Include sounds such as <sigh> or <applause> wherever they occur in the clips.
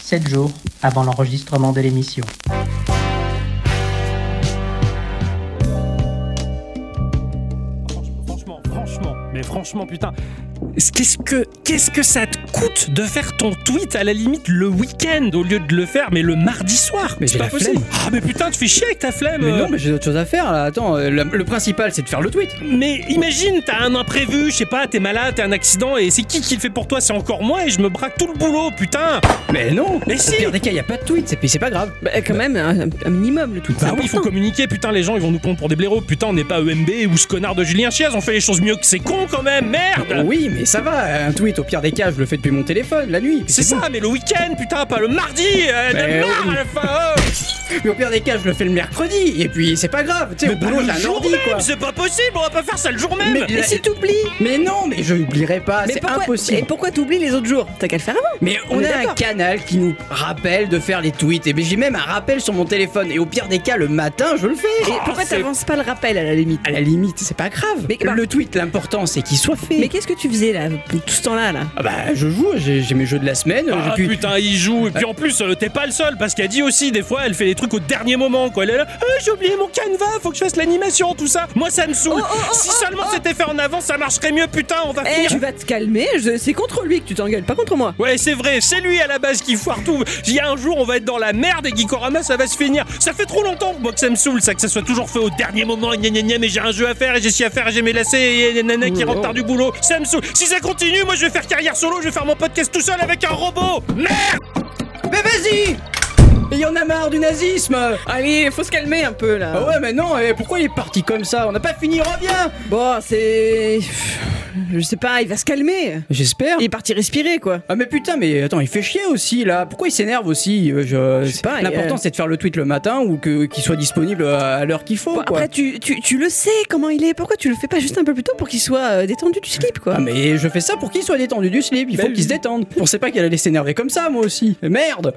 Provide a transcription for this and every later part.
sept jours avant l'enregistrement de l'émission. Franchement, franchement, franchement, mais franchement, putain. Qu'est-ce que, qu'est-ce que ça te coûte de faire ton tweet à la limite le week-end au lieu de le faire mais le mardi soir Mais c'est j'ai pas la possible. flemme. Ah mais putain tu fais chier avec ta flemme. Mais euh. non, mais j'ai d'autres choses à faire là. Attends, euh, le, le principal c'est de faire le tweet. Mais imagine, t'as un imprévu, je sais pas, t'es malade, t'as un accident, et c'est qui qui le fait pour toi C'est encore moi, et je me braque tout le boulot, putain Mais non Mais Au si. pire des cas, y a pas de tweet, et puis c'est pas grave. Bah, quand même, un, un minimum le tout. Bah oui, il hein. faut communiquer, putain, les gens ils vont nous prendre pour des blaireaux, putain, on n'est pas EMB ou ce connard de Julien Chiaz, on fait les choses mieux que ces cons quand même, merde Oui, mais ça va, un tweet au pire des cas, je le fais depuis mon téléphone la nuit. puis C'est bon. ça, mais le week-end, putain, pas le mardi euh, j'en ai Mais marre, oui. à la fin, oh. Mais au pire des cas, je le fais le mercredi, et puis c'est pas grave, tu sais, au Bah, boulot le j'ai un jour ordi même, quoi. C'est pas possible, on va pas faire ça le jour même Mais la- si t'oublies Mais non, mais je n'oublierai pas, Mais c'est pourquoi, Et impossible. pourquoi t'oublies les autres jours T'as qu'à le faire avant Mais on, On est a un d'accord. canal qui nous rappelle de faire les tweets, et bien j'ai même un rappel sur mon téléphone, et au pire des cas, le matin, je le fais. Ah, Et pourquoi c'est- t'avances pas le rappel à la limite À la limite, c'est pas grave. Mais- bah- le tweet, l'important, c'est qu'il soit fait. Mais qu'est-ce que tu faisais là, tout ce temps-là là Ah bah, je joue, j'ai j'ai mes jeux de la semaine. Ah j'ai pu- putain, il joue. Et puis en plus, euh, t'es pas le seul parce qu'elle dit aussi des fois, elle fait des trucs au dernier moment. Quoi. Elle est là, Ah, j'ai oublié mon canevas, faut que je fasse l'animation, tout ça. Moi, ça me saoule. si seulement c'était fait en avant, ça marcherait mieux. Putain, on va Eh, finir. tu vas te calmer, je- c'est contre lui que tu t'engueules, pas contre moi. Ouais, c'est vrai, c'est lui à la base qui foire tout. Il y a un jour, on va être dans la merde et Gikorama, ça va se finir. Ça fait trop longtemps, moi, que ça me saoule, ça, que ça soit toujours fait au dernier moment, et gna gna gna, mais j'ai un jeu à faire et j'ai ci à faire et j'ai mes lacets et les nanas qui rentrent tard du boulot. Ça me saoule. Si ça continue, moi, je vais faire carrière solo, je vais faire mon podcast tout seul avec un robot. Merde Mais vas-y Il y en a marre du nazisme Allez, faut se calmer un peu Ah là. ouais, mais non, eh, pourquoi il est parti comme ça On n'a pas fini, reviens Bon, c'est. Je sais pas, il va se calmer. J'espère. Il est parti respirer quoi. Ah mais putain, mais attends, il fait chier aussi là. Pourquoi il s'énerve aussi Euh, je... sais pas, L'important euh, c'est de faire le tweet le matin ou que- qu'il soit disponible euh, à l'heure qu'il faut. Bon, quoi. Bah, après, tu, tu, tu le sais comment il est, pourquoi tu le fais pas juste un peu plus tôt pour qu'il soit euh, détendu du slip quoi Ah mais je fais ça pour qu'il soit détendu du slip, il faut Mais- qu'il se détende. Je pensais pas qu'elle allait s'énerver comme ça moi aussi. Mais Merde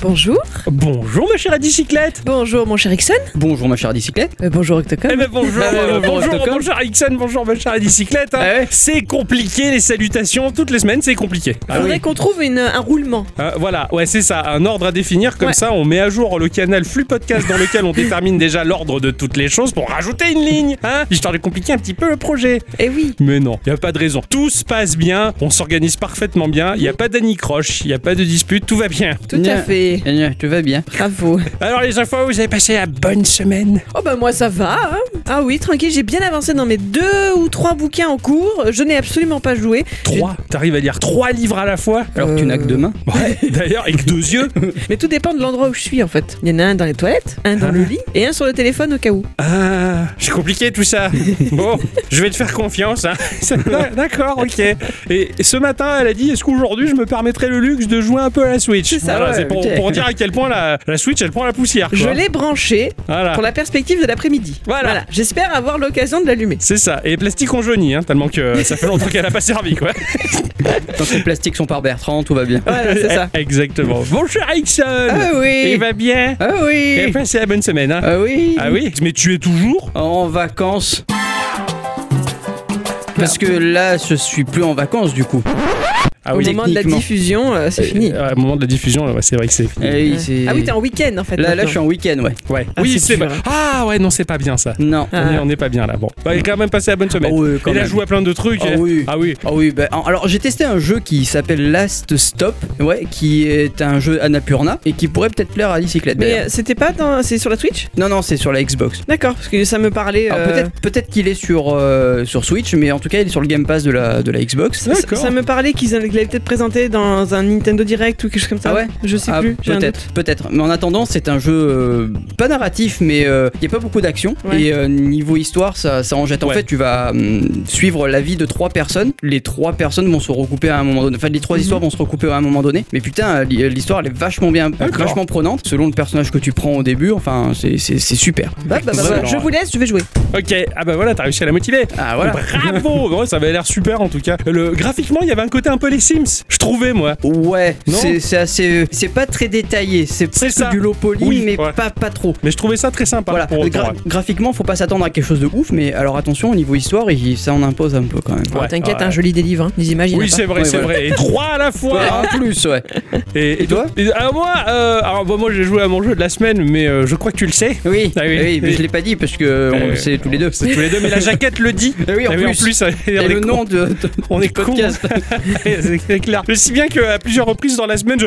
Bonjour. Bonjour, ma chère à bicyclette Bonjour mon cher Ixon. Bonjour ma chère bicyclette. Euh, bonjour Octocom. Eh ben bonjour, Ah ouais, euh, bonjour, bonjour, Stockholm. bonjour Ixon, bonjour ma chère bicyclette. hein. Ah ouais. C'est compliqué les salutations, toutes les semaines c'est compliqué. Ah Faudrait oui. qu'on trouve une, un roulement. Hein, voilà, ouais c'est ça, un ordre à définir, comme Ouais. ça on met à jour le canal flux podcast dans lequel <laughs> on détermine déjà l'ordre de toutes les choses pour rajouter une ligne, hein, histoire de compliquer un petit peu le projet. Eh oui. Mais non, y a pas de raison. Tout se passe bien, on s'organise parfaitement bien, y a pas d'anicroche, y a pas de dispute, tout va bien. Tout à Nya. fait. Gna, gna, Tu vas bien Bravo. Alors les infos, vous avez passé la bonne semaine Oh bah moi ça va. hein. Ah oui, tranquille, j'ai bien avancé dans mes deux ou trois bouquins en cours. Je n'ai absolument pas joué. Trois, t'arrives à lire trois livres à la fois Alors que tu n'as que deux mains. Ouais, <laughs> d'ailleurs, avec deux yeux Mais tout dépend de l'endroit où je suis en fait. Il y en a un dans les toilettes, un dans le lit et un sur le téléphone au cas où. Ah, c'est compliqué tout <laughs> ça. Bon, je vais te faire confiance. hein. D'accord, ok. Et ce matin, elle a dit est-ce qu'aujourd'hui je me permettrais le luxe de jouer un peu à la Switch C'est ça, ouais, c'est pour, ok. pour dire à quel point la, la Switch elle prend la poussière. quoi. Je l'ai branché Voilà. pour la perspective de l'après-midi. Ah. Voilà. J'espère avoir l'occasion de l'allumer. C'est ça. Et plastique en jauni, hein, tellement que ça fait longtemps qu'elle a pas servi, quoi. Tant que les plastiques sont par Bertrand, tout va bien. Voilà, <laughs> c'est <laughs> ça. Eh, Exactement. Bon cher Ixon Ah oui. Il va bien Ah Et oui passez la bonne semaine, hein. Ah oui Ah oui Mais tu es toujours En vacances. Parce que là, je suis plus en vacances du coup. Ah Au oui. moment de la techniquement. diffusion, euh, c'est fini. Euh, Au moment de la diffusion, ouais, c'est vrai que c'est fini. Eh oui, c'est- Ah oui, t'es en week-end en fait. Là, là, maintenant. je suis en week-end, ouais. Ouais. Ah, oui, c'est c'est. dur, pas- hein. Ah ouais, non, c'est pas bien ça. Non. Ah. On est- On n'est pas bien là. Bon, bah, il est quand même passé la bonne semaine. Ah ouais, quand il a même. joué à plein de trucs. Ah eh. oui. Ah oui. Ah oui, bah, en- alors j'ai testé un jeu qui s'appelle Last Stop, ouais, qui est un jeu Annapurna et qui pourrait peut-être plaire à bicyclette. Mais d'ailleurs. euh, c'était pas dans. C'est sur la Twitch Non, non, c'est sur la Xbox. D'accord, parce que ça me parlait. Alors euh, Ah, peut-être, peut-être qu'il est sur, euh, sur Switch, mais en tout cas il est sur le Game Pass de la, de la Xbox. Ça- D'accord. Ça me parlait qu'ils allaient- qu'ils l'avaient peut-être présenté dans un Nintendo Direct ou quelque chose comme ça. Ah ouais Je sais Ah, plus. j'ai un doute. peut-être, peut-être. Mais en attendant, c'est un jeu euh, pas narratif, mais il n'y a pas beaucoup d'action. Ouais. Et euh, niveau histoire, ça, ça en jette. En Ouais. fait, tu vas hum, suivre la vie de trois personnes. Les trois personnes vont se recouper à un moment donné. Enfin, les trois Mhm. histoires vont se recouper à un moment donné. Mais putain, li- l'histoire, elle est vachement bien, D'accord. vachement prenante. Selon le personnage que tu prends au début, enfin, c'est, c'est- c'est super. Ah, bah, bah, bah, Vraiment. hein. je vous laisse, je vais jouer. Ok, ah bah voilà, t'as réussi à la motiver. Ah voilà. Bravo <laughs> Ouais, Ça avait l'air super en tout cas. Le... Graphiquement, il y avait un côté un peu les Sims, je trouvais moi. Ouais, Non. c'est c'est assez. C'est pas très détaillé, c'est C'est plutôt ça. du low poly, Oui, mais ouais. pas, pas trop. Mais je trouvais ça très sympa. Voilà, Euh, pour autant, Gra- ouais. graphiquement, faut pas s'attendre à quelque chose de ouf, mais alors attention, au niveau histoire, il- ça en impose un peu quand même. Ouais, T'inquiète, ouais. un joli délivre, hein. des images. il y en a Oui, pas. c'est vrai, Oui, c'est voilà. vrai. Et trois à la fois. hein. Ouais, en plus, ouais. Et, Et toi Alors moi, euh, alors bon, moi j'ai joué à mon jeu de la semaine, mais euh, je crois que tu le sais. Oui, Ah oui. oui, mais Oui. je l'ai pas dit parce que on Euh, le sait tous les deux. C'est tous les deux, mais la jaquette le dit. <laughs> Eh oui, en Eh plus. <laughs> on Et est le con. nom de, de- <laughs> On du est con. Ah podcast. <laughs> c'est c'est clair. Je sais bien qu'à plusieurs reprises dans la semaine, je.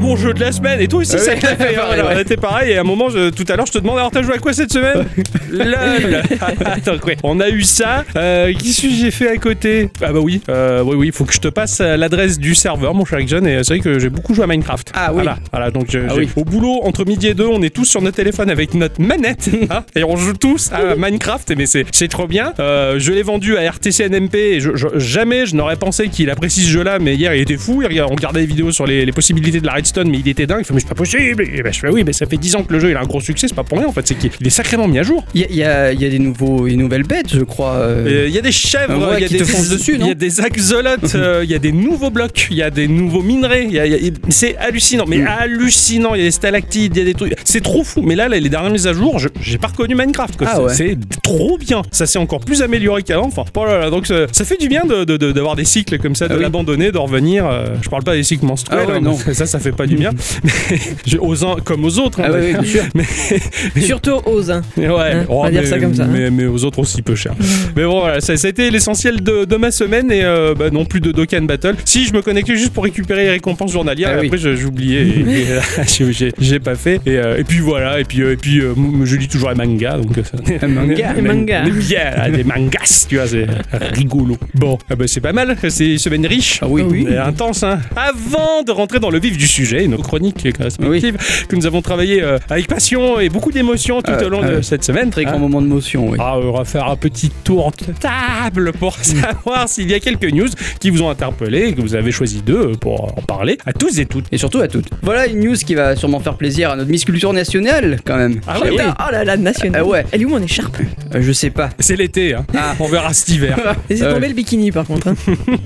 Mon jeu de la semaine, et toi aussi Ah ça oui. te l'a fait. hein. Pareil, Alors, On ouais. était pareil, et à un moment, je- tout à l'heure, je te demande alors t'as joué à quoi <laughs> cette semaine LOL Attends, quoi On a eu ça. Euh, Qu'est-ce que j'ai fait à côté Ah bah oui, euh, oui, oui, faut que je te passe euh, l'adresse du serveur, mon cher John, et euh, c'est vrai que j'ai beaucoup joué à Minecraft. Ah oui. Voilà, voilà donc je- Ah j'ai- oui. au boulot, entre midi et deux, on est tous sur notre téléphone avec notre manette, <laughs> hein, et on joue tous à Minecraft, et mais c'est c'est trop bien. Euh, je l'ai vendu à RTC NMP, et je- je- jamais je n'aurais pensé qu'il apprécie ce jeu-là, mais hier il était fou, il regarde- on regardait les vidéos sur les, les possibilités de la redstone, mais il était dingue, il fait mais c'est pas possible, et ben, je fais oui, mais ça fait 10 ans que le jeu il a un gros succès, c'est pas pour rien en fait, c'est qu'il il est sacrément mis à jour. Il y a, il y a- il y a des nouveaux, des nouvelles bêtes, je crois. euh. Euh, Il y a des chèvres, Ouais, il y a qui des te foncent dessus, non Il y a <laughs> des axolotes, euh, il y a des nouveaux blocs, il y a des nouveaux minerais. il y a- il y a- c'est hallucinant, mais Mm. hallucinant. Il y a des stalactites, il y a des trucs. C'est trop fou. Mais là, là, les dernières mises à jour, je- j'ai pas reconnu Minecraft. quoi. Ah C'est- ouais. C'est trop bien. Ça s'est encore plus amélioré qu'avant. Enfin, oh là là, donc ça, ça fait du bien d'avoir de, de- d'avoir des cycles comme ça, de Ah oui. l'abandonner, d'en revenir. euh, je parle pas des cycles menstruels, Ah ouais, hein, non. ça, ça fait pas <laughs> du bien. Mais aux uns comme aux autres. hein, Ah oui, oui, d'ailleurs. bien <laughs> sûr. Surtout aux uns. Ouais, Hein, on va dire ça comme ça, hein. Mm. Mais, mais aux autres aussi peu cher. mais bon, voilà, ça, ça a été l'essentiel de, de ma semaine et euh, bah, non plus de Dokkan Battle. Si, je me connectais juste pour récupérer les récompenses journalières Ah et oui. après je- j'ai oublié <laughs> et, <laughs> et, euh, j'ai- j'ai- j'ai pas fait. Et, euh, et puis voilà, et puis, euh, et puis euh, m- je lis toujours les mangas donc. euh, ça- <laughs> Un manga. Les mangas. On est bien, là, hein, des mangas, tu vois, c'est rigolo. Bon, ah bah, c'est pas mal, c'est une semaine riche. Ah oui. Mais intense, hein. Avant de rentrer dans le vif du sujet, nos chroniques respectives, que nous avons travaillé euh, avec passion et beaucoup d'émotion tout Ah ouais, au long ah de ouais. cette semaine. Très hein. grand moment de motion, oui. Ah, on va faire un petit tour de table pour Mm. savoir s'il y a quelques news qui vous ont interpellé et que vous avez choisi d'eux pour en parler à tous et toutes. Et surtout à toutes. Voilà une news qui va sûrement faire plaisir à notre Miss Culture nationale, quand même. Ah oui, Putain, Oh là là, nationale. Ah ouais. Elle est où mon écharpe Euh, je sais pas. C'est l'été, hein. Ah. on verra cet <laughs> hiver. Laissez Euh, tomber le bikini par contre. hein.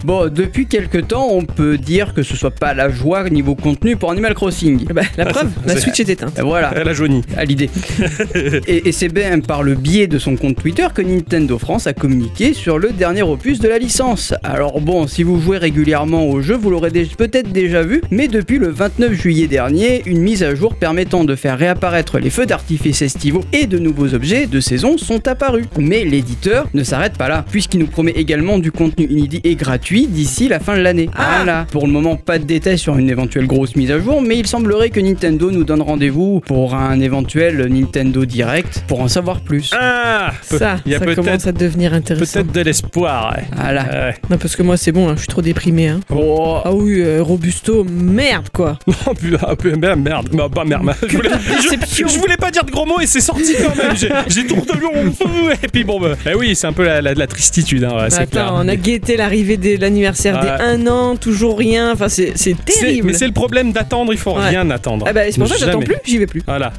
Bon, depuis quelques temps, on peut dire que ce soit pas la joie niveau contenu pour Animal Crossing. <laughs> Eh ben, la preuve, la c'est- Switch est éteinte. Euh, Voilà. <laughs> Elle a jauni. à l'idée. et et c'est bien par le biais de son compte Twitter que Nintendo France a communiqué sur le dernier opus de la licence. Alors bon, si vous jouez régulièrement au jeu, vous l'aurez dé- peut-être déjà vu, mais depuis le 29 juillet dernier, une mise à jour permettant de faire réapparaître les feux d'artifice estivaux et de nouveaux objets de saison sont apparus. Mais l'éditeur ne s'arrête pas là, puisqu'il nous promet également du contenu inédit et gratuit d'ici la fin de l'année. Ah Voilà. Pour le moment, pas de détails sur une éventuelle grosse mise à jour, mais il semblerait que Nintendo nous donne rendez-vous pour un éventuel Nintendo Direct pour en savoir plus. Ah Pe- Ça, Il y a ça commence peut-être à devenir intéressant. peut-être de l'espoir. ouais. Ah, Euh, Voilà. Ouais. Non, parce que moi c'est bon, hein, je suis trop déprimé. hein. Oh. Ah oui, euh, Robusto, merde quoi. <laughs> Oh putain, putain, merde, merde, Non, pas merde, <laughs> merde. Je voulais, je, déception. je voulais pas dire de gros mots et c'est sorti quand même. <laughs> J'ai- J'ai tourné le rond. Et puis bon, bah, eh oui, c'est un peu la, la- la tristitude, hein, ouais, c'est Attends, clair. on a guetté l'arrivée de l'anniversaire Ah. des 1 an, toujours rien. Enfin, c'est c'est C'est- terrible. Mais c'est le problème d'attendre, il faut Ouais. rien attendre. Ah bah, c'est pour ça que j'attends Jamais. plus, Ah j'y vais plus. <laughs> Voilà.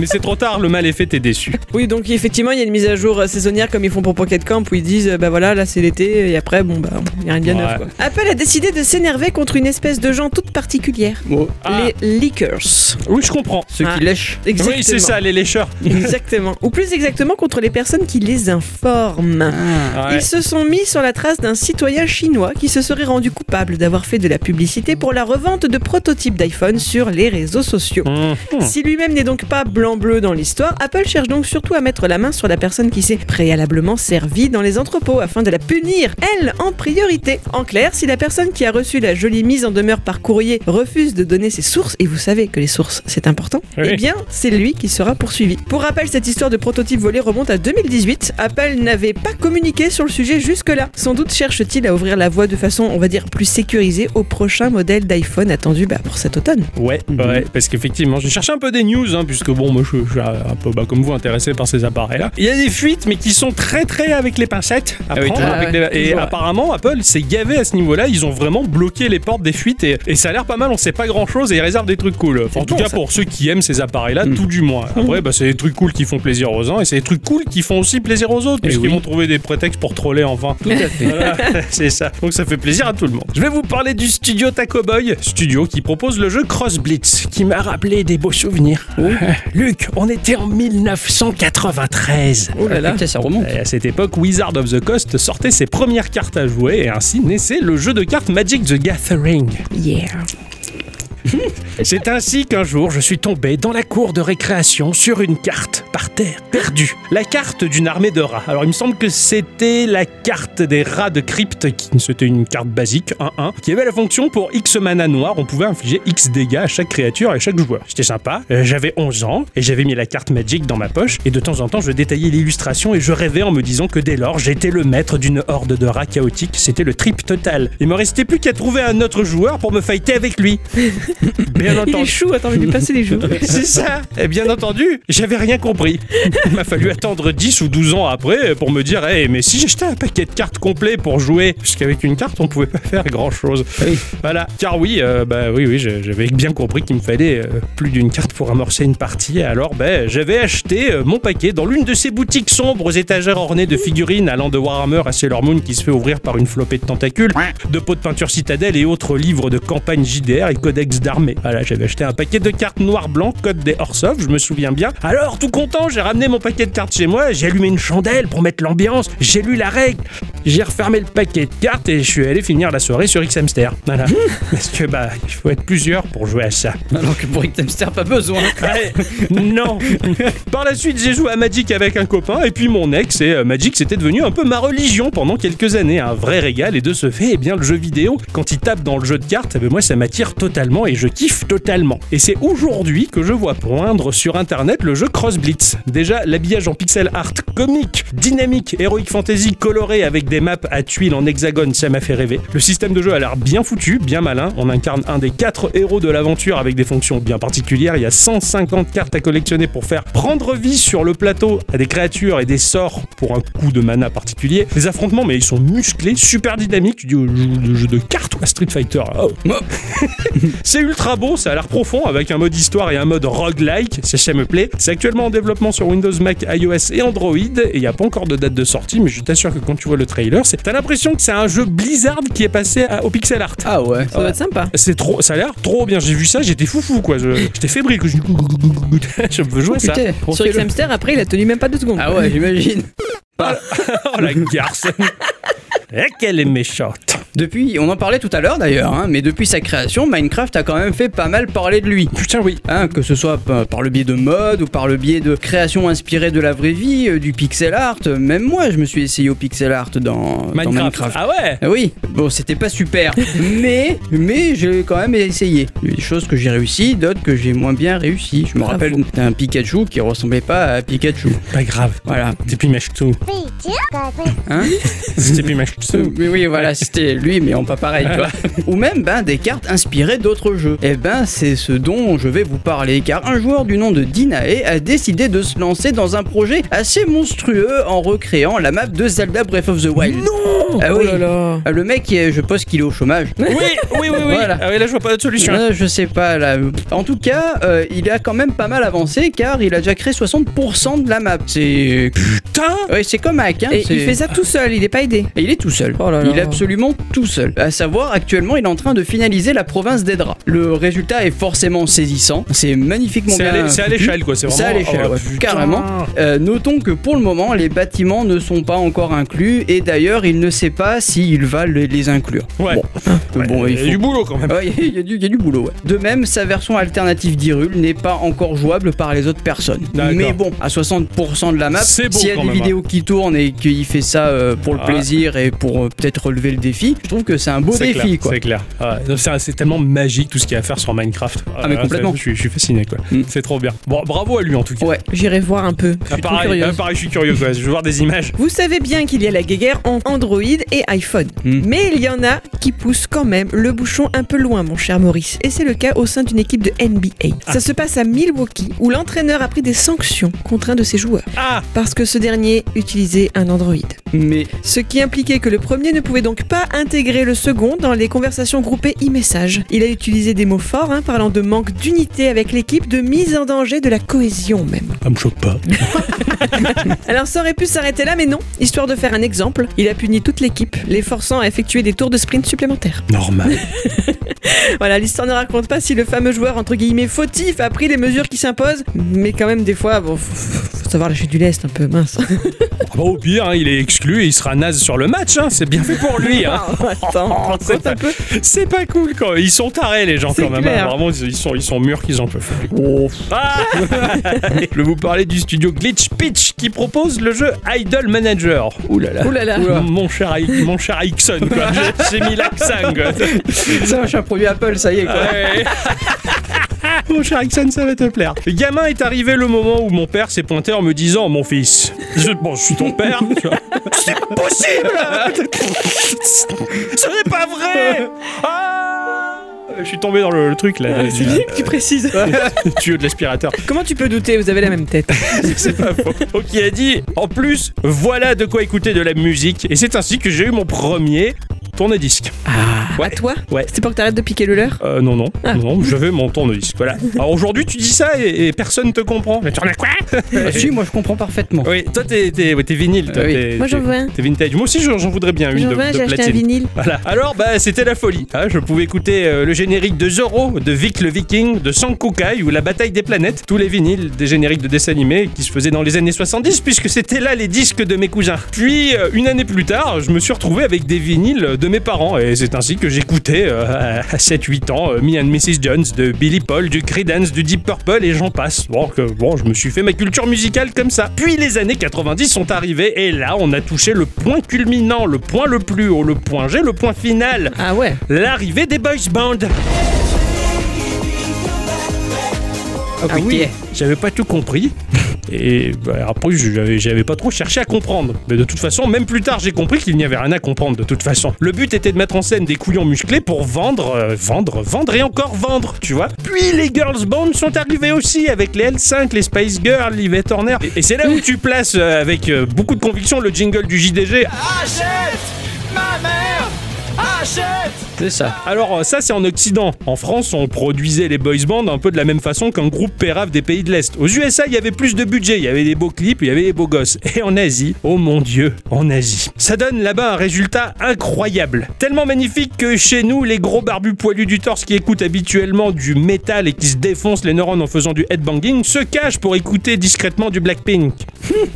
Mais c'est trop tard, le mal est fait, t'es déçu. Oui, donc effectivement, il y a une mise à jour euh, saisonnière comme ils font pour Pocket Camp où ils disent, euh, bah voilà, là c'est l'été, et après, bon, bah, il n'y a rien de bien Ouais. neuf. Quoi. Apple a décidé de s'énerver contre une espèce de gens toute particulière. Oh. Ah. Les leakers. Oui, je comprends. Ceux Ah. qui lèchent. Exactement. Oui, c'est ça, les lécheurs. <laughs> Exactement. Ou plus exactement contre les personnes qui les informent. Ah. Ouais. Ils se sont mis sur la trace d'un citoyen chinois qui se serait rendu coupable d'avoir fait de la publicité pour la revente de prototypes d'iPhone sur les réseaux sociaux. Mmh. Si lui-même n'est donc pas blanc-bleu dans l'histoire, Apple cherche donc surtout à mettre la main sur la personne qui s'est préalablement servie dans les entrepôts afin de la punir, elle, en priorité. En clair, si la personne qui a reçu la jolie mise en demeure par courrier refuse de donner ses sources, et vous savez que les sources c'est important, Oui. eh bien c'est lui qui sera poursuivi. Pour rappel, cette histoire de prototype volé remonte à 2018. Apple n'avait pas communiqué sur le sujet jusque-là. Sans doute cherche-t-il à ouvrir la voie de façon, on va dire, plus sécurisée au prochain modèle d'iPhone attendu bah, pour cet automne. Ouais, Mhm. ouais, parce qu'effectivement, j'ai cherché un peu des news, hein, puisque bon, moi je je suis un peu bah, comme vous intéressé par ces appareils-là. Il y a des fuites, mais qui sont très très avec les pincettes. à Ah oui, prendre, toujours. avec Ah des- ouais, et toujours, ouais. apparemment, Apple s'est gavé à ce niveau-là. Ils ont vraiment bloqué les portes des fuites et, et ça a l'air pas mal. On sait pas grand-chose et ils réservent des trucs cool. en tout bon, cas, ça. pour ceux qui aiment ces appareils-là, Mhm. tout du moins. Après, bah, c'est des trucs cool qui font plaisir aux uns et c'est des trucs cool qui font aussi plaisir aux autres, Eh puisqu'ils oui. vont trouver des prétextes pour troller enfin. Tout à fait. Voilà, <laughs> c'est ça. Donc ça fait plaisir à tout le monde. Je vais vous parler du studio Taco Boy, studio qui propose le jeu Cross Blitz, qui m'a rappelé des beaux <laughs> souvenirs. Luc, on était en 1993. Oh là là. Putain, ça remonte. Et à cette époque, Wizard of the Coast sortait ses premières cartes à jouer et ainsi naissait le jeu de cartes Magic the Gathering. Yeah. C'est ainsi qu'un jour, je suis tombé dans la cour de récréation sur une carte, par terre, perdue. La carte d'une armée de rats. Alors, il me semble que c'était la carte des rats de crypte, qui c'était une carte basique, 1-1, qui avait la fonction pour X mana noir, on pouvait infliger X dégâts à chaque créature et à chaque joueur. J'étais sympa, euh, j'avais 11 ans, et j'avais mis la carte Magic dans ma poche, et de temps en temps, je détaillais l'illustration et je rêvais en me disant que dès lors, j'étais le maître d'une horde de rats chaotiques, c'était le trip total. Il me restait plus qu'à trouver un autre joueur pour me fighter avec lui. Bien <laughs> Il est entendu. chou, attends, je vais lui passer les joues. <laughs> C'est ça Et bien entendu, j'avais rien compris. Il m'a fallu attendre 10 ou 12 ans après pour me dire Eh, mais si j'achetais un paquet de cartes complet pour jouer Parce qu'avec une carte, on pouvait pas faire grand-chose. Oui. Voilà. Car oui, euh, bah oui, oui, je- j'avais bien compris qu'il me fallait euh, plus d'une carte pour amorcer une partie. Alors, ben, j'avais acheté euh, mon paquet dans l'une de ces boutiques sombres aux étagères ornées de figurines allant de Warhammer à Sailor Moon qui se fait ouvrir par une flopée de tentacules de pots de peinture citadelle et autres livres de campagne JDR et codex d'armée. Voilà, j'avais acheté un paquet de cartes noir-blanc, code des Orsov, je me souviens bien. Alors, tout content, j'ai ramené mon paquet de cartes chez moi, j'ai allumé une chandelle pour mettre l'ambiance, j'ai lu la règle, j'ai refermé le paquet de cartes et je suis allé finir la soirée sur X-Hamster. Voilà. Parce que, bah, il faut être plusieurs pour jouer à ça. Alors que pour Hamster, pas besoin. Ouais, non. Par la suite, j'ai joué à Magic avec un copain et puis mon ex et euh, Magic c'était devenu un peu ma religion pendant quelques années, un vrai régal et de ce fait, eh bien le jeu vidéo, quand il tape dans le jeu de cartes, eh ben, moi ça m'attire totalement et je kiffe totalement. Et c'est aujourd'hui que je vois poindre sur internet le jeu Cross Blitz. Déjà l'habillage en pixel art comique, dynamique, héroïque fantasy coloré avec des maps à tuiles en hexagone, ça m'a fait rêver. Le système de jeu a l'air bien foutu, bien malin. On incarne un des quatre héros de l'aventure avec des fonctions bien particulières. Il y a 150 cartes à collectionner pour faire prendre vie sur le plateau à des créatures et des sorts pour un coup de mana particulier. Les affrontements, mais ils sont musclés, super dynamiques. Tu dis, oh, je joue le jeu de cartes ou à Street Fighter Oh. C'est ultra beau, ça a l'air profond avec un mode histoire et un mode roguelike, ça, ça me plaît. C'est actuellement en développement sur Windows, Mac, iOS et Android et il n'y a pas encore de date de sortie, mais je t'assure que quand tu vois le trailer, c'est- t'as l'impression que c'est un jeu Blizzard qui est passé à- au pixel art. <laughs> Ah ouais. Ça doit être sympa. C'est trop, ça a l'air trop bien. J'ai vu ça, j'étais foufou quoi. Je- J'étais fébrile que je, <laughs> je veux jouer à ça. Putain, Sur refais-le. X-Hamster, après, il a tenu même pas deux secondes. Ah ouais, j'imagine. Oh la garce. Eh, Qu'elle est méchante. Depuis, on en parlait tout à l'heure d'ailleurs, hein, mais depuis sa création, Minecraft a quand même fait pas mal parler de lui. Putain oui. Hein, que ce soit p- par le biais de modes ou par le biais de créations inspirées de la vraie vie, euh, du pixel art. euh, Même moi, je me suis essayé au pixel art dans dans Minecraft. Minecraft. Ah ouais. Ah oui, bon, c'était pas super, mais, mais j'ai quand même essayé. Il y a des choses que j'ai réussi, d'autres que j'ai moins bien réussi. Je me Bravo. rappelle d'un Pikachu qui ressemblait pas à Pikachu. Pas grave. Voilà. Depuis Machtou. Hein Depuis Machtou. Oui, oui, voilà, c'était lui, mais en pas pareil, tu vois. <laughs> Ou même ben, des cartes inspirées d'autres jeux. Et ben, c'est ce dont je vais vous parler, car un joueur du nom de Dinae a décidé de se lancer dans un projet assez monstrueux en recréant la map de Zelda Breath of the Wild. Non. ah Oh oui. là là. Ah, Le mec, il est- je pense qu'il est au chômage. <laughs> Oui, oui, oui, oui. Voilà. Ah oui, là je vois pas d'autre solution. Euh, je sais pas là. En tout cas, euh, il a quand même pas mal avancé car il a déjà créé 60% de la map. C'est Putain. ouais, c'est comme Hack. Hein, Et c'est- il fait ça tout seul, il est pas aidé. Et il est tout seul. Oh là là. Il est absolument tout seul. À savoir, actuellement, il est en train de finaliser la province d'Edra. Le résultat est forcément saisissant. C'est magnifiquement C'est à bien. l'é- c'est à foutu. l'échelle quoi. C'est vraiment. C'est à l'échelle, oh, ouais, putain. carrément. Euh, notons que pour le moment, les bâtiments ne sont pas encore inclus et d'ailleurs, il ne sait pas s'il va le- les inclure. Ouais. Bon, Ouais, bon, il y a faut du boulot quand même. Ouais, Ah bah, Il y, a du- il y a du boulot. ouais. De même, sa version alternative d'Irul n'est pas encore jouable par les autres personnes. D'accord. Mais bon, à 60% de la map, C'est beau s'il y a quand des même, vidéos qui tournent et qu'il fait ça euh, pour le Ah. plaisir et pour euh, peut-être relever le défi, je trouve que c'est un beau C'est clair, défi, quoi. C'est clair. Ah, non, c'est c'est tellement magique tout ce qu'il y a à faire sur Minecraft. Ah, Ah, mais là, complètement. c'est- Je suis, je suis fasciné, quoi. Mm. C'est trop bien. Bon, bravo à lui en tout cas. Ouais. J'irai voir un peu. Je Ah, suis trop pareil, curieuse. ah, pareil, je suis curieux, quoi. Je veux voir des images. Vous savez bien qu'il y a la guéguerre entre Android et iPhone. Hmm. Mais il y en a qui poussent quand même le bouchon un peu loin, mon cher Maurice. Et c'est le cas au sein d'une équipe de NBA. Ah. Ça se passe à Milwaukee, où l'entraîneur a pris des sanctions contre un de ses joueurs, Ah parce que ce dernier utilisait un Android. Mais Ce qui impliquait que le premier ne pouvait donc pas intégrer le second dans les conversations groupées e-message. Il a utilisé des mots forts, hein, parlant de manque d'unité avec l'équipe, de mise en danger de la cohésion même. Ça me choque pas. Alors ça aurait pu s'arrêter là, mais non. Histoire de faire un exemple, il a puni toute l'équipe, les forçant à effectuer des tours de sprint supplémentaires. <laughs> Normal. Voilà, l'histoire ne raconte pas si le fameux joueur entre guillemets fautif a pris les mesures qui s'imposent, mais quand même des fois, bon, faut, faut savoir lâcher du lest un peu, mince. Ah bah, au pire, hein, il est exclu et il sera naze sur le match. hein. C'est bien fait pour <laughs> lui. hein. <laughs> Ah, Attends, on C'est compte un peu. C'est pas cool quand ils sont tarés les gens C'est quand même. clair. hein. Vraiment ils sont ils sont mûrs qu'ils en peuvent. plus. Oh. <laughs> Ah Je vais vous parler du studio Glitch Pitch qui propose le jeu Idol Manager. Ouh là là. oh Ouh là là. <laughs> Mon cher Ike- mon cher Ixon <laughs> quoi. J'ai- J'ai mis l'accent. quoi. ça, je suis un produit Apple, ça y est, quoi. Ouais. <laughs> Mon cher Ixon, ça va te plaire. Gamin est arrivé le moment où mon père s'est pointé en me disant Mon fils, je, bon, je suis ton père. tu vois. <laughs> C'est pas possible <laughs> Ce n'est pas vrai Ah Je suis tombé dans le, le truc là. C'est <laughs> bien que tu précises. Le tuyau de l'aspirateur. Comment tu peux douter Vous avez la même tête. <laughs> C'est pas faux. Donc il a dit En plus, voilà de quoi écouter de la musique. Et c'est ainsi que j'ai eu mon premier tourne-disque. Ouais. À toi Ouais. C'est pour que t'arrêtes de piquer le leur Euh, non, non, Ah. non, je vais mon tourne-disque. Voilà. Alors aujourd'hui, tu dis ça et, et personne te comprend. Mais tu en as quoi Ah, si, moi, je comprends parfaitement. Oui, toi, t'es, t'es, ouais, t'es vinyle. Toi, Ah oui. t'es- Moi, j'en t'es- veux un. T'es vintage. Moi aussi, j'en j'en voudrais bien une J'en Ah de, veux un, de j'ai acheté un platine. vinyle. Voilà. Alors, bah, c'était la folie. hein. Je pouvais écouter euh, le générique de Zorro, de Vic le Viking, de Sankokai ou La Bataille des Planètes, tous les vinyles des génériques de dessins animés qui se faisaient dans les années 70, puisque c'était là les disques de mes cousins. Puis, euh, une année plus tard, je me suis retrouvé avec des vinyles de mes parents, et c'est ainsi que j'écoutais euh, <laughs> à 7-8 ans euh, Me and Mrs. Jones, de Billy Paul, du Creedence, du Deep Purple, et j'en passe. Bon, que- bon, je me suis fait ma culture musicale comme ça. Puis, les années 90 sont arrivées, et là, on a touché le point culminant, le point le plus haut, le point G, le point final Ah ouais l'arrivée des boys band. Ah oui. J'avais pas tout compris. Et bah, après, j'avais, j'avais pas trop cherché à comprendre. Mais de toute façon, même plus tard, j'ai compris qu'il n'y avait rien à comprendre. De toute façon, le but était de mettre en scène des couillons musclés pour vendre, euh, vendre, vendre et encore vendre, tu vois. Puis les girls band sont arrivés aussi avec les L5, les Spice Girls, Yvette Horner. Et, et c'est là où tu places euh, avec euh, beaucoup de conviction le jingle du JDG. C'est ça. Alors euh, ça c'est en Occident. En France on produisait les boys bands un peu de la même façon qu'un groupe pérave des pays de l'Est. Aux USA il y avait plus de budget, il y avait des beaux clips, il y avait des beaux gosses. Et en Asie, oh mon dieu, en Asie. Ça donne là-bas un résultat incroyable. Tellement magnifique que chez nous les gros barbus poilus du torse qui écoutent habituellement du métal et qui se défoncent les neurones en faisant du headbanging se cachent pour écouter discrètement du Blackpink.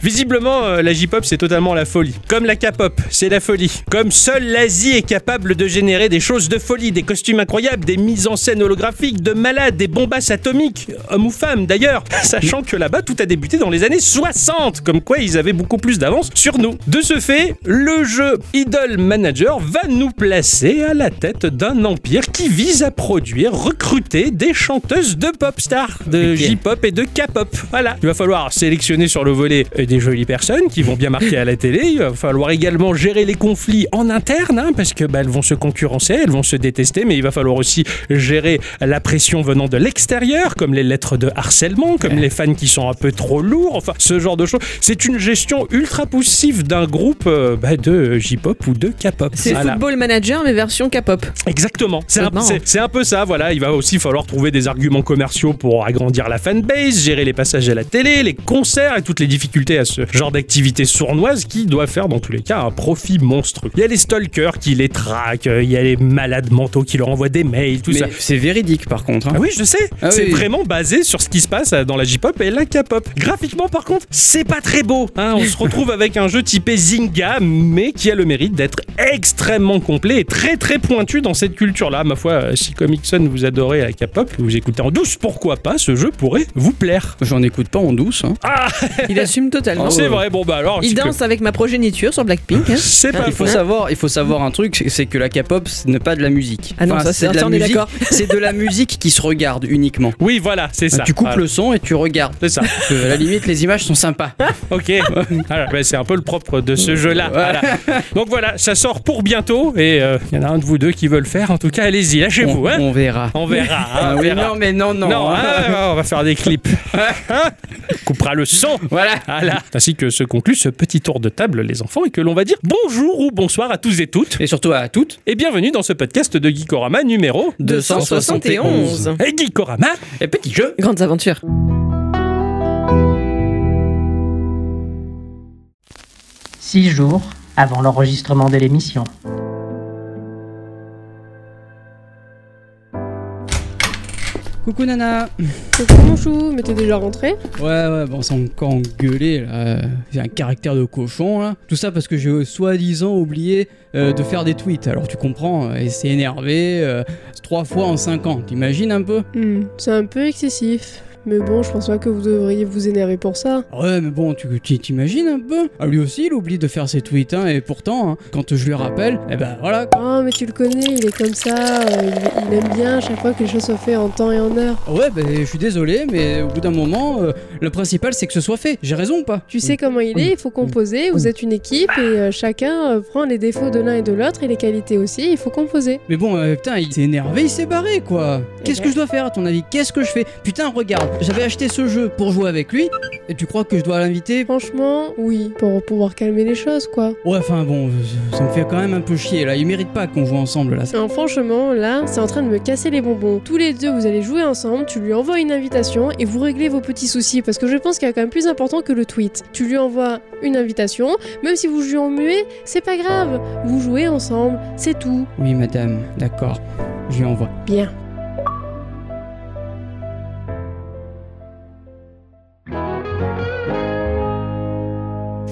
Visiblement, euh, la J-pop c'est totalement la folie. Comme la K-pop, c'est la folie. Comme seule l'Asie est capable de générer des choses de folie, des costumes incroyables, des mises en scène holographiques, de malades, des bombasses atomiques, hommes ou femmes d'ailleurs. <laughs> Sachant que là-bas, tout a débuté dans les années 60, comme quoi ils avaient beaucoup plus d'avance sur nous. De ce fait, le jeu Idol Manager va nous placer à la tête d'un empire qui vise à produire, recruter des chanteuses de pop stars, de Ok. J-pop pop et de K-pop. Voilà. Il va falloir sélectionner sur le volet euh, des jolies personnes qui vont bien marquer à la télé. Il va falloir également gérer les conflits en interne, hein, parce que bah, elles vont se concurrencer, elles vont se détester, mais il va falloir aussi gérer la pression venant de l'extérieur, comme les lettres de harcèlement, comme les fans qui sont un peu trop lourds, enfin ce genre de choses. C'est une gestion ultra poussive d'un groupe euh, bah, de euh, J-pop ou de K-pop. C'est Voilà. Football Manager, mais version K-pop. Exactement. C'est C'est un, marrant. c'est- c'est un peu ça, voilà. Il va aussi falloir trouver des arguments commerciaux pour agrandir la fanbase, gérer les passages à la télé, les concerts et toutes les difficultés à ce genre d'activité sournoise qui doit faire dans tous les cas un profit monstrueux. Il y a les stalkers qui les traquent, il y a les malades mentaux qui leur envoient des mails, tout ça. Mais c'est véridique, par contre. hein. Ah oui, je sais. Ah c'est oui. vraiment basé sur ce qui se passe euh, dans la J-pop et la K-pop. Graphiquement, par contre, c'est pas très beau. hein. On se retrouve avec un jeu typé Zynga, mais qui a le mérite d'être extrêmement complet et très très pointu dans cette culture-là. Ma foi, euh, si Comicson vous adorez la K-pop, Ah. que vous écoutez en douce, pourquoi pas Ce jeu pourrait vous plaire. J'en écoute pas en douce. hein. <laughs> Ah, Il l'assume totalement. C'est ouais. vrai, bon bah alors. Il tu peux- danse avec ma progéniture sur Blackpink. hein. C'est pas Il faut faux. savoir, il faut savoir un truc, c'est- c'est que la K-pop ce n'est pas de la musique. Ah non, ça, c'est- de la ça, on est musique- d'accord. C'est de la musique qui se regarde uniquement. Oui, voilà, c'est ça. Ah, tu coupes Voilà. le son et tu regardes. C'est ça. Parce que, à la limite, les images sont <laughs> sympas. Ok. <laughs> Voilà, bah, c'est un peu le propre de ce jeu-là. Voilà. Donc voilà, ça sort pour bientôt. Et il y en a un de vous deux qui veut le faire. En tout cas, allez-y, lâchez-vous. on, hein. on verra. On verra. hein, Ah on oui, verra. non, mais <laughs> non, non. Non, hein. ah, ouais, ouais, on va faire des clips. Hein Coupera le son. <laughs> Voilà. Voilà. <laughs> Ainsi que se conclut ce petit tour de table, les enfants, et que l'on va dire bonjour ou bonsoir à tous et toutes, Et surtout à toutes, et bienvenue dans ce podcast de Geekorama numéro 271. Et Geekorama, Et petit jeu. Grandes aventures. Six jours avant l'enregistrement de l'émission. Coucou Nana. Coucou mon chou, mais t'es déjà rentré Ouais, ouais, bon, c'est encore engueulé là. C'est un caractère de cochon là. Tout ça parce que j'ai euh, soi-disant oublié euh, de faire des tweets. Alors tu comprends, euh, et c'est énervé euh, trois fois en cinq ans. T'imagines un peu C'est un peu excessif. Mais bon, je pense pas que vous devriez vous énerver pour ça. Ouais, mais bon, tu tu- t'imagines un peu ah, Lui aussi, il oublie de faire ses tweets, hein, et pourtant, hein, quand je lui rappelle, eh ben voilà. quoi. Oh, mais tu le connais, il est comme ça, euh, il, il aime bien à chaque fois que les choses soient faites en temps et en heure. Ouais, ben je suis désolé, mais au bout d'un moment, euh, le principal c'est que ce soit fait. J'ai raison ou pas Tu sais comment il est, il faut composer, vous êtes une équipe et euh, chacun euh, prend les défauts de l'un et de l'autre et les qualités aussi, il faut composer. Mais bon, euh, putain, il s'est énervé, il s'est barré, quoi. Qu'est-ce que je dois faire, à ton avis Qu'est-ce que je fais Putain, regarde, j'avais acheté ce jeu pour jouer avec lui, et tu crois que je dois l'inviter Franchement, oui, pour pouvoir calmer les choses quoi. Ouais, enfin bon, euh, ça- ça me fait quand même un peu chier, là. Il mérite pas qu'on joue ensemble, là. Non, franchement, là, c'est en train de me casser les bonbons. Tous les deux, vous allez jouer ensemble, tu lui envoies une invitation et vous réglez vos petits soucis parce que je pense qu'il y a quand même plus important que le tweet. Tu lui envoies une invitation, même si vous jouez en muet, c'est pas grave. Vous jouez ensemble, c'est tout. Oui, madame, d'accord. Je lui envoie. Bien.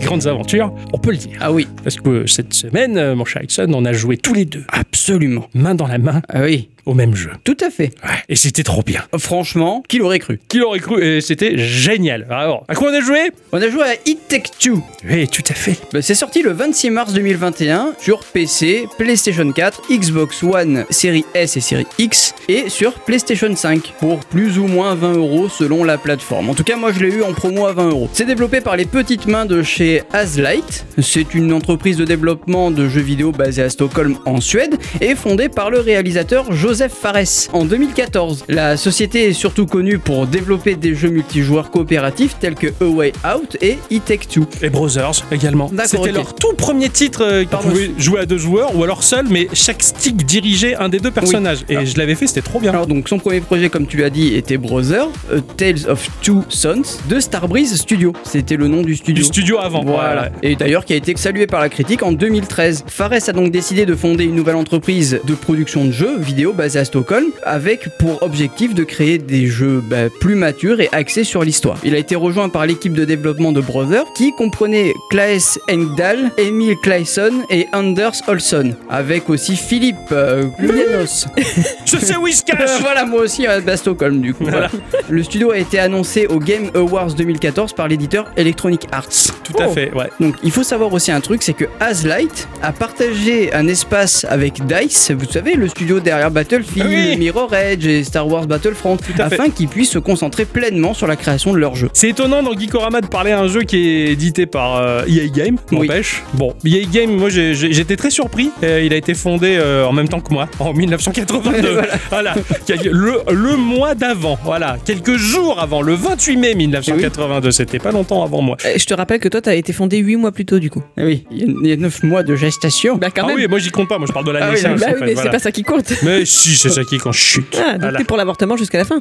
grandes aventures, on peut le dire. Ah oui, Parce que euh, cette semaine, euh, mon cher Ixon, on a joué tous les deux, absolument. main dans la main, Ah oui, au même jeu. tout à fait. Ouais, Et c'était trop bien. Franchement, qui l'aurait cru Qui l'aurait cru Et c'était génial. Alors, à quoi on a joué On a joué à It Take Two. Oui, tout à fait. Bah, c'est sorti le 26 mars 2021 sur PC, PlayStation 4, Xbox One, série S et série X et sur PlayStation 5 pour plus ou moins 20 euros selon la plateforme. En tout cas, moi je l'ai eu en promo à 20 euros. C'est développé par les petites mains de chez Aslight. C'est une entreprise de développement de jeux vidéo basée à Stockholm en Suède et fondée par le réalisateur Joseph Fares en 2014. La société est surtout connue pour développer des jeux multijoueurs coopératifs tels que A Way Out et It Take Two. Et Brothers également. D'accord, C'était ok. leur tout premier titre euh, qu'ils Pardon. pouvaient jouer à deux joueurs ou alors seul, mais chaque stick dirigeait un des deux personnages. Et je l'avais fait, c'était trop bien. Alors donc son premier projet comme tu l'as dit était Brother, A Tales of Two Sons de Starbreeze Studio. C'était le nom du studio. du studio avant. Voilà. Ouais, Et d'ailleurs qui a été salué par la critique en 2013. Fares a donc décidé de fonder une nouvelle entreprise de production de jeux vidéo basée à Stockholm avec pour objectif de créer des jeux bah, plus matures et axés sur l'histoire. Il a été rejoint par l'équipe de développement de Brother qui comprenait Klaes Engdahl, Emil Claesson et Anders Olsson avec aussi Philippe euh, Gullianos. ouais. Je sais où il se Euh, <laughs> cache voilà, moi aussi, à Stockholm, du coup. Voilà. voilà. Le studio a été annoncé au Game Awards 2014 par l'éditeur Electronic Arts. Tout à fait, ouais. Donc, il faut savoir aussi un truc, c'est que Aslight a partagé un espace avec DICE, vous savez, le studio derrière Battlefield, Oui. Mirror Edge et Star Wars Battlefront, à fait. afin qu'ils puissent se concentrer pleinement sur la création de leur jeu. C'est étonnant dans Geekorama de parler à un jeu qui est édité par euh, EA Game, Oui. n'empêche. Bon, EA Game, moi j'ai- j'ai- j'étais très surpris. Euh, il a été fondé euh, en même temps que moi, <laughs> en <laughs> 1982. voilà. Qui a- Le, le mois d'avant, voilà. Quelques jours avant, le 28 mai 1982. C'était pas longtemps avant moi. Eh, Je te rappelle que toi, t'as été fondé 8 mois plus tôt, du coup. Eh oui, il y a- il y a 9 mois de gestation. Bah, quand ah même. oui, moi j'y compte pas, moi je parle de la Ah oui, Bah naissance. oui, en fait, mais c'est voilà. pas ça qui compte. Mais si, c'est ça qui est quand je chute. Ah, donc Voilà. t'es pour l'avortement jusqu'à la fin.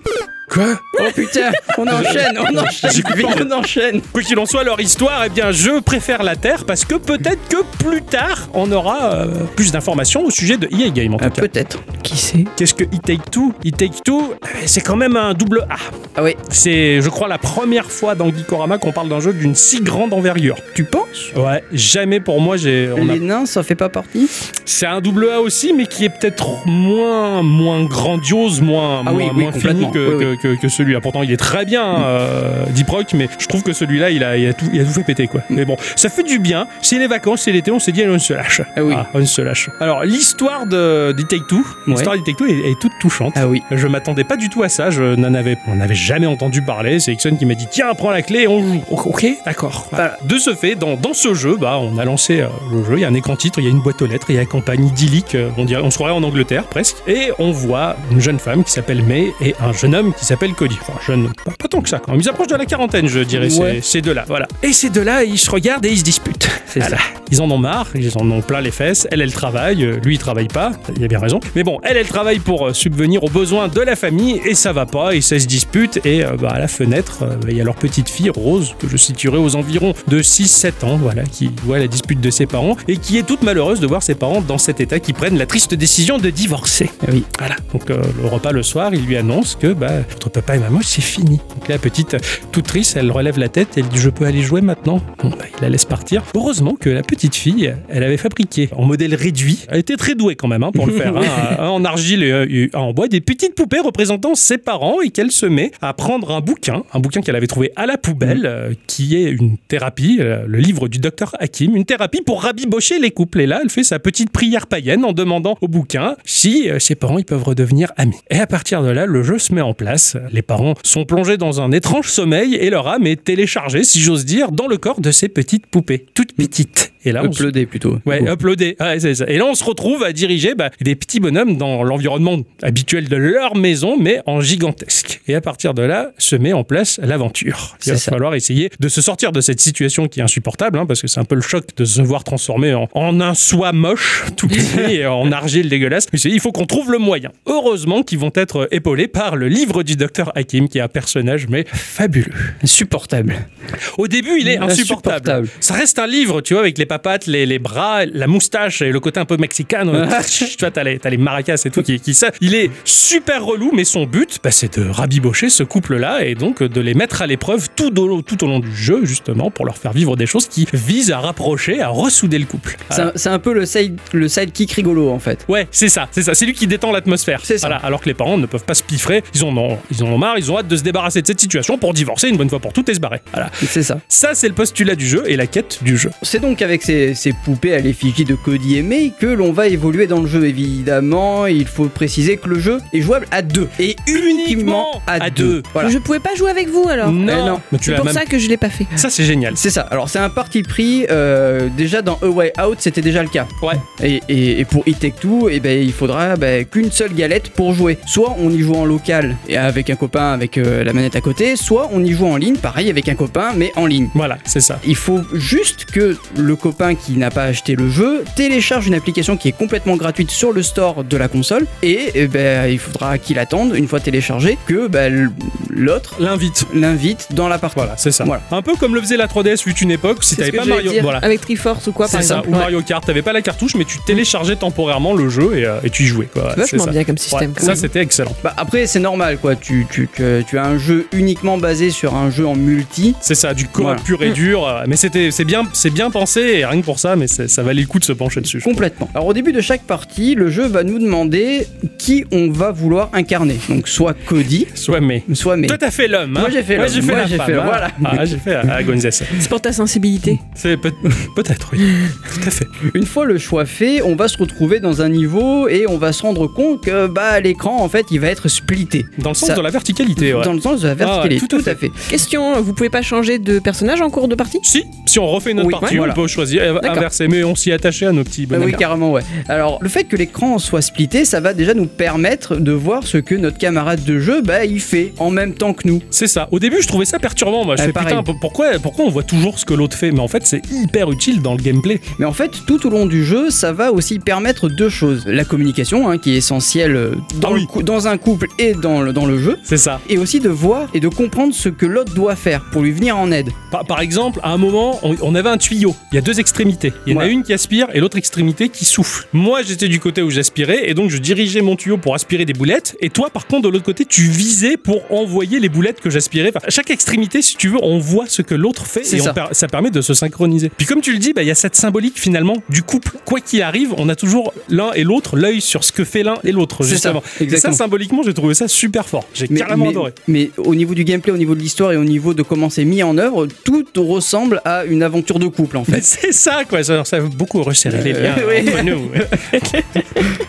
Quoi Oh putain, on <laughs> enchaîne, on enchaîne, J'ai coupé. on enchaîne. Quoi qu'il en soit, leur histoire, eh bien, je préfère la Terre parce que peut-être que plus tard, on aura euh, plus d'informations au sujet de EA Game en tout Ah, cas. Peut-être. Qui sait Qu'est-ce que It Take Two It Take Two, euh, c'est quand même un double A. Ah oui. C'est, je crois, la première fois dans Geekorama qu'on parle d'un jeu d'une si grande envergure. Tu penses Ouais, jamais pour moi, j'ai. on a- Les nains, ça fait pas partie C'est un double A aussi, mais qui est peut-être moins, moins grandiose, moins, Ah moins, oui, oui, moins fini complètement. que, Oui, Mm. que- que, que celui-là. Pourtant, il est très bien, euh, Deep Rock, mais je trouve que celui-là, il a, il, a tout, il a tout fait péter, Mm. quoi. Mais bon, ça fait du bien. C'est les vacances, c'est l'été, on s'est dit, allez, on se lâche. Ah oui. on se lâche. Alors, l'histoire de, du Take Two, l'histoire du Take Two est, est toute touchante. Ah oui. Je m'attendais pas du tout à ça, je n'en avais, on n'avait jamais entendu parler. C'est Ixon qui m'a dit tiens, prends la clé et on joue. O- Ok, d'accord. Voilà. De ce fait, dans, dans ce jeu, bah, on a lancé euh, le jeu, il y a un écran titre, il y a une boîte aux lettres, il y a une campagne idyllique, euh, on, dirait, on se croirait en Angleterre presque. Et on voit une jeune femme qui s'appelle May et un jeune homme qui s'appelle Cody. Enfin, jeune, pas, pas tant que ça quand même. Ils approchent de la quarantaine, je dirais, ces- Ouais. ces, deux-là. Voilà. Et ces deux-là, ils se regardent et ils se disputent. C'est ça. Voilà. Ils en ont marre, ils en ont plein les fesses. Elle, elle travaille, euh, lui, il travaille pas. Il a bien raison. Mais bon, elle, elle travaille pour euh, subvenir aux besoins de la famille et ça va pas. Et ça se dispute. Et euh, bah, à la fenêtre, euh, il y a leur petite fille, Rose, que je situerai aux environs de 6-7 ans, voilà, qui voit la dispute de ses parents et qui est toute malheureuse de voir ses parents dans cet état qui prennent la triste décision de divorcer. Ah oui. Voilà. Donc euh, le repas le soir, il lui annonce que bah, entre papa et maman, c'est fini. Donc la petite, euh, toute triste, elle relève la tête, elle dit je peux aller jouer maintenant. Bon, bah, il la laisse partir. Heureusement que la petite fille, elle avait fabriqué en modèle réduit. Elle était très douée quand même hein, pour le faire. hein, euh, en argile et euh, et en bois, des petites poupées représentant ses parents et qu'elle se met à prendre un bouquin, un bouquin qu'elle avait trouvé à la poubelle, euh, qui est une thérapie, euh, le livre du docteur Hakim, une thérapie pour rabibocher les couples. Et là, elle fait sa petite prière païenne en demandant au bouquin si euh, ses parents ils peuvent redevenir amis. Et à partir de là, le jeu se met en place. Les parents sont plongés dans un étrange sommeil et leur âme est téléchargée, si j'ose dire, dans le corps de ces petites poupées, toutes petites. Et là, on se- Uploader plutôt. Ouais, Bon. uploader. Ouais, c'est ça. Et là, on se retrouve à diriger bah, des petits bonhommes dans l'environnement habituel de leur maison, mais en gigantesque. Et à partir de là, se met en place l'aventure. Il C'est va ça. falloir essayer de se sortir de cette situation qui est insupportable, hein, parce que c'est un peu le choc de se voir transformé en, en un soie moche, <laughs> tout petit, et en argile dégueulasse. Mais c'est- il faut qu'on trouve le moyen. Heureusement qu'ils vont être épaulés par le livre du docteur Hakim, qui est un personnage, mais fabuleux. Insupportable. Au début, il est insupportable. Insupportable. Ça reste un livre, tu vois, avec les papates, les, les bras, la moustache et le côté un <laughs> peu mexicain. euh, tu vois, t'as les, t'as les maracas et tout qui, qui ça. Il est super relou, mais son but, bah, c'est de rabibocher ce couple-là et donc euh, de les mettre à l'épreuve tout au, long- tout au long du jeu, justement, pour leur faire vivre des choses qui visent à rapprocher, à ressouder le couple. C'est un- C'est un, peu le, side, le sidekick rigolo en fait. Ouais, c'est ça, c'est ça. C'est lui qui détend l'atmosphère. C'est ça. Voilà, alors que les parents ne peuvent pas se piffrer. Ils en ont, ils en ont marre. Ils ont hâte de se débarrasser de cette situation pour divorcer une bonne fois pour toutes et se barrer. Voilà. C'est ça. Ça, c'est le postulat du jeu et la quête du jeu. C'est donc avec ces, ces poupées à l'effigie de Cody et May que l'on va évoluer dans le jeu. Évidemment, il faut préciser que le jeu est jouable à deux. Et uniquement à, à deux. deux. Voilà. Je pouvais pas jouer avec vous alors. Eh non. mais tu C'est l'as pour même- ça que je l'ai pas fait. Ça, c'est génial. C'est ça. Alors, c'est un parti pris. euh, déjà dans A Way Out, c'était déjà le cas. Ouais. Et, et- et pour It Take Two, eh ben, il faudra ben, qu'une seule galette pour jouer. Soit on y joue en local et avec un copain avec euh, la manette à côté, soit on y joue en ligne, pareil avec un copain, mais en ligne. Voilà, c'est ça. Il faut juste que le copain qui n'a pas acheté le jeu télécharge une application qui est complètement gratuite sur le store de la console et eh ben, il faudra qu'il attende, une fois téléchargé, que ben, l- l'autre L'invite. l'invite dans la partie. Voilà, c'est ça. Voilà. Un peu comme le faisait la 3DS, fut une époque, si C'est ce t'avais que pas j'allais Mario. dire. Voilà. Avec Triforce ou quoi par C'est ça, exemple. ou Mario Kart, t'avais pas la cartouche, mais tu téléchargeais temporairement le jeu et, euh, et tu y jouais. Quoi. C'est vachement ça. bien comme Ouais, système. quand ça, même. c'était excellent. Bah, après c'est normal quoi, tu, tu, que- tu as un jeu uniquement basé sur un jeu en multi. C'est ça, du corps Voilà. pur et dur. euh, Mais c'était, c'est bien, c'est bien pensé et rien que pour ça, mais c'est- ça valait le coup de se pencher dessus. Complètement. Alors au début de chaque partie, le jeu va nous demander qui on va vouloir incarner. Donc soit Cody, Soit mais. soit May. Toi, t'as fait l'homme. hein. Moi, j'ai fait Moi, l'homme. j'ai fait Moi, la j'ai femme, fait le- hein. voilà. Ah, j'ai fait Agonizès. C'est pour ta sensibilité. C'est peut- peut-être, oui. Tout à fait. Une fois le choix fait, on va se retrouver dans un niveau et on va se rendre compte que bah l'écran en fait il va être splitté. Dans le sens Ça- de la verticalité, ouais. Dans le sens de la verticalité, Ah ouais, tout à fait. Question, vous pouvez pas changer de personnage en cours de partie Si, si on refait notre Oui, partie, voilà. on peut choisir, euh, D'accord. inverser, mais on s'y attachait à nos petits Bah bonhommes. oui, carrément, ouais. Alors, le fait que l'écran soit splitté, ça va déjà nous permettre de voir ce que notre camarade de jeu, bah, il fait en même temps que nous. C'est ça. Au début, je trouvais ça perturbant. Moi, je Ouais, fais Eh, pareil. putain, pour- pourquoi, pourquoi on voit toujours ce que l'autre fait Mais en fait, c'est hyper utile dans le gameplay. Mais en fait, tout au long du jeu, ça va aussi permettre deux choses. La communication, hein, qui est essentielle euh, dans, Ah oui. le cou- dans un couple et dans le, dans le jeu. C'est ça. Et aussi de voir et de comprendre ce que l'autre doit faire pour lui venir en aide. Par, par exemple, à un moment, on, on avait un tuyau. Il y a deux extrémités. Il y en a Ouais. une qui aspire et l'autre extrémité qui souffle. Moi, j'étais du côté où j'aspirais et donc je dirigeais mon tuyau pour aspirer des boulettes. Et toi, par contre, de l'autre côté, tu visais pour voyez les boulettes que j'aspirais. Enfin, à chaque extrémité, si tu veux, on voit ce que l'autre fait C'est et on ça. per- ça permet de se synchroniser. Puis comme tu le dis, bah, il y a cette symbolique finalement du couple. Quoi qu'il arrive, on a toujours l'un et l'autre l'œil sur ce que fait l'un et l'autre. C'est ça, Justement. Et ça, exactement. symboliquement, j'ai trouvé ça super fort. J'ai carrément mais, adoré. mais au niveau du gameplay, au niveau de l'histoire et au niveau de comment c'est mis en œuvre, tout ressemble à une aventure de couple en <laughs> Mais fait. C'est ça, quoi. Ça, ça a beaucoup resserré les liens oui. entre nous.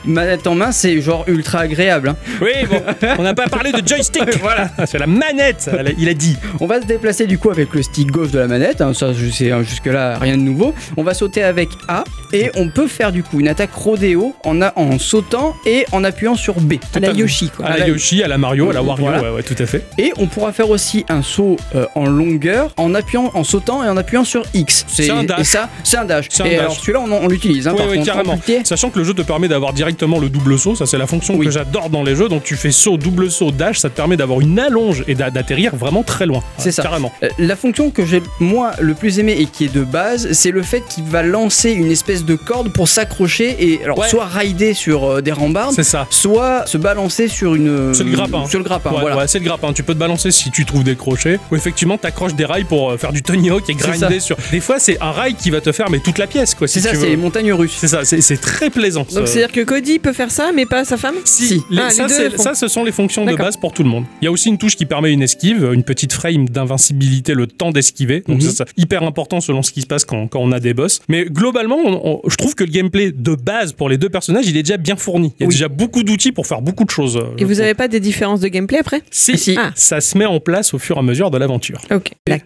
Manette en main, c'est genre ultra agréable. hein. Oui, bon, on n'a pas parlé de joystick. <laughs> voilà, c'est la manette, elle a- il a dit. On va se déplacer du coup avec le stick gauche de la manette, hein, ça je sais hein, jusque-là rien de nouveau. On va sauter avec A et on peut faire du coup une attaque rodéo en, a- en sautant et en appuyant sur B. À la Totalement. Yoshi quoi. À la Yoshi, à la Mario, à la Wario, Voilà. ouais, ouais, tout à fait. Et on pourra faire aussi un saut euh, en longueur en appuyant, en sautant et en appuyant sur X. C'est un dash. Et ça, c'est un dash. C'est un et dash. alors celui-là, on, on l'utilise. Hein, Oui, par oui, contre. carrément. Amputé. Sachant que le jeu te permet d'avoir directement le double saut, ça c'est la fonction Oui. que j'adore dans les jeux. Donc tu fais saut, double saut, dash, ça te permet d'avoir une allonge et d'a- d'atterrir vraiment très loin. C'est Ouais, ça. Carrément. Euh, La fonction que j'ai moi le plus aimé et qui est de base, c'est le fait qu'il va lancer une espèce de corde pour s'accrocher et alors Ouais. soit rider sur euh, des rambardes, C'est ça. soit se balancer sur une C'est le grappin. sur le grappin, Ouais, voilà. ouais, c'est le grappin. Tu peux te balancer si tu trouves des crochets. Ou effectivement, t'accroches des rails pour euh, faire du Tony Hawk C'est et grinder sur. Des fois, c'est un rail qui va te faire mais toute la pièce, quoi. C'est si ça, tu c'est veux. les montagnes russes. C'est ça. C'est c'est très plaisant. ça. Donc c'est-à-dire que Cody peut faire ça, mais pas sa femme Si. Les- Ah, les ça, deux c'est- le font. ça, ce sont les fonctions de D'accord. base pour tout le monde. Il y a aussi une touche qui permet une esquive, une petite frame d'invincibilité, le temps d'esquiver. Donc, Mhm. ça, c'est hyper important selon ce qui se passe quand, quand on a des boss. Mais globalement, on- on- je trouve que le gameplay de base pour les deux personnages, il est déjà bien fourni. Il y a Oui. déjà beaucoup d'outils pour faire beaucoup de choses. euh, je Et vous trouve. avez pas des différences de gameplay après Si, Si. Ah. ça se met en place au fur et à mesure de l'aventure. Ok. La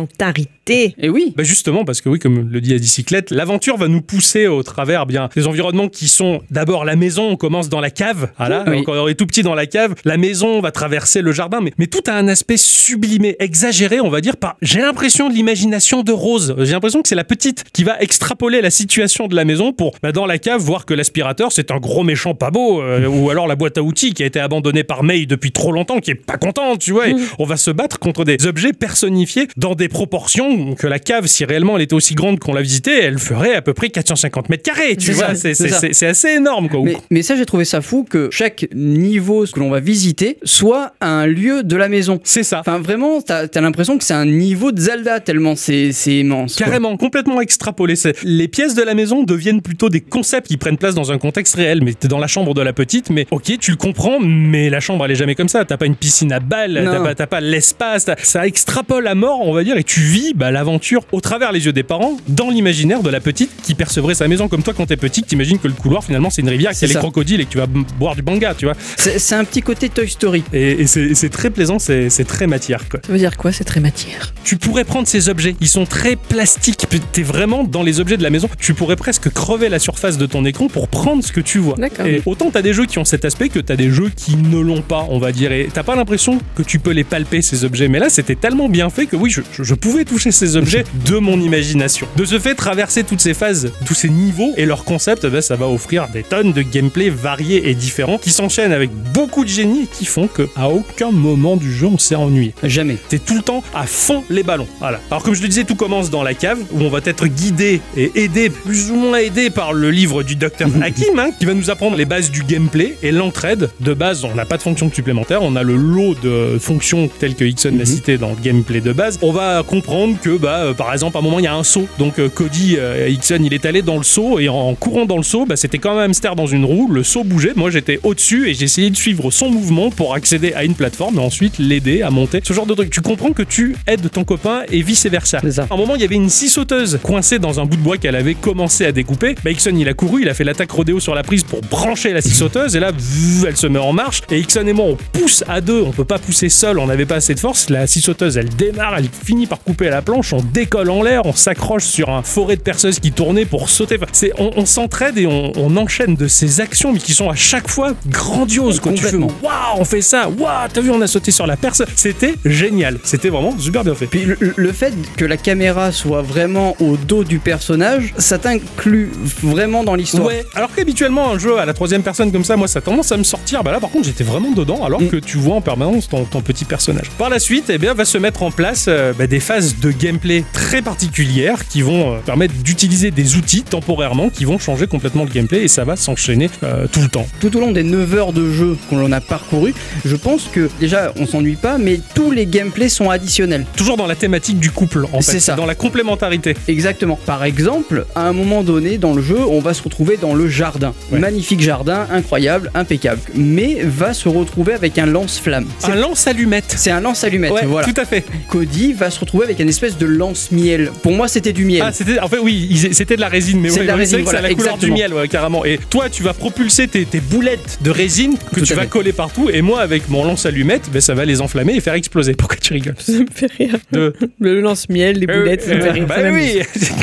complémentarité. Et oui. Bah justement, parce que oui, comme le dit la bicyclette, l'aventure va nous pousser au travers bien des environnements qui sont d'abord la maison, on commence dans la cave, voilà, Oui. donc on est tout petit dans la cave, la maison on va traverser le jardin, mais, mais tout a un aspect sublimé, exagéré, on va dire, par j'ai l'impression de l'imagination de Rose, j'ai l'impression que c'est la petite qui va extrapoler la situation de la maison pour, bah, dans la cave, voir que l'aspirateur c'est un gros méchant pas beau, euh, ou alors la boîte à outils qui a été abandonnée par May depuis trop longtemps, qui est pas contente, tu vois, et Mm. on va se battre contre des objets personnifiés dans des proportions que la cave, si réellement elle était aussi grande qu'on l'a visitée, elle ferait à peu près 450 mètres carrés, tu C'est vois, ça, c'est- c'est c'est ça. c'est- c'est assez énorme quoi. Mais, mais ça, j'ai trouvé ça fou que chaque niveau que l'on va visiter soit un lieu de la maison. C'est ça. Enfin, vraiment, t'as as, l'impression que c'est un niveau de Zelda tellement c'est c'est immense. quoi. Carrément, complètement extrapolé. C'est- Les pièces de la maison deviennent plutôt des concepts qui prennent place dans un contexte réel. Mais t'es dans la chambre de la petite, mais ok, tu le comprends, mais la chambre elle est jamais comme ça. T'as pas une piscine à balles, Non. t'as pas, t'as pas l'espace. t'as- Ça extrapole à mort, on va dire, et tu vis bah, l'aventure au travers les yeux des parents, dans l'imaginaire de la petite qui percevrait sa maison comme toi quand t'es petit, que t'imagines que le couloir finalement c'est une rivière, qu'il y C'est a les ça. crocodiles et que tu vas b- boire du banga, tu vois. C'est c'est un petit côté Toy Story. Et, et c'est c'est très plaisant, c'est c'est très matière. Quoi. Ça veut dire quoi C'est très matière. Tu pourrais prendre ces objets, ils sont très plastiques, Puis t'es vraiment dans les objets de la maison, tu pourrais presque crever la surface de ton écran pour prendre ce que tu vois. D'accord. Et autant t'as des jeux qui ont cet aspect que t'as des jeux qui ne l'ont pas, on va dire, et t'as pas l'impression que tu peux les palper ces objets, mais là c'était tellement bien fait que oui, je, je- je pouvais toucher ces objets de mon imagination. De ce fait, traverser toutes ces phases, tous ces niveaux et leurs concepts, ben, ça va offrir des tonnes de gameplay variés et différents qui s'enchaînent avec beaucoup de génie et qui font que à aucun moment du jeu on s'est ennuyé. Jamais. T'es tout le temps à fond les ballons. Voilà. Alors comme je le disais, tout commence dans la cave où on va être guidé et aidé, plus ou moins aidé par le livre du docteur Hakim, hein, qui va nous apprendre les bases du gameplay et l'entraide. De base, on n'a pas de fonction supplémentaire, on a le lot de fonctions telles que Hickson l'a Mhm. cité dans le gameplay de base. On va comprendre que, bah, euh, par exemple, à un moment il y a un saut. Donc euh, Cody euh, Hickson, il est allé dans le saut et en, en courant dans le saut, bah, c'était comme un hamster dans une roue. Le saut bougeait, moi j'étais au-dessus et j'essayais de suivre son mouvement pour accéder à une plateforme et ensuite l'aider à monter. Ce genre de truc. Tu comprends que tu aides ton copain et vice versa. C'est ça. À un moment, il y avait une scie sauteuse coincée dans un bout de bois qu'elle avait commencé à découper. Bah, Ixon, il a couru, il a fait l'attaque rodéo sur la prise pour brancher la scie sauteuse et là, vzz, elle se met en marche. Et Ixon et moi, on pousse à deux, on peut pas pousser seul, on n'avait pas assez de force. La scie sauteuse, elle démarre, elle finit par couper à la planche, on décolle en l'air, on s'accroche sur un forêt de perceuses qui tournait pour sauter. Enfin, c'est, on, on s'entraide et on, on enchaîne de ces actions, mais qui sont à chaque fois grandioses. Quand tu fais, waouh, Complètement. on fait ça, waouh, t'as vu, on a sauté sur la perce. C'était génial, c'était vraiment super bien fait. Puis le, le fait que la caméra soit vraiment au dos du personnage, ça inclus vraiment dans l'histoire. Ouais. Alors qu'habituellement un jeu à la troisième personne comme ça, moi ça a tendance à me sortir. Bah là par contre j'étais vraiment dedans alors Mm. que tu vois en permanence ton, ton petit personnage. Par la suite, eh bien va se mettre en place euh, bah, des phases de gameplay très particulières qui vont euh, permettre d'utiliser des outils temporairement qui vont changer complètement le gameplay et ça va s'enchaîner euh, tout le temps. Tout au long des 9 heures de jeu qu'on a parcouru, je pense que déjà on s'ennuie pas, mais tous les gameplays sont additionnels. Toujours dans la thématique du couple en fait, C'est ça. dans la complémentarité. Exactement. Par exemple, à un moment donné dans le jeu, on va se retrouver dans le jardin. Ouais. Magnifique jardin, incroyable, impeccable. Mais va se retrouver avec un lance-flamme. C'est- Un lance-allumette. C'est un lance-allumette, Ouais, voilà. tout à fait. Cody va se retrouver avec une espèce de lance-miel. Pour moi, c'était du miel. Ah, c'était, en fait, oui, ils- c'était de la résine, mais C'est ouais, de la ouais, résine, c'est vrai que voilà, c'est à la couleur du exactement. miel, ouais, carrément. Et toi, tu vas propulser tes, tes boulettes de résine que Tout tu à vas fait. coller partout, et moi, avec mon lance-allumette, ben, ça va les enflammer et faire exploser. Pourquoi tu rigoles <laughs> Ça me fait rire. De- Le lance-miel, les boulettes, ça me fait Euh, rire. bah ça m'amuse. oui <laughs>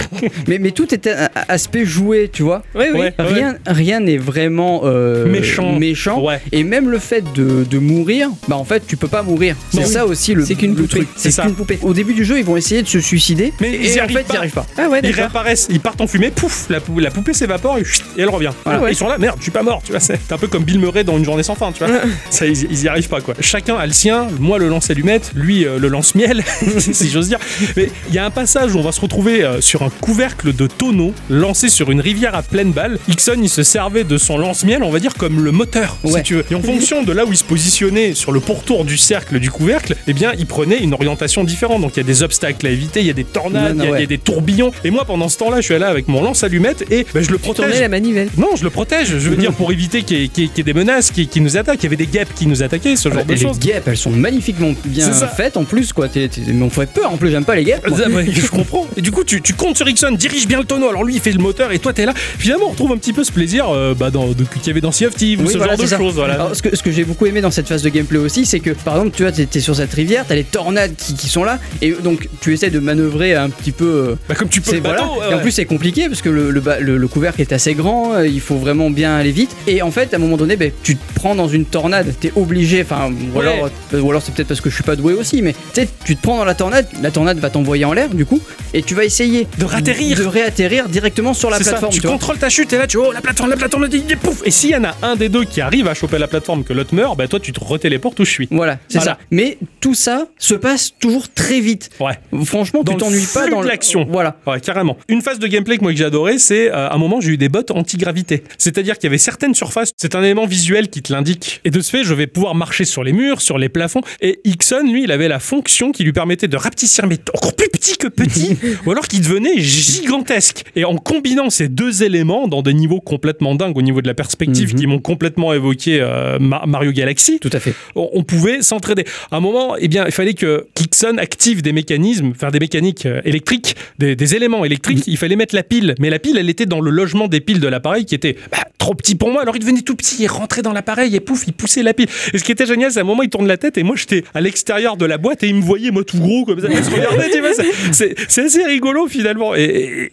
mais, mais tout était un un aspect joué, tu vois. Oui, Ouais, oui. ouais. Rien rien n'est vraiment euh, Méchant. méchant. Ouais. Et même le fait de, de mourir, bah en fait tu peux pas mourir. Non. C'est ça aussi le, C'est qu'une le poupée. truc. C'est C'est ça. qu'une poupée. Au début du jeu, ils vont essayer de se suicider, Mais ils y et en arrivent fait pas. ils n'y arrivent pas. Ah ouais, Ils d'accord. réapparaissent, ils partent en fumée, pouf, la, pou- la poupée s'évapore et, chut, et elle revient. Voilà. Et Ils sont là, merde, je suis pas mort, tu vois. C'est c'est un peu comme Bill Murray dans Une journée sans fin, tu vois. Ça, ils, ils y arrivent pas, quoi. Chacun a le sien, moi le lance-allumette, lui euh, le lance-miel, <laughs> si j'ose dire. Mais il y a un passage où on va se retrouver euh, sur un couvercle de tonneau lancé sur une rivière à pleine balle. Ixon, il se servait de son lance-miel, on va dire, comme le moteur, si Ouais. tu veux. Et en fonction de là où il se positionnait sur le pourtour du cercle du couvercle, eh bien, il prenait une orientation différente. Donc il y a des obstacles à éviter, il y a des tornades, Non, non, il y a- il y a ouais. des tourbillons. Et moi, pendant ce temps-là, je suis là avec mon lance-allumette et ben, je le Tourner protège. la manivelle. Non, je le protège, je veux dire, pour éviter qu'il y, ait- qu'il y ait- qu'il y ait des menaces qui, qui nous attaquent. Il y avait des guêpes qui nous attaquaient, ce genre Et de les choses. guêpes, elles sont magnifiquement bien C'est ça. faites en plus quoi. T'es- t'es- mais on ferait peur en plus, j'aime pas les guêpes. moi. Ah, ouais, je comprends. Et du coup, tu, tu comptes sur Ixon, dirige bien le tonneau. Alors lui, il fait le moteur et toi, t'es là. Finalement, on retrouve un petit peu ce plaisir euh, bah, dans- de- qu'il y avait dans Sea of Thieves ou Oui, ce voilà, c'est genre de ça. Ah. choses. Voilà. Alors, ce que, ce que j'ai beaucoup aimé dans cette phase de gameplay aussi, c'est que par exemple, tu vois, t'es t'es sur cette rivière, t'as les tornades qui, qui sont là, et donc tu essaies de manœuvrer un petit peu euh, Bah, comme tu peux C'est le voilà. bateau. Et en ouais. plus c'est compliqué parce que le, le, ba- le- le couvercle est assez grand, euh, il faut vraiment bien aller vite. Et en fait à un moment donné ben, tu te prends dans une tornade, t'es obligé, enfin ou Ouais. alors, euh, ou alors c'est peut-être parce que je suis pas doué aussi, mais tu sais tu te prends dans la tornade, la tornade va t'envoyer en l'air du coup, et tu vas essayer De ratterrir. de réatterrir directement sur la C'est ça, plateforme. tu, tu vois. contrôles ta chute et là tu oh la plateforme, la plateforme, et pouf. Et s'il y en a un des deux qui arrive à choper la plateforme que l'autre meurt, bah toi tu te retéléportes où je suis. Voilà, c'est Voilà. ça. Mais tout ça se passe toujours très vite. Ouais. Franchement, Dans tu le t'ennuies pas flux dans de le- l'action. Voilà. Ouais, carrément. Une phase de gameplay que moi que j'adorais, c'est euh, à un moment j'ai eu des bottes anti-gravité. C'est-à-dire qu'il y avait certaines surfaces, c'est un élément visuel qui te l'indique. Et de ce fait, je vais pouvoir marcher sur les murs, sur les plafonds. Et Ixon, lui, il avait la fonction qui lui permettait de rapetisser, mais encore plus petit que petit, ou alors qu'il devenait gigantesque. Et en combinant ces deux éléments dans des niveaux complètement dingues au niveau de la perspective Mhm. qui m'ont complètement évoqué euh, Ma- Mario Galaxy, Tout à fait. on on pouvait s'entraider. À un moment, eh bien, il fallait que Kixon active des mécanismes, enfin des mécaniques euh, électriques, des, des éléments électriques. Il fallait mettre la pile, mais la pile, elle était dans le logement des piles de l'appareil qui était bah, trop petit pour moi. Alors il devenait tout petit, il rentrait dans l'appareil et pouf, il poussait la pile. Et ce qui était génial, c'est à un moment, il tourne la tête et moi, j'étais à l'extérieur de la boîte et il me voyait moi tout gros comme ça. Il se regardait, tu vois, c'est- c'est- c'est assez rigolo finalement. Et,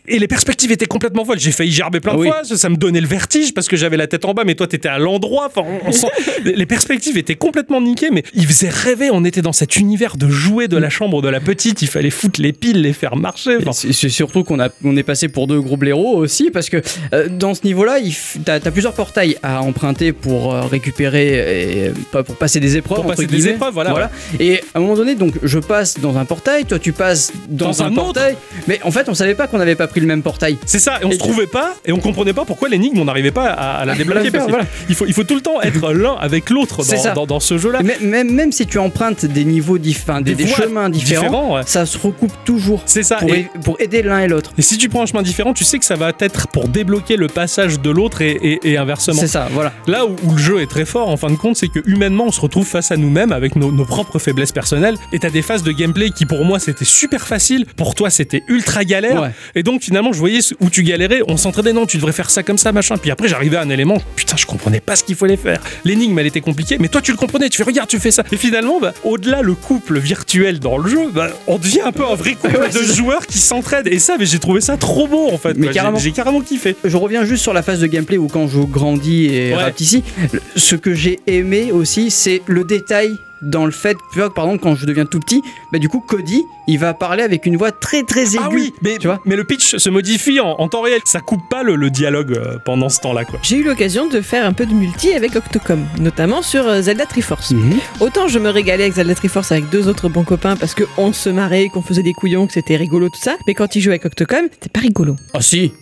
et- et les perspectives étaient complètement folles. J'ai failli gerber plein de Oui. fois. Ça, ça me donnait le vertige parce que j'avais la tête en bas, mais toi, t'étais à l'endroit. Enfin, <laughs> on- on sent- les les perspectives étaient complètement niquées, mais ils faisaient rêver. On était dans cet univers de jouets de la chambre de la petite. Il fallait foutre les piles, les faire marcher. Enfin, C'est c'est surtout qu'on a, on est passé pour deux gros blaireaux aussi, parce que euh, dans ce niveau-là, il f- t'as as plusieurs portails à emprunter pour euh, récupérer, et, euh, pas- pour passer des épreuves. Pour entre passer des guillemets. épreuves, voilà, Et à un moment donné, donc je passe dans un portail, toi tu passes dans, Dans un, un autre. portail, mais en fait on savait pas qu'on n'avait pas pris le même portail. c'est ça, et on Et se tu- trouvait pas, et on comprenait pas pourquoi l'énigme, on n'arrivait pas à, à la débloquer. faire, parce <laughs> que voilà. il, faut, il faut tout le temps être l'un avec l'autre C'est dans, ça. dans- dans ce jeu-là. Et même- même, même si tu empruntes des niveaux différents, des, des voies chemins différents, ouais. ça se recoupe toujours C'est ça. pour, et- a- pour aider l'un et l'autre. Et si tu prends un chemin différent, tu sais que ça va être pour débloquer le passage de l'autre et, et- et inversement. C'est ça, voilà. Là où, où le jeu est très fort, en fin de compte, c'est que humainement, on se retrouve face à nous-mêmes avec nos, nos propres faiblesses personnelles. Et t'as des phases de gameplay qui, pour moi, c'était super facile. Pour toi, c'était ultra galère. Ouais. Et donc, finalement, je voyais ce- où tu galérais. On s'entraînait, non, tu devrais faire ça comme ça, machin. Puis après, j'arrivais à un élément, putain, je comprenais pas ce qu'il fallait faire. L'énigme, elle était compliquée, mais toi, tu le comprenais. Tu fais, regarde, tu fais ça. Et finalement, bah, au-delà le couple virtuel dans le jeu, bah, on devient un peu un vrai couple <laughs> Ouais, de c'est ça. joueurs qui s'entraident. Et ça, mais j'ai trouvé ça trop beau, en fait. Mais quoi. J'ai- carrément. J'ai carrément kiffé. Je reviens juste sur la phase de gameplay où quand je grandis et Ouais. rapetissis, le- ce que j'ai aimé aussi, c'est le détail dans le fait, tu vois, par exemple, quand je deviens tout petit, bah du coup, Cody, il va parler avec une voix très très aiguë. Ah oui, mais, tu vois mais le pitch se modifie en, en temps réel. Ça coupe pas le, le dialogue euh, pendant ce temps-là, quoi. J'ai eu l'occasion de faire un peu de multi avec Octocom, notamment sur euh, Zelda Triforce. Mhm. Autant je me régalais avec Zelda Triforce avec deux autres bons copains parce que on se marrait, qu'on faisait des couillons, que c'était rigolo tout ça, mais quand il jouait avec Octocom, c'était pas rigolo. Ah si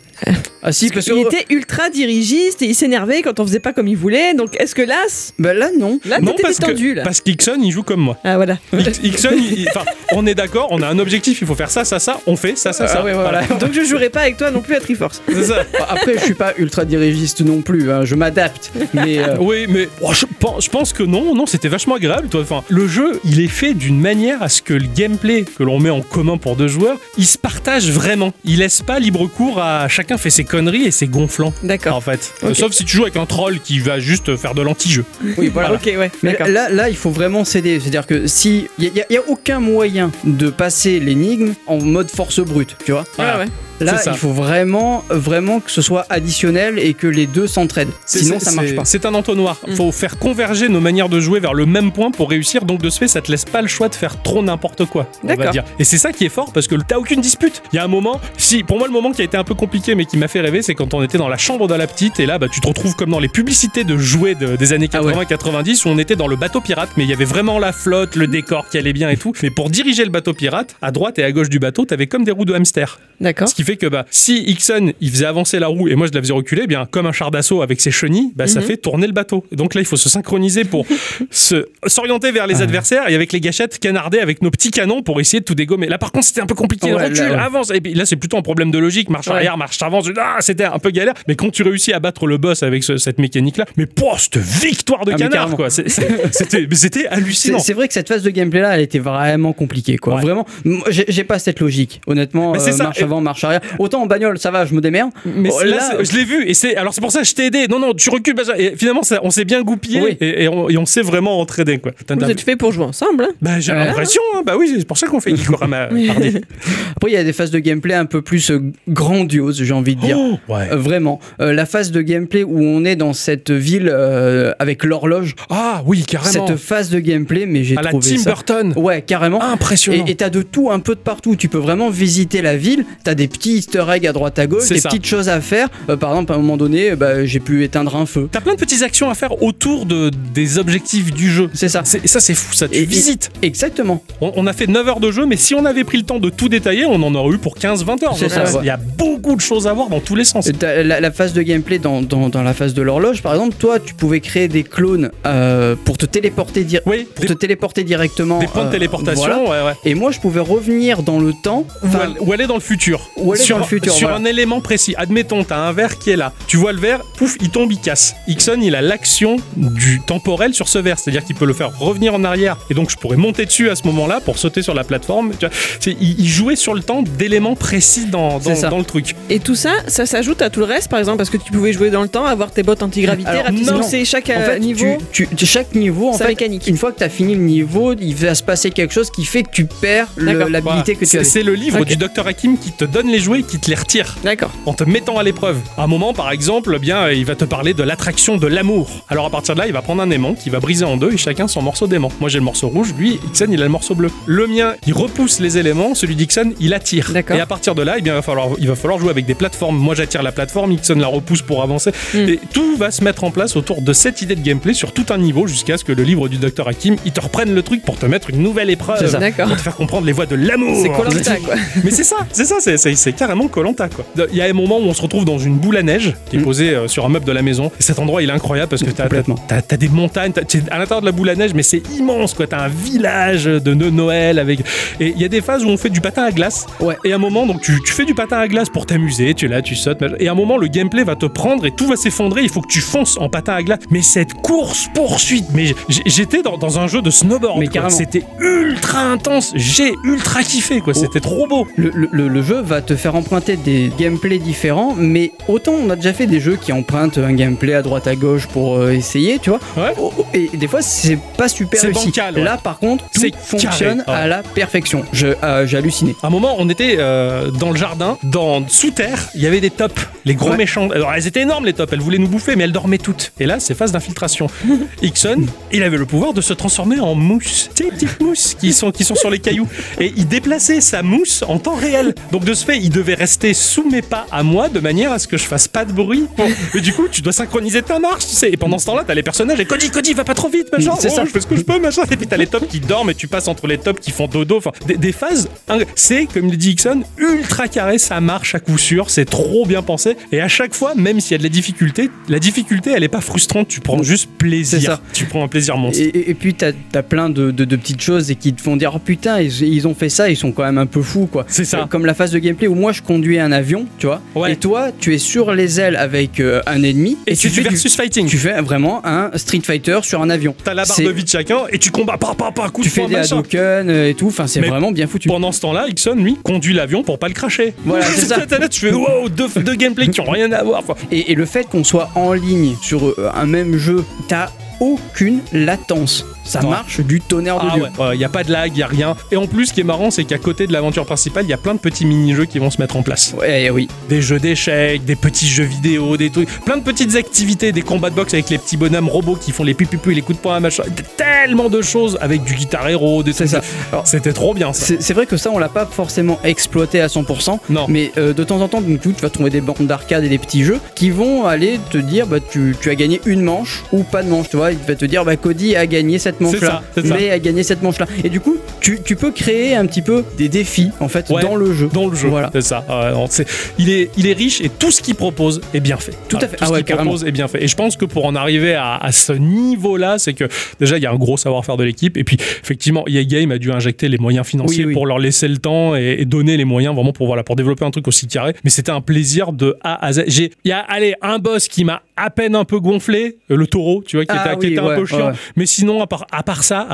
Ah si, parce que... Il était ultra dirigiste et il s'énervait quand on faisait pas comme il voulait, donc est-ce que là, c- Bah là, non. là non, Ah, t'étais parce détendu que, là parce qu'Ixon, il joue comme moi. Ah voilà. <laughs> Ix- Ixon, il- il- enfin, on est d'accord, on a un objectif, il faut faire ça, ça, ça, on fait ça, ça, ça. Ah ouais, voilà. Voilà. donc je jouerai pas avec toi non plus à Triforce. C'est ça. Bah, Après, je suis pas ultra dirigiste non plus, hein, je m'adapte. Mais euh, Oui, mais oh, je, pense, je pense que non, non, c'était vachement agréable. Toi. Enfin, le jeu, il est fait d'une manière à ce que le gameplay que l'on met en commun pour deux joueurs, il se partage vraiment. Il laisse pas libre cours à chacun fait ses conneries et ses gonflants. En D'accord. fait, Ok. sauf si tu joues avec un troll qui va juste faire de l'anti-jeu. <laughs> oui, voilà. Ok, ouais. Mais D'accord. là, là, il faut vraiment céder. C'est-à-dire que si. Il n'y a, y a aucun moyen de passer l'énigme en mode force brute, tu vois. Voilà. Ouais, ouais. Là, C'est ça. il faut vraiment, vraiment que ce soit additionnel et que les deux s'entraident. C'est- Sinon, c'est- ça marche c'est- pas. C'est un entonnoir. Mm. Faut faire converger nos manières de jouer vers le même point pour réussir. Donc de ce fait, ça te laisse pas le choix de faire trop n'importe quoi. on va D'accord. dire. Et c'est ça qui est fort parce que t'as aucune dispute. Il y a un moment, si pour moi le moment qui a été un peu compliqué mais qui m'a fait rêver, c'est quand on était dans la chambre de la petite et là, bah tu te retrouves comme dans les publicités de jouets de- des années Ah ouais. 80-90 où on était dans le bateau pirate, mais il y avait vraiment la flotte, le décor qui allait bien et tout. Mais pour diriger le bateau pirate, à droite et à gauche du bateau, t'avais comme des roues de hamster. D'accord. Ce qui fait que bah, si Ixon il faisait avancer la roue et moi je la faisais reculer, eh bien comme un char d'assaut avec ses chenilles, bah, ça Mhm. fait tourner le bateau. Et donc là il faut se <laughs> synchroniser pour se s'orienter vers Ah. les adversaires et avec les gâchettes canarder avec nos petits canons pour essayer de tout dégommer. Là par contre c'était un peu compliqué. Ouais, Recule, Oh là, ouais. avance. Et puis là c'est plutôt un problème de logique, marche Ouais. arrière, marche avance. Ah, c'était un peu galère. Mais quand tu réussis à battre le boss avec ce- cette mécanique là, mais pouah, cette victoire de Ah, mais canard carrément. quoi. C'est- c'est- C'était <laughs> mais c'était hallucinant. C'est c'est vrai que cette phase de gameplay là, elle était vraiment compliquée quoi. Ouais. Vraiment, moi, j'ai j'ai pas cette logique. Honnêtement, Mais c'est euh, ça. Mm. marche avant, marche arrière. Autant en bagnole, ça va, je me démerde. Mais Oh, c'est- là, là, c'est- je l'ai vu et c'est alors c'est pour ça que je t'ai aidé. Non non, tu recules. bah, ça- Et finalement, ça, on s'est bien goupillé Oui. et, et on, et on s'est vraiment entraîné quoi. T'as- Vous t'as- êtes fait pour jouer ensemble, hein Bah, Ah. j'ai l'impression. hein. bah oui, c'est pour ça qu'on fait Gikorama. <laughs> Pardon. Après, il y a des phases de gameplay un peu plus euh, grandioses, j'ai envie de dire. Oh, ouais. Euh, vraiment, Euh, la phase de gameplay où on est dans cette ville euh, avec l'horloge, Ah oui, carrément. cette phase de gameplay, mais j'ai à la trouvé Tim ça. Burton. Ouais, carrément. Impressionnant. Et et t'as de tout un peu de partout. Tu peux vraiment visiter la ville. T'as des petits Easter eggs à droite à gauche, C'est des ça. petites choses à faire. Euh, par exemple, à un moment donné, euh, bah, j'ai pu éteindre un feu. T'as plein de petites actions à faire autour de des objectifs du jeu. C'est ça. C'est- Ça c'est fou, ça tu Et- visites. Exactement. On, on a fait 9 heures de jeu, mais si on avait pris le temps de tout détailler, on en aurait eu pour 15-20 heures. C'est Donc, ça, Il ouais. y a beaucoup de choses à voir dans tous les sens. Euh, t'as La, la phase de gameplay dans, dans- dans la phase de l'horloge, par exemple, toi, tu pouvais créer des clones euh, pour te téléporter, dir- Oui, pour des, te téléporter directement. des points de euh, téléportation, voilà. ouais, ouais. Et moi, je pouvais revenir dans le temps. Ou Enfin, al- ou aller dans le futur. Ou aller sur, dans le futur, sur voilà. un élément précis. Admettons, t'as un verre qui est là. Tu vois le verre, pouf, il tombe, il casse. Ixon, il a l'action du temporel sur ce verre. C'est-à-dire qu'il peut le faire revenir en arrière. Et donc, je pourrais monter dessus à ce moment-là pour sauter sur la plateforme. Tu vois, c'est- il, il jouait sur le temps d'éléments précis dans, dans, C'est ça. dans le truc. Et tout ça, ça s'ajoute à tout le reste, par exemple, parce que tu pouvais jouer dans le temps, avoir tes bottes antigravité, Alors, ratisser non. c'est chaque en euh, fait, niveau, tu- tu- chaque niveau, en sa fait, mécanique. une fois que tu as fini le niveau, il va se passer quelque chose qui fait que tu perds le- D'accord. l'habilité Voilà. que tu C'est avais. c'est le livre Ok. du docteur Hakim qui te donne les jouets et qui te les retire. D'accord. en te mettant à l'épreuve. À un moment, par exemple, eh bien, il va te parler de l'attraction de l'amour. Alors à partir de là, il va prendre un aimant qui va briser en deux et chacun son morceau d'aimant. Moi j'ai le morceau rouge, lui, Ixon, il a le morceau bleu. Le mien, il repousse les éléments, celui d'Ixon, il attire. D'accord. Et à partir de là, eh bien, il, va falloir, il va falloir jouer avec des plateformes. Moi j'attire la plateforme, Ixon la repousse pour avancer. Hmm. Et tout va se mettre en place autour de cette idée de gameplay sur tout un niveau jusqu'à ce que le livre du docteur Hakim, il te reprenne le truc pour te mettre une nouvelle épreuve. C'est ça. D'accord. Pour te faire comprendre les voies de l'amour. C'est Colanta, <laughs> quoi. Mais c'est ça, c'est ça, c'est- c'est c'est carrément Colanta quoi. Il y a un moment où on se retrouve dans une boule à neige qui est Mm. posée euh, sur un meuble de la maison. Et cet endroit il est incroyable parce que t'as Complètement. t'as- t'as des montagnes, t'as- t'es à l'intérieur de la boule à neige, mais c'est immense quoi. T'as un village de de Noël avec. Et il y a des phases où on fait du patin à glace. Ouais. Et à un moment donc tu, tu fais du patin à glace pour t'amuser, tu es là, tu sautes. machin. Et à un moment le gameplay va te prendre et tout va s'effondrer. Il faut que tu fonces en patin à glace. Mais cette course poursuite, mais j'- j'étais dans, dans un jeu de snowboard. Mais quoi. carrément. Oh. C'était ultra intense. J'ai ultra kiffé quoi. C'était trop beau. Le, le- le- le jeu va te faire emprunter des gameplays différents, mais autant on a déjà fait des jeux qui empruntent un gameplay à droite à gauche pour euh, essayer, tu vois. Ouais. Oh, oh, Et des fois, c'est pas super C'est réussi. bancal, ouais. Là, par contre, tout C'est fonctionne carré, ouais. à la perfection. Je, euh, j'ai halluciné. À un moment, on était euh, dans le jardin, dans sous terre, il y avait des tops, les gros Ouais. méchants. Alors elles étaient énormes les tops, elles voulaient nous bouffer, mais elles dormaient toutes. Et là, c'est <laughs> phase d'infiltration. Ixon, il avait le pouvoir de se transformer en mousse. Tu sais, les petites mousses qui sont, qui sont sur les cailloux. Et il déplaçait sa mousse en temps réel. Donc de ce fait, il devait rester sous mes pas à moi de manière à ce que je fasse pas de bruit. Et du coup, tu dois synchroniser ta marche, tu sais. Et pendant ce temps-là, t'as les personnages et Cody, Cody, va pas trop vite, machin. C'est Oh, ça. je fais ce que je peux, machin. Et puis t'as les tops qui dorment et tu passes entre les tops qui font dodo. Enfin, des, des phases. hein, C'est, comme le dit Ixon, ultra carré, ça marche à coup sûr, c'est trop bien pensé. Et à chaque fois, même s'il y a de la difficulté, la difficulté, elle est pas frustrante, tu prends juste plaisir. C'est ça. Tu prends un plaisir monstre. Et, et- et puis t'as as plein de, de- de petites choses et qui te font dire oh putain ils, ils ont fait ça ils sont quand même un peu fous quoi. C'est ça. Euh, Comme la phase de gameplay où moi je conduis un avion tu vois Ouais. et toi tu es sur les ailes avec euh, un ennemi Et, c'est tu du fais versus fighting. tu fais vraiment un Street Fighter sur un avion. T'as la barre C'est- de vie de chacun et tu combats pas, pas, pas, coup Tu de fais poing, des machin. Hadouken euh, et tout enfin c'est Mais vraiment bien foutu. Pendant ce temps-là, Ixon, lui, conduit l'avion pour pas le cracher. <laughs> Voilà, c'est ça. T'as là, tu fais wow, deux, deux gameplays qui ont rien à voir. Enfin, Et, et le fait qu'on soit en ligne sur euh, un même jeu t'as aucune latence ça Non. marche du tonnerre de Ah Dieu. ouais, il n'y a pas de lag, il n'y a rien. Et en plus, ce qui est marrant, c'est qu'à côté de l'aventure principale, il y a plein de petits mini-jeux qui vont se mettre en place. Ouais, oui. Des jeux d'échecs, des petits jeux vidéo, des trucs, plein de petites activités, des combats de boxe avec les petits bonhommes robots qui font les pipipu et les coups de poing, machin. Tellement de choses avec du guitar héros, des C'est trucs. ça. Alors, C'était trop bien ça. C'est c'est vrai que ça, on l'a pas forcément exploité à 100%. Non. Mais euh, de temps en temps, donc, tu tu vas trouver des bandes d'arcade et des petits jeux qui vont aller te dire bah, tu, tu as gagné une manche ou pas de manche. Tu vois, il va te dire bah, Cody a gagné cette manche-là, ça, c'est ça. mais a gagné cette manche-là. Et du coup, tu, tu peux créer un petit peu des défis en fait Ouais. dans le jeu. Dans le jeu, Voilà. c'est ça. Ouais, non, c'est- il, est, il est riche et tout ce qu'il propose est bien fait. Tout à Voilà, fait. Tout Ah ce ouais, qu'il carrément. propose est bien fait. Et je pense que pour en arriver à, à ce niveau-là, c'est que déjà, il y a un gros savoir-faire de l'équipe. Et puis, effectivement, EA Game a dû injecter les moyens financiers Oui, oui. pour leur laisser le temps et, et donner les moyens vraiment pour, voilà, pour développer un truc aussi carré. Mais c'était un plaisir de A à Z. J'ai- Il y a allez, un boss qui m'a à peine un peu gonflé, euh, le taureau, tu vois, qui Ah était, qui oui, était ouais, un peu chiant. ouais. Mais sinon, à part, à part ça,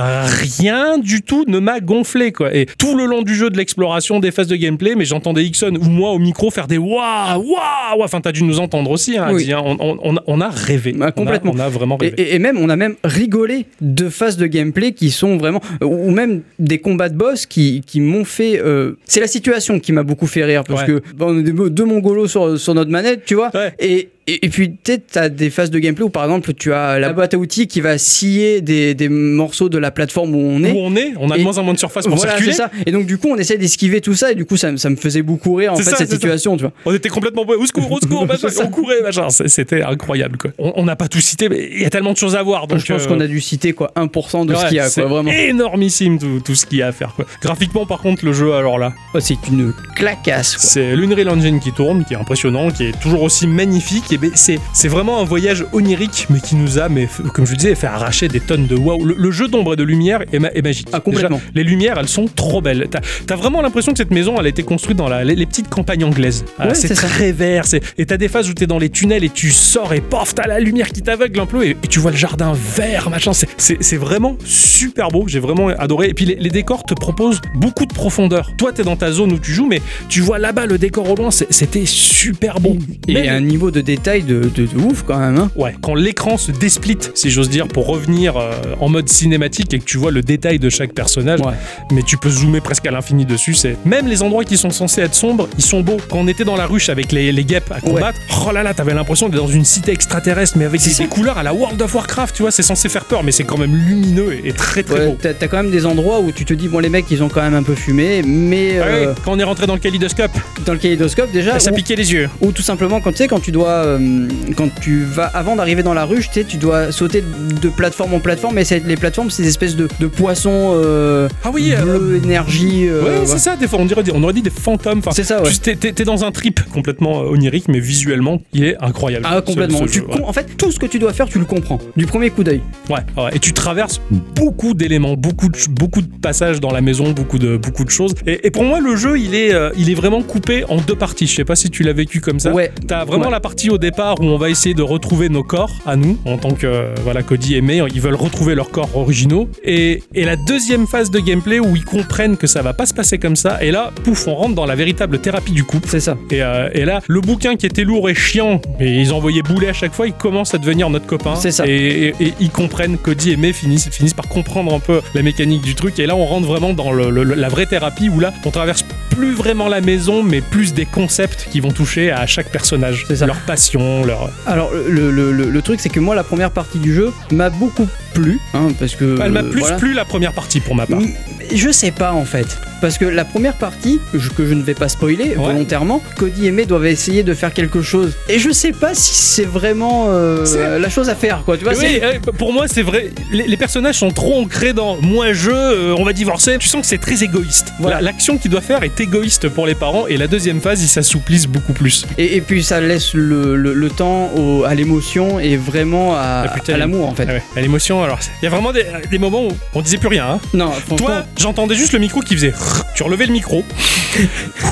rien du tout ne m'a gonflé, quoi. Et tout le long du jeu, de l'exploration, des phases de gameplay, mais j'entendais Ixon ou moi au micro faire des waouh, waouh, enfin, t'as dû nous entendre aussi, hein, Oui. Adi, hein. on, on- on- on a rêvé. Bah, On a- complètement. On a, vraiment Et, rêvé. et- et même, on a même rigolé de phases de gameplay qui sont vraiment. Ou ou même des combats de boss qui, qui m'ont fait. euh, C'est la situation qui m'a beaucoup fait rire parce Ouais. que bon, on est deux deux mongolos sur, sur notre manette, tu vois. Ouais. Et, et, et puis, tu sais, t'as des phases de gameplay où par exemple, tu as la boîte à outils qui va scier des, des morceaux de la plateforme où on Où est. on est, on a de et- moins en moins de surface pour Voilà, c'est circuler. ça. Et donc, du coup, on essaie d'esquiver tout ça, et du coup, ça, me- ça me faisait beaucoup rire en C'est fait ça, cette c'est ça. situation, tu vois. On était complètement au secours, au secours, machin, C'est ça. on courait, machin. C'est- C'était incroyable, quoi. On on n'a pas tout cité, mais il y a tellement de choses à voir. Donc je pense euh, qu'on a dû citer quoi 1% de ouais, ce qu'il y a, c'est quoi, vraiment. énormissime tout, tout ce qu'il y a à faire. Quoi. Graphiquement, par contre, le jeu, alors là, Oh, c'est une clacasse, quoi. C'est l'Unreal Engine qui tourne, qui est impressionnant, qui est toujours aussi magnifique. Et ben, c'est c'est vraiment un voyage onirique, mais qui nous a, mais, f- comme je le disais, fait arracher des tonnes de waouh. Le, le jeu d'ombre et de lumière est, ma- est magique. Ah, complètement. Déjà, les lumières, elles sont trop belles. T'as as vraiment l'impression que cette maison, elle a été construite dans la- les, les petites campagnes anglaises. Ah, Ouais, c'est c'est ça. très vert. c'est- Et t'as des phases où t'es dans les tunnels et tu sors et pof, t'as la lumière qui t'aveugle un peu et, et tu vois le jardin vert, machin. C'est- C'est c'est vraiment super beau. J'ai vraiment adoré. Et puis les, les décors te proposent beaucoup de profondeur. Toi, t'es dans ta zone où tu joues, mais tu vois là-bas le décor au loin. c'est- C'était super beau. Et Mais- un niveau de détail de, de- de ouf quand même. hein. Ouais, quand l'écran se désplite, si j'ose dire, pour revenir euh, en mode cinématique et que tu vois le détail de chaque personnage, Ouais. mais tu peux zoomer presque à l'infini dessus. C'est même les endroits qui sont censés être sombres, ils sont beaux. Quand on était dans la ruche avec les, les guêpes à combattre, oh là là, t'avais l'impression d'être dans une cité extraterrestre, mais avec des, des couleurs à la World of Warcraft. Tu vois, c'est censé faire peur, mais c'est quand même lumineux et, et très très Ouais, beau. t'as, t'as quand même des endroits où tu te dis, bon, les mecs, ils ont quand même un peu fumé, mais Ah oui, euh, Ah, quand on est rentré dans le kaléidoscope, dans le kaléidoscope déjà, ça ou, piquait les yeux. ou tout simplement quand tu sais, quand tu dois, euh, quand tu vas, avant d'arriver dans la ruche, tu sais, tu dois sauter de, de plateforme en plateforme, et c'est- les plateformes, c'est des espèces de, de poissons euh, Ah oui, euh, bleus, énergie. euh, ouais, ouais. c'est ça. Des fois, on, dirait, on aurait dit des fantômes. Enfin, C'est ça, ouais. tu- t'es- T'es t'es dans un trip complètement euh, onirique, mais visuellement, il est incroyable. Ah, ce- complètement. ce Tu jeu, ouais. com- En fait, tout ce que tu dois faire, tu le comprends du premier coup d'œil. Ouais, ouais. et tu traverses beaucoup d'éléments, beaucoup de, beaucoup de passages dans la maison, beaucoup de, beaucoup de choses. Et, et pour moi, le jeu, il est, euh, il est vraiment coupé en deux parties. Je sais pas si tu l'as vécu comme ça. Ouais. T'as vraiment Ouais. la partie au départ où on va essayer de retrouver nos corps à nous, en tant que euh, voilà, Cody et May, ils veulent retrouver leurs corps originaux. Et, et la deuxième phase de gameplay où ils comprennent que ça va pas se passer comme ça, et là, pouf, on rentre dans la véritable thérapie du couple. C'est ça. Et, euh, et là, le bouquin qui était lourd et chiant, et ils envoyaient boulet à chaque fois, il commence à devenir notre copain. C'est ça. Et, et- et ils comprennent, Cody et May finissent, finissent par comprendre un peu la mécanique du truc. Et là, on rentre vraiment dans le- le- la vraie thérapie où là, on traverse plus vraiment la maison, mais plus des concepts qui vont toucher à chaque personnage. C'est ça. Leur passion, leur. Alors le, le- le- le truc c'est que moi la première partie du jeu m'a beaucoup plu hein, parce que Elle m'a euh, plus voilà. plu la première partie pour ma part. Mm, Je sais pas en fait. Parce que la première partie, je- que je ne vais pas spoiler Ouais. volontairement, Cody et May doivent essayer de faire quelque chose. Et je sais pas si c'est vraiment euh, C'est- la chose à faire quoi. Tu vois, Oui, euh, pour moi, c'est vrai. Les, les personnages sont trop ancrés dans moi, je, euh, on va divorcer. Tu sens que c'est très égoïste. Voilà. Voilà, l'action qu'il doit faire est égoïste pour les parents. Et la deuxième phase, ils s'assouplissent beaucoup plus. c'est- et, et puis ça laisse le, le- le temps au- à l'émotion et vraiment à, Ah, putain, à l'amour en fait. Ah ouais, à l'émotion, alors. Il y a vraiment des, des moments où on disait plus rien. hein. Non, franchement. ah, Toi, j'entendais juste le micro qui faisait. Tu relevais le micro.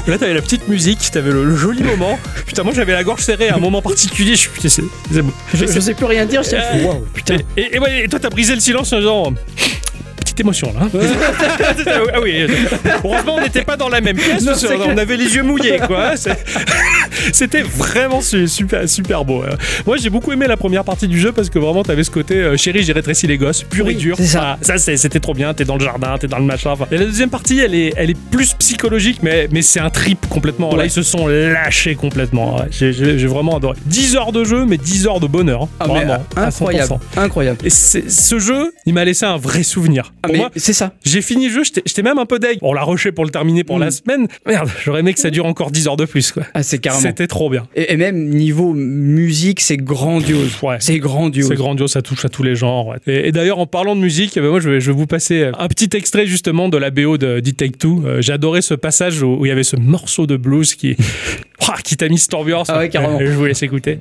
Là, t'avais la petite musique, t'avais le, le joli moment. Putain, moi, j'avais la gorge serrée à un moment particulier. Je suis putain, c'est- c'est bon. je, je sais plus rien dire, je sais- Euh, Waouh, putain. Et, et- et ouais, et toi, t'as brisé le silence en disant. Petite émotion là. hein. ah oui, heureusement, on n'était pas dans la même pièce. Non, parce c'est qu'on clair. avait les yeux mouillés, quoi. hein, C'est- <laughs> C'était vraiment su- super, super beau. euh. Moi, j'ai beaucoup aimé la première partie du jeu parce que vraiment, t'avais ce côté euh, chérie, j'ai rétréci les gosses, pur Oui, et dur. c'est ça. Ah, ça, c'est- c'était trop bien. T'es dans le jardin, t'es dans le machin. enfin. Et la deuxième partie, elle est, elle est plus psychologique, mais, mais c'est un trip complètement. Là, Ouais. ils se sont lâchés complètement. ouais. J'ai j'ai- j'ai vraiment adoré. 10 heures de jeu, mais 10 heures de bonheur. hein, Ah, mais, vraiment. ah, à 100%. incroyable, incroyable. Et c'est- ce jeu, il m'a laissé un vrai souvenir. Ah, pour mais moi, c'est ça. j'ai fini le jeu, j'étais j'étais même un peu deg. On l'a rushé pour le terminer pour Mm. la semaine. Merde, j'aurais aimé que ça dure encore 10 heures de plus, quoi. Ah, c'est carrément. C'était trop bien. Et, et même niveau musique, c'est grandiose. Ouais. C'est grandiose. C'est grandiose, ça touche à tous les genres. ouais. Et, et d'ailleurs, en parlant de musique, eh ben moi, je vais, je vais vous passer euh, un petit extrait justement de la BO de d'It Take Two. Euh, J'adorais ce passage où où il y avait ce morceau de blues qui, <laughs> Ouah, qui t'a mis cette ambiance. Ah ouais, carrément. Euh, Je vous laisse écouter.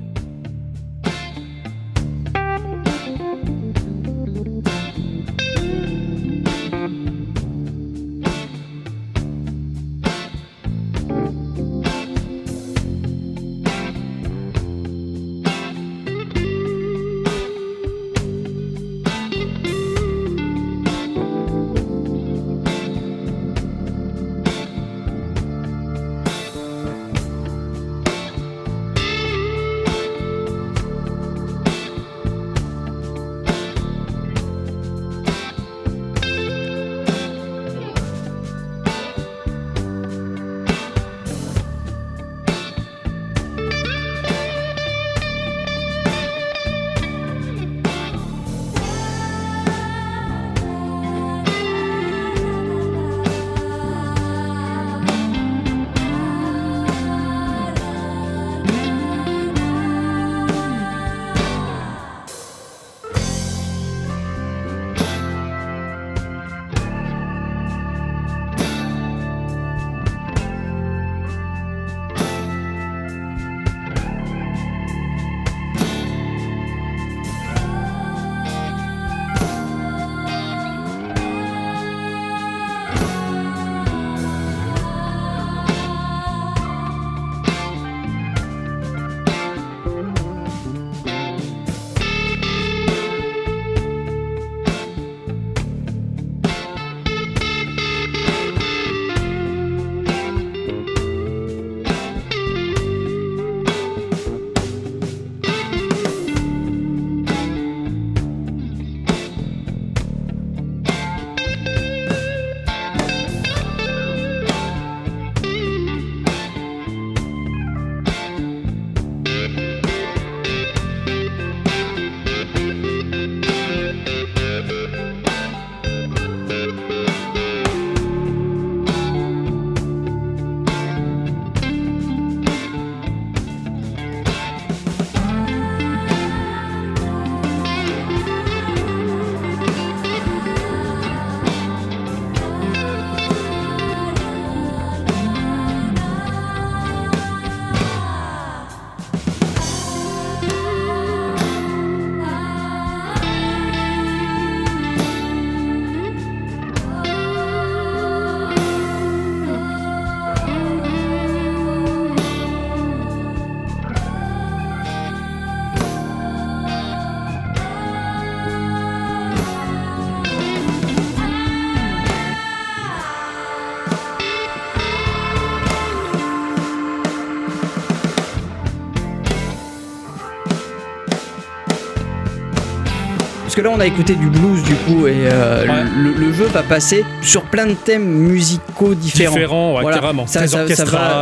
Parce que là, on a écouté du blues du coup, et euh, Ouais. le, le jeu va passer sur plein de thèmes musicaux différents. Différent, ouais, Voilà. carrément. Ça- Très ça- ça va-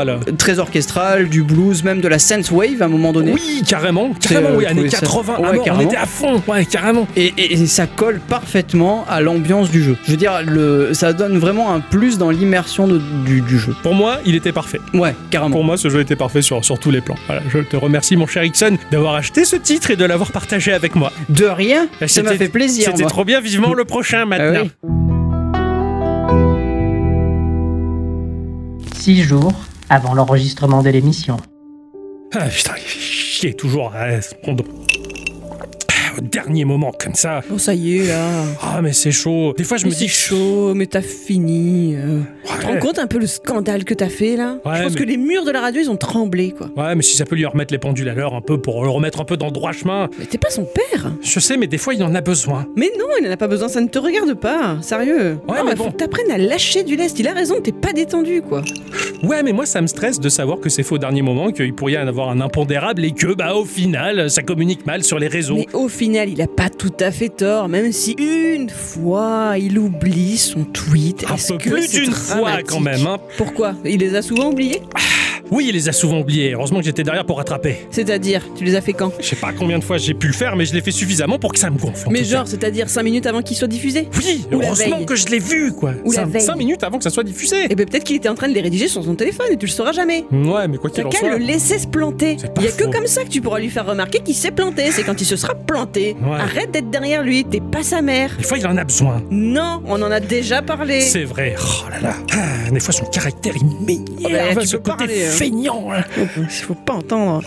orchestral. très orchestral, du blues, même de la synthwave wave à un moment donné. Oui, carrément, C'est, carrément, euh, oui, vous années trouvez ça- 80, à Ouais, mort, on carrément. était à fond, ouais, carrément. Et, et- et ça colle parfaitement à l'ambiance du jeu. Je veux dire, le, ça donne vraiment un plus dans l'immersion de- du, du jeu. Pour moi, il était parfait. Ouais, carrément. Pour moi, ce jeu était parfait sur, sur tous les plans. Voilà, je te remercie, mon cher Ixon, d'avoir acheté ce titre et de l'avoir partagé avec moi. De rien, Bah, ça m'a c'était- fait plaisir. C'était moi. trop bien, vivement le prochain Ah maintenant. oui. 6 jours avant l'enregistrement de l'émission. Ah putain, chier toujours à se prendre au dernier moment comme ça. Bon, ça y est, là. Ah mais c'est chaud. Des fois je Mais me c'est dis chaud, mais t'as fini. euh. Tu te Ouais. rends compte un peu le scandale que t'as fait là Ouais, Je pense mais- que les murs de la radio ils ont tremblé quoi. Ouais, mais si ça peut lui remettre les pendules à l'heure un peu pour le remettre un peu dans le droit chemin. Mais t'es pas son père Je sais, mais des fois il en a besoin. Mais non, il en a pas besoin, ça ne te regarde pas, sérieux. Ouais, non, mais il faut bon. que t'apprennes à lâcher du lest, il a raison, t'es pas détendu quoi. Ouais, mais moi ça me stresse de savoir que c'est faux au dernier moment, qu'il pourrait y en avoir un impondérable et que, bah, au final, ça communique mal sur les réseaux. Mais au final, il a pas tout à fait tort, même si une fois il oublie son tweet. Un Est-ce peu que plus c'est d'une fois dramatique quand même. Hein. Pourquoi Il les a souvent oubliés Oui, il les a souvent oubliés. Heureusement que j'étais derrière pour rattraper. C'est-à-dire, tu les as fait quand Je sais pas combien de fois j'ai pu le faire, mais je l'ai fait suffisamment pour que ça me gonfle. en Mais tout cas. genre, c'est-à-dire 5 minutes avant qu'il soit diffusé Oui, Ou la heureusement veille. que je l'ai vu, quoi. Ou la cinq, veille. cinq minutes avant que ça soit diffusé. Et ben peut-être qu'il était en train de les rédiger sur son téléphone et tu le sauras jamais. Ouais, mais quoi T'as qu'il en qu'à soit. le laisser se planter. C'est pas Il y a que faux. comme ça que tu pourras lui faire remarquer qu'il s'est planté. C'est quand il se sera planté. Ouais. Arrête d'être derrière lui, t'es pas sa mère. Des fois, il en a besoin. Non, on en a déjà parlé. <laughs> C'est vrai. Oh là là. Ah, des fois, son caractère, il Ah bah, m'énerve. tu ce peux côté parler, hein. feignant. là. Faut pas entendre.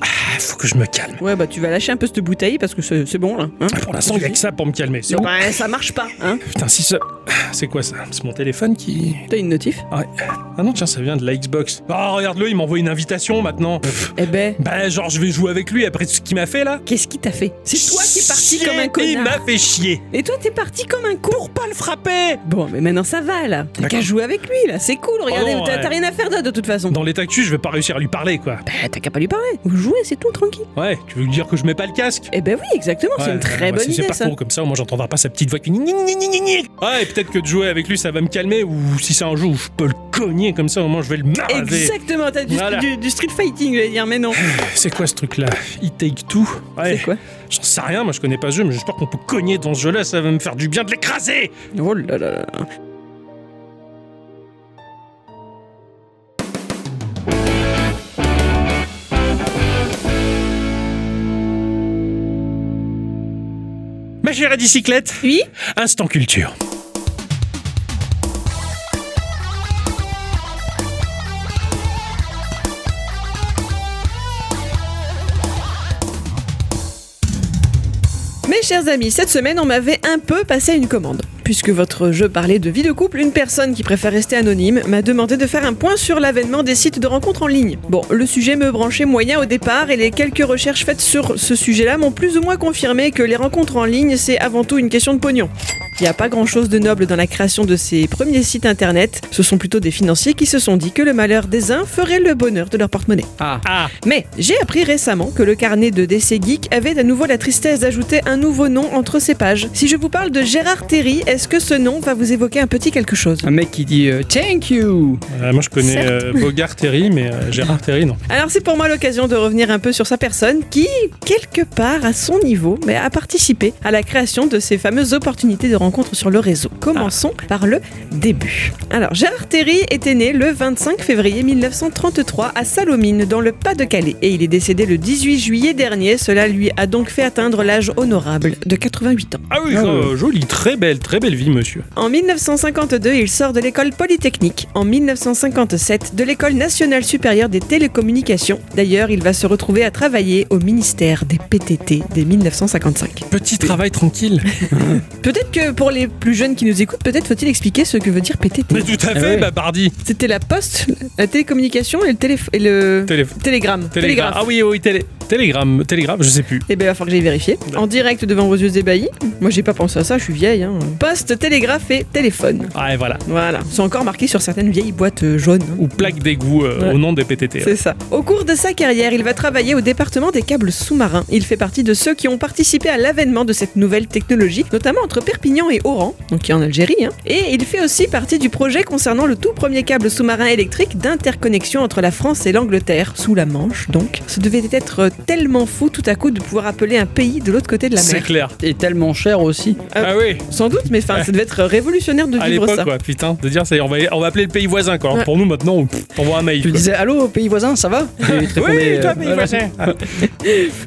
Ah, faut que je me calme. Ouais, bah tu vas lâcher un peu cette bouteille parce que c'est c'est bon là. hein. Ah, Pour l'instant, il y a que ça pour me calmer. C'est Bon, bon. bah, ça marche pas, hein. Putain, si ça. Ah, C'est quoi ça C'est mon téléphone qui. T'as une notif Ah non, tiens, ça vient de la Xbox. Ah, regarde-le, il m'envoie une invitation maintenant. Pff. Eh ben, Bah, genre, je vais jouer avec lui après ce qu'il m'a fait là. qu'est-ce qui t'a fait C'est toi qui es parti Chier, comme un Il connard. m'a fait chier. Et toi, t'es parti comme un con. Pour pas le frapper Bon, mais maintenant ça va là. T'as qu'à D'accord. jouer avec lui là. C'est cool, regardez, non, t'as ouais. t'as rien à faire d'autre de toute façon. Dans l'état que je suis, je vais pas réussir à lui parler quoi. Bah, t'as qu'à pas lui parler. Vous jouez, c'est tout, tranquille. Ouais, tu veux dire que je mets pas le casque Eh ben oui, exactement, c'est Ouais, une très ouais, bonne c'est- idée C'est pas ça. con, comme ça, moi j'entendrai pas sa petite voix qui. gni, gni, gni, gni, gni. Ouais, et peut-être que de jouer avec lui ça va me calmer, ou si c'est un jeu où je peux le cogner comme ça, au moins je vais le maraver. Exactement, t'as du, Voilà. du- du street fighting, j'allais dire, mais non. C'est quoi ce truc là Il take two Ouais, C'est quoi j'en sais rien, moi je connais pas ce jeu, mais j'espère qu'on peut cogner dans ce jeu là, ça va me faire du bien de l'écraser Oh là là là. Ma chère à bicyclette, Oui instant culture. Mes chers amis, cette semaine, on m'avait un peu passé une commande. Puisque votre jeu parlait de vie de couple, une personne qui préfère rester anonyme m'a demandé de faire un point sur l'avènement des sites de rencontres en ligne. Bon, le sujet me branchait moyen au départ et les quelques recherches faites sur ce sujet-là m'ont plus ou moins confirmé que les rencontres en ligne, c'est avant tout une question de pognon. Il n'y a pas grand-chose de noble dans la création de ces premiers sites internet, ce sont plutôt des financiers qui se sont dit que le malheur des uns ferait le bonheur de leur porte-monnaie. Ah, Ah, Mais j'ai appris récemment que le carnet de décès geek avait à nouveau la tristesse d'ajouter un nouveau nom entre ses pages. Si je vous parle de Gérard Terry, est-ce que ce nom va vous évoquer un petit quelque chose un mec qui dit euh, Thank you. euh, moi je connais euh, Bogart Terry, mais euh, Gérard Terry non. Alors c'est pour moi l'occasion de revenir un peu sur sa personne qui, quelque part à son niveau, mais a participé à la création de ces fameuses opportunités de rencontre sur le réseau. Commençons par le début. Alors Gérard Terry était né le 25 février 1933 à Salomine dans le Pas-de-Calais et il est décédé le 18 juillet dernier. Cela lui a donc fait atteindre l'âge honorable de 88 ans. Ah oui, Ah ça, ouais. euh, jolie, très belle, très belle vie monsieur. En 1952, il sort de l'école polytechnique. En 1957, de l'école nationale supérieure des télécommunications. D'ailleurs, il va se retrouver à travailler au ministère des PTT dès 1955. Petit travail tranquille. Peut-être que pour les plus jeunes qui nous écoutent, peut-être faut-il expliquer ce que veut dire Mais PTT. tout à Ah fait, ouais. bah Bardi. C'était la poste, la télécommunication et le, télé- et le Téléphone. télégramme. Télégramme. Télégraphe. Ah oui, oui, télé. Telegram, Telegram, je sais plus. Eh ben, il va falloir que j'aille vérifier. En direct devant vos yeux ébahis. Moi, j'ai pas pensé à ça, je suis vieille. Hein. Poste, télégraphe et téléphone. Ah, et voilà. Voilà. C'est encore marqué sur certaines vieilles boîtes euh, jaunes. hein. Ou plaque d'égout euh, Ouais. au nom des PTT. ouais. C'est ça. Au cours de sa carrière, il va travailler au département des câbles sous-marins. Il fait partie de ceux qui ont participé à l'avènement de cette nouvelle technologie, notamment entre Perpignan et Oran, donc qui est en Algérie. hein. Et il fait aussi partie du projet concernant le tout premier câble sous-marin électrique d'interconnexion entre la France et l'Angleterre, sous la Manche donc. Ce devait être tellement fou tout à coup de pouvoir appeler un pays de l'autre côté de la C'est mer. clair. Et tellement cher aussi. Ah oui, Sans doute, mais enfin, ça devait être révolutionnaire de à vivre l'époque, ça. quoi, putain, de dire ça y est, on va, on va appeler le pays voisin, quoi. Alors, Ouais. Pour nous, maintenant, on pff, t'envoie un mail. Tu quoi. disais allô pays voisin, ça va Et il te répondait, Oui, toi, euh, pays voilà. voisin.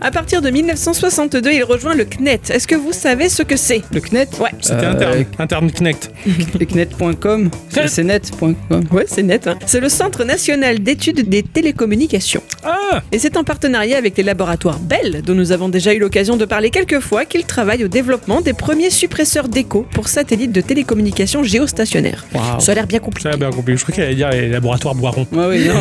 À partir de 1962, il rejoint le CNET. Est-ce que vous savez ce que c'est Le CNET Ouais. C'était Euh, interne, avec- interne Kinect. Le CNET.com C'est- C'est net.com Ouais, c'est net. hein. C'est le Centre national d'études des télécommunications. Ah, Et c'est en partenariat avec les laboratoires Bell, dont nous avons déjà eu l'occasion de parler quelques fois, qu'il travaille au développement des premiers suppresseurs d'écho pour satellites de télécommunications géostationnaires. Waouh. Ça a l'air bien compliqué. Ah. ça a bien compris. Je crois qu'elle allait dire les laboratoires Boiron. Ouais, oui, non.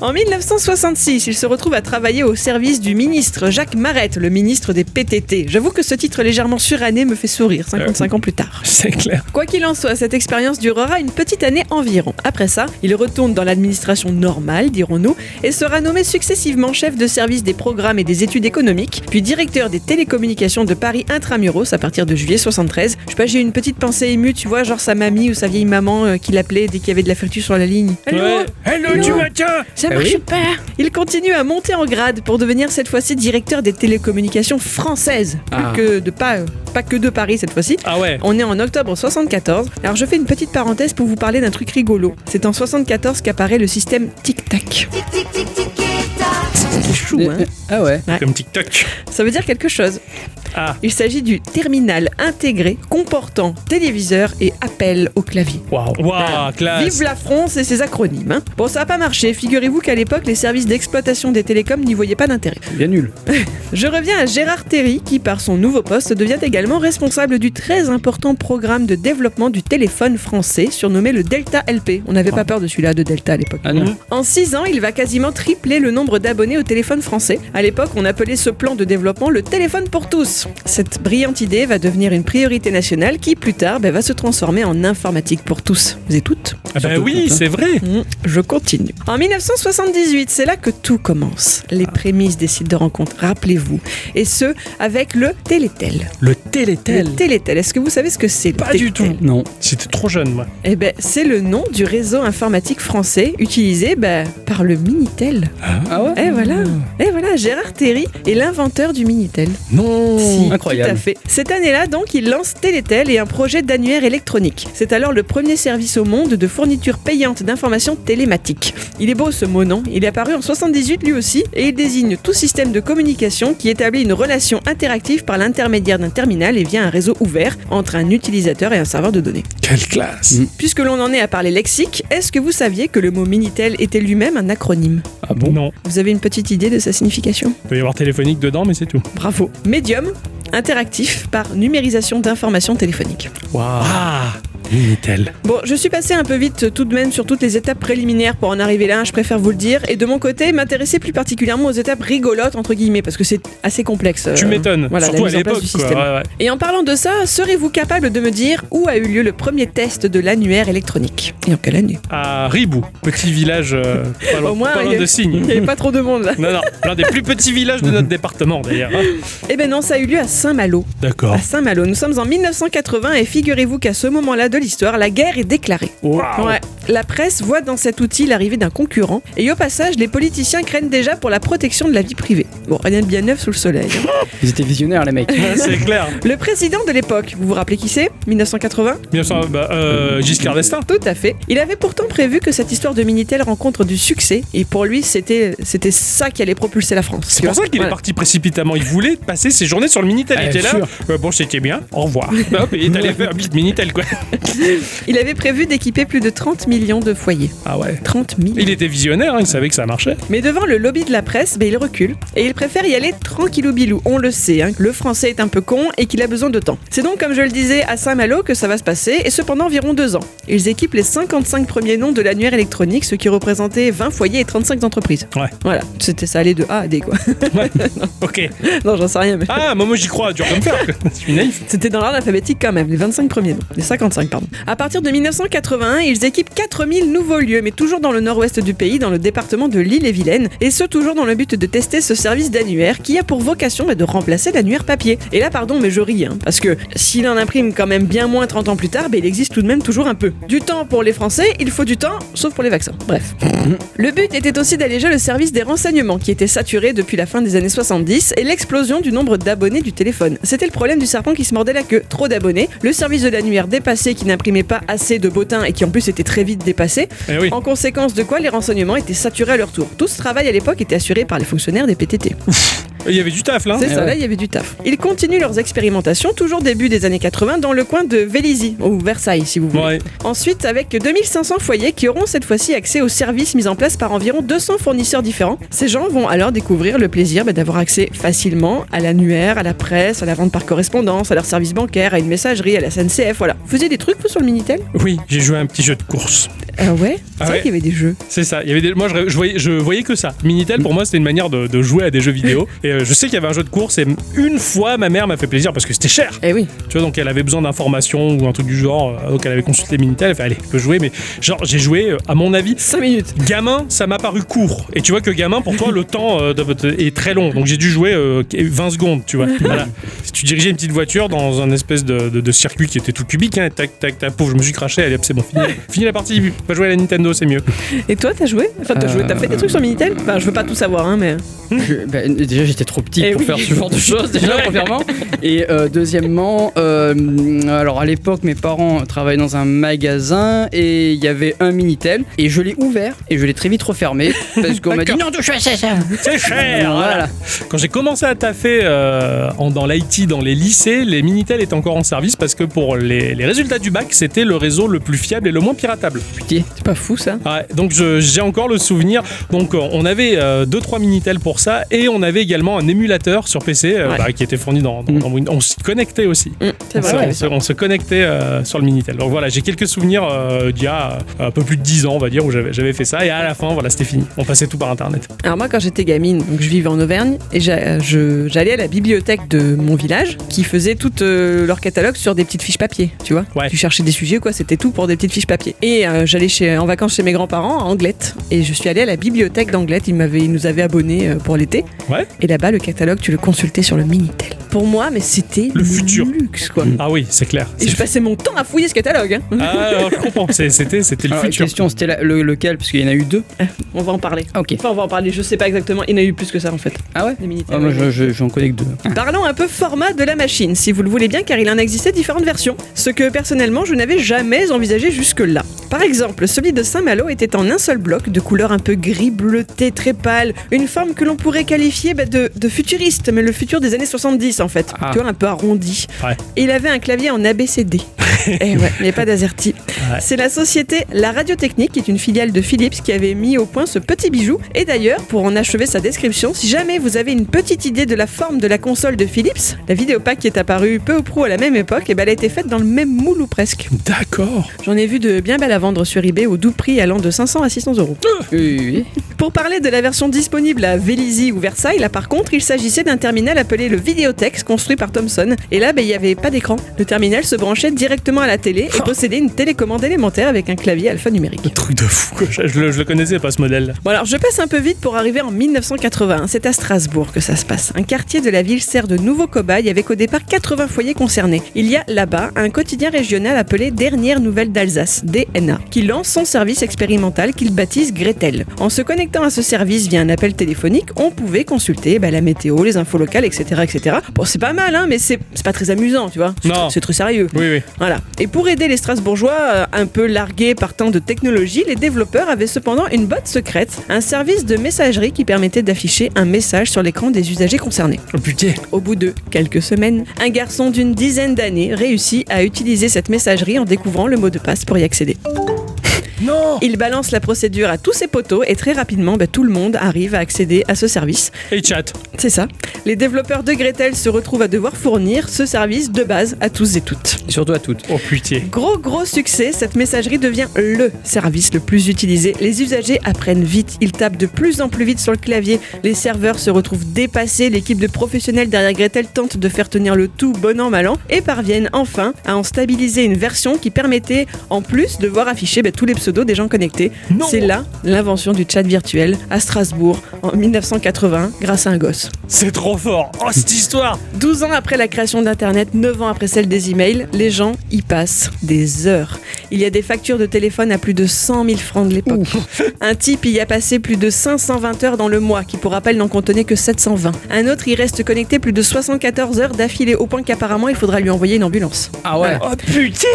En 1966, il se retrouve à travailler au service du ministre Jacques Marette, le ministre des PTT. J'avoue que ce titre légèrement suranné me fait sourire Euh, 55 ans plus tard. <laughs> C'est clair. Quoi qu'il en soit, cette expérience durera une petite année environ. Après ça, il retourne dans l'administration normale, dirons-nous, et sera nommé successivement chef de service des programmes et des études économiques, puis directeur des télécommunications de Paris Intramuros à partir de juillet 73. Je sais pas, j'ai eu une petite pensée émue, tu vois, genre sa mamie ou sa vieille maman euh, qui l'appelait dès qu'il y avait de la friture sur la ligne. Allô Ouais. Hello, du matin Ça Ah oui. marche pas Il continue à monter en grade pour devenir cette fois-ci directeur des télécommunications françaises. Plus Ah. que de pas, euh, pas que de Paris cette fois-ci. Ah ouais. On est en octobre 74. Alors je fais une petite parenthèse pour vous parler d'un truc rigolo. C'est en 74 qu'apparaît le système Tic Tac. C'est chou, hein Ah ouais. Comme TikTok. Ça veut dire quelque chose. Ah. Il s'agit du terminal intégré comportant téléviseur et appel au clavier. Waouh. Ah, bah, Waouh, classe. Vive la France et ses acronymes. hein. Bon, ça n'a pas marché. Figurez-vous qu'à l'époque, les services d'exploitation des télécoms n'y voyaient pas d'intérêt. Bien nul. <laughs> Je reviens à Gérard Terry qui, par son nouveau poste, devient également responsable du très important programme de développement du téléphone français, surnommé le Delta LP. On n'avait pas peur de celui-là de Delta à l'époque. Ah non. En 6 ans, il va quasiment tripler le nombre d'abonnés au téléphone français. À l'époque, on appelait ce plan de développement le téléphone pour tous. Cette brillante idée va devenir une priorité nationale qui, plus tard, ben, va se transformer en informatique pour tous. Vous et toutes Ah bah Surtout oui, quand, hein. c'est vrai. Mmh, je continue. En 1978, c'est là que tout commence. Les prémices des sites de rencontres, rappelez-vous. Et ce, avec le Télétel. Le Le Télétel. Télétel, est-ce que vous savez ce que c'est le Pas du Télétel tout. Non. J'étais trop jeune, moi. Eh ben, c'est le nom du réseau informatique français utilisé ben, par le Minitel. Ah ouais Eh voilà, eh voilà, Gérard Terry est l'inventeur du Minitel. Non. Si, Tout à Incroyable. fait. Cette année-là, donc, il lance Télétel et un projet d'annuaire électronique. C'est alors le premier service au monde de fourniture payante d'informations télématiques. Il est beau ce mot, non Il est apparu en 78 lui aussi, et il désigne tout système de communication qui établit une relation interactive par l'intermédiaire d'un terminal et via un réseau ouvert entre un utilisateur et un serveur de données. Quelle classe. Mm. Puisque l'on en est à parler lexique, est-ce que vous saviez que le mot Minitel était lui-même un acronyme Ah bon Non. Vous avez une petite idée de sa signification Il peut y avoir téléphonique dedans, mais c'est tout. Bravo. Medium, interactif par numérisation d'informations téléphoniques. Waouh. Ah. Minitel. Bon, je suis passé un peu vite euh, tout de même sur toutes les étapes préliminaires pour en arriver là, je préfère vous le dire. Et de mon côté, m'intéresser plus particulièrement aux étapes rigolotes, entre guillemets, parce que c'est assez complexe. euh, tu m'étonnes. voilà, Surtout la à mise en place l'époque. du quoi. système. Ouais, ouais. Et en parlant de ça, serez-vous capable de me dire où a eu lieu le premier test de l'annuaire électronique Et en quelle année À Ribou, petit village euh, pas loin, <laughs> Au moins, pas loin il y a- de Il <laughs> Signes. n'y avait pas trop de monde là. Non, non, l'un des plus petits villages de notre département d'ailleurs. Eh ben non, ça a eu lieu à Saint-Malo. D'accord. À Saint-Malo, nous sommes en 1980 et figurez-vous qu'à ce moment-là de l'histoire, la guerre est déclarée. Waouh. Ouais. La presse voit dans cet outil l'arrivée d'un concurrent et au passage, les politiciens craignent déjà pour la protection de la vie privée. Bon, rien de bien neuf sous le soleil. hein. Ils étaient visionnaires les mecs. <laughs> Ah, C'est clair. Le président de l'époque, vous vous rappelez qui c'est 1980 1900, bah, euh, Giscard d'Estaing. Tout à fait. Il avait pourtant prévu que cette histoire de Minitel rencontre du succès et pour lui, c'était c'était ça qui allait propulser la France. C'est pour ça qu'il est Voilà. parti précipitamment. Il voulait passer ses journées sur le Minitel. Ah, il était là. sûr. euh, bon, c'était bien. Au revoir. Hop, il est allé faire un bit Minitel, quoi. Il avait prévu d'équiper plus de 30 millions de foyers. Ah ouais. 30 millions. Il était visionnaire, hein, il savait que ça marchait. Mais devant le lobby de la presse, ben, il recule et il préfère y aller tranquillou bilou. On le sait, hein, que le français est un peu con et qu'il a besoin de temps. C'est donc, comme je le disais, à Saint-Malo que ça va se passer et cependant environ deux ans. Ils équipent les 55 premiers noms de l'annuaire électronique, ce qui représentait 20 foyers et 35 entreprises. Ouais. Voilà, c'était ça allait de A à D quoi. <laughs> Ok. non, j'en sais rien, mais Ah, moi, moi j'y crois, dur comme fer. <laughs> Je suis naïf. c'était dans l'ordre alphabétique quand même, les 25 premiers noms. Les 55, pardon. À partir de 1981, ils équipent 4000 nouveaux lieux, mais toujours dans le nord-ouest du pays, dans le département de l'île-et-Vilaine, et ce toujours dans le but de tester ce service d'annuaire qui a pour vocation bah, de remplacer l'annuaire papier. Et là, pardon, mais je ris, hein, parce que s'il en imprime quand même bien moins 30 ans plus tard, bah, il existe tout de même toujours un peu. Du temps pour les Français, il faut du temps, sauf pour les vaccins. Bref. Le but était aussi d'alléger le service des renseignements qui était saturé depuis la fin des années 70 et l'explosion du nombre d'abonnés du téléphone. C'était le problème du serpent qui se mordait la queue, trop d'abonnés, le service de l'annuaire dépassé qui n'imprimait pas assez de bottins et qui en plus était très vite dépassé, Eh oui. en conséquence de quoi les renseignements étaient saturés à leur tour. Tout ce travail à l'époque était assuré par les fonctionnaires des PTT. Il y avait du taf là. hein. C'est Eh ça, ouais. là, il y avait du taf. Ils continuent leurs expérimentations, toujours début des années 80, dans le coin de Vélizy, ou Versailles si vous voulez. Ouais. Ensuite, avec 2500 foyers qui auront cette fois-ci accès aux services mis en place par environ 200 fournisseurs différents, ces gens vont alors découvrir le plaisir bah, d'avoir accès facilement à l'annuaire, à la presse, à la vente par correspondance, à leurs services bancaires, à une messagerie, à la SNCF, voilà. Vous faisiez des trucs, vous, sur le Minitel Oui, j'ai joué à un petit jeu de course. Ah ouais Ah C'est vrai ouais. qu'il y avait des jeux. C'est ça. Il y avait des... Moi, je, je voyais, je voyais que ça. Minitel, pour moi, c'était une manière de, de jouer à des jeux vidéo. Et euh, je sais qu'il y avait un jeu de course. Et une fois, ma mère m'a fait plaisir parce que c'était cher. Eh oui. Tu vois, donc elle avait besoin d'informations ou un truc du genre. euh, Donc elle avait consulté Minitel. Elle fait, allez, je peux jouer. Mais genre, j'ai joué, euh, à mon avis, 5 minutes. Gamin, ça m'a paru court. Et tu vois que gamin, pour toi, le temps euh, de- de- est très long. Donc j'ai dû jouer euh, 20 secondes, tu vois. Voilà. Si tu dirigeais une petite voiture dans un espèce de, de- de circuit qui était tout cubique, hein, tac, tac, tac, pouf, je me suis craché, allez hop, c'est bon, fini, fini la partie, pas jouer à la Nintendo, c'est mieux. Et toi, t'as joué Enfin, t'as joué, t'as fait des trucs sur le Minitel Enfin, je veux pas tout savoir, hein, mais. Je- bah, déjà, j'étais trop petit Eh pour oui. faire ce genre de choses, déjà, premièrement. Et euh, deuxièmement, euh, alors à l'époque, mes parents travaillaient dans un magasin et il y avait un Minitel. Et je l'ai ouvert et je l'ai très vite refermé parce qu'on m'a dit non, touche à ça, ça. C'est cher hein. Voilà. Quand j'ai commencé à taffer euh, en- dans l'IT, dans les lycées, les Minitel étaient encore en service parce que pour les, les résultats du bac, c'était le réseau le plus fiable et le moins piratable. Putain. C'est pas fou, ça Ouais, donc je- j'ai encore le souvenir. Donc euh, on avait 2-3 Minitel pour ça et on avait également un émulateur sur PC euh, Ouais. bah, qui était fourni dans, dans- Mm. dans Win- On se connectait aussi. Hum, C'est On se- vrai. on, se, on se connectait euh, sur le Minitel. Donc voilà, j'ai quelques souvenirs euh, d'il y a euh, un peu plus de 10 ans, on va dire, où j'avais j'avais fait ça. Et à la fin, voilà, c'était fini. On passait tout par Internet. Alors moi quand j'étais gamine, donc je vivais en Auvergne et j'a- euh, je- j'allais à la bibliothèque de mon village qui faisait tout euh, leur catalogue sur des petites fiches papier, tu vois. Ouais. Tu cherchais des sujets quoi, c'était tout pour des petites fiches papier. Et euh, j'allais chez en vacances chez mes grands-parents à Anglette et je suis allée à la bibliothèque d'Anglette, ils m'avaient ils nous avaient abonnés euh, pour l'été. Ouais. Et là-bas le catalogue tu le consultais sur le Minitel. Pour moi mais c'était Le futur. luxe quoi. Ah oui, c'est clair. Et je passais mon temps à fouiller ce catalogue. hein. Ah, alors, je comprends. C'est- C'était c'était le Alors, la futur. question, c'était la- le- lequel Parce qu'il y en a eu deux. On va en parler. Ah, ok. Enfin, on va en parler, je sais pas exactement, il y en a eu plus que ça en fait. Ah ouais des Minitel, Ah, moi, ouais. je- je- j'en connais que deux. Parlons un peu format de la machine, si vous le voulez bien, car il en existait différentes versions. Ce que personnellement, je n'avais jamais envisagé jusque-là. Par exemple, celui de Saint-Malo était en un seul bloc, de couleur un peu gris bleuté, très pâle, une forme que l'on pourrait qualifier bah, de, de futuriste, mais le futur des années 70 en fait. Ah. Tu vois, un peu arrondi. Ouais. Et il avait un clavier en ABCD. Et Eh ouais, mais pas d'azerty. Ouais. C'est la société La Radiotechnique, qui est une filiale de Philips, qui avait mis au point ce petit bijou. Et d'ailleurs, pour en achever sa description, si jamais vous avez une petite idée de la forme de la console de Philips, la vidéopack qui est apparue peu ou prou à la même époque, et ben elle a été faite dans le même moule ou presque. D'accord. J'en ai vu de bien belles à vendre sur eBay au doux prix allant de 500 à 600 euros. Oui, oui, oui. Pour parler de la version disponible à Vélizy ou Versailles, là par contre, il s'agissait d'un terminal appelé le Videotex construit par Thomson. Et là, ben, il n'y avait pas d'écran. Le terminal se branchait directement à la télé et possédait une télécommande élémentaire avec un clavier alphanumérique. Le truc de fou. quoi. Je, je le, je le connaissais pas ce modèle. Bon alors je passe un peu vite pour arriver en 1981. C'est à Strasbourg que ça se passe. Un quartier de la ville sert de nouveau cobaye avec au départ 80 foyers concernés. Il y a là-bas un quotidien régional appelé Dernière Nouvelle d'Alsace, DNA, qui lance son service expérimental qu'il baptise Gretel. En se connectant à ce service via un appel téléphonique, on pouvait consulter bah, la météo, les infos locales, etc. etc. Bon c'est pas mal hein, mais c'est c'est pas très amusant tu vois. C'est Non. tr- C'est très sérieux. Oui, oui. Voilà. Et pour aider les Strasbourgeois euh, un peu largués par tant de technologie, les développeurs avaient cependant une botte secrète, un service de messagerie qui permettait d'afficher un message sur l'écran des usagers concernés. Oh putain. Au bout de quelques semaines, un garçon d'une dizaine d'années réussit à utiliser cette messagerie en découvrant le mot de passe pour y accéder. Non Il balance la procédure à tous ses poteaux et très rapidement, bah, tout le monde arrive à accéder à ce service. Et chat. C'est ça. Les développeurs de Gretel se retrouvent à devoir fournir ce service de base à tous et toutes. Et surtout à toutes. Oh putain. Gros gros succès, cette messagerie devient le service le plus utilisé. Les usagers apprennent vite, ils tapent de plus en plus vite sur le clavier, les serveurs se retrouvent dépassés, l'équipe de professionnels derrière Gretel tente de faire tenir le tout bon an mal an et parviennent enfin à en stabiliser une version qui permettait en plus de voir afficher bah, tous les pseudos des gens connectés. Non. C'est là l'invention du chat virtuel à Strasbourg en 1980 grâce à un gosse. C'est trop fort. Oh cette histoire. 12 ans après la création d'Internet, 9 ans après celle des emails, les gens y passent des heures. Il y a des factures de téléphone à plus de 100 000 francs de l'époque. <laughs> Un type y a passé plus de 520 heures dans le mois, qui pour rappel n'en contenait que 720. Un autre y reste connecté plus de 74 heures d'affilée, au point qu'apparemment il faudra lui envoyer une ambulance. Ah ouais. Oh putain.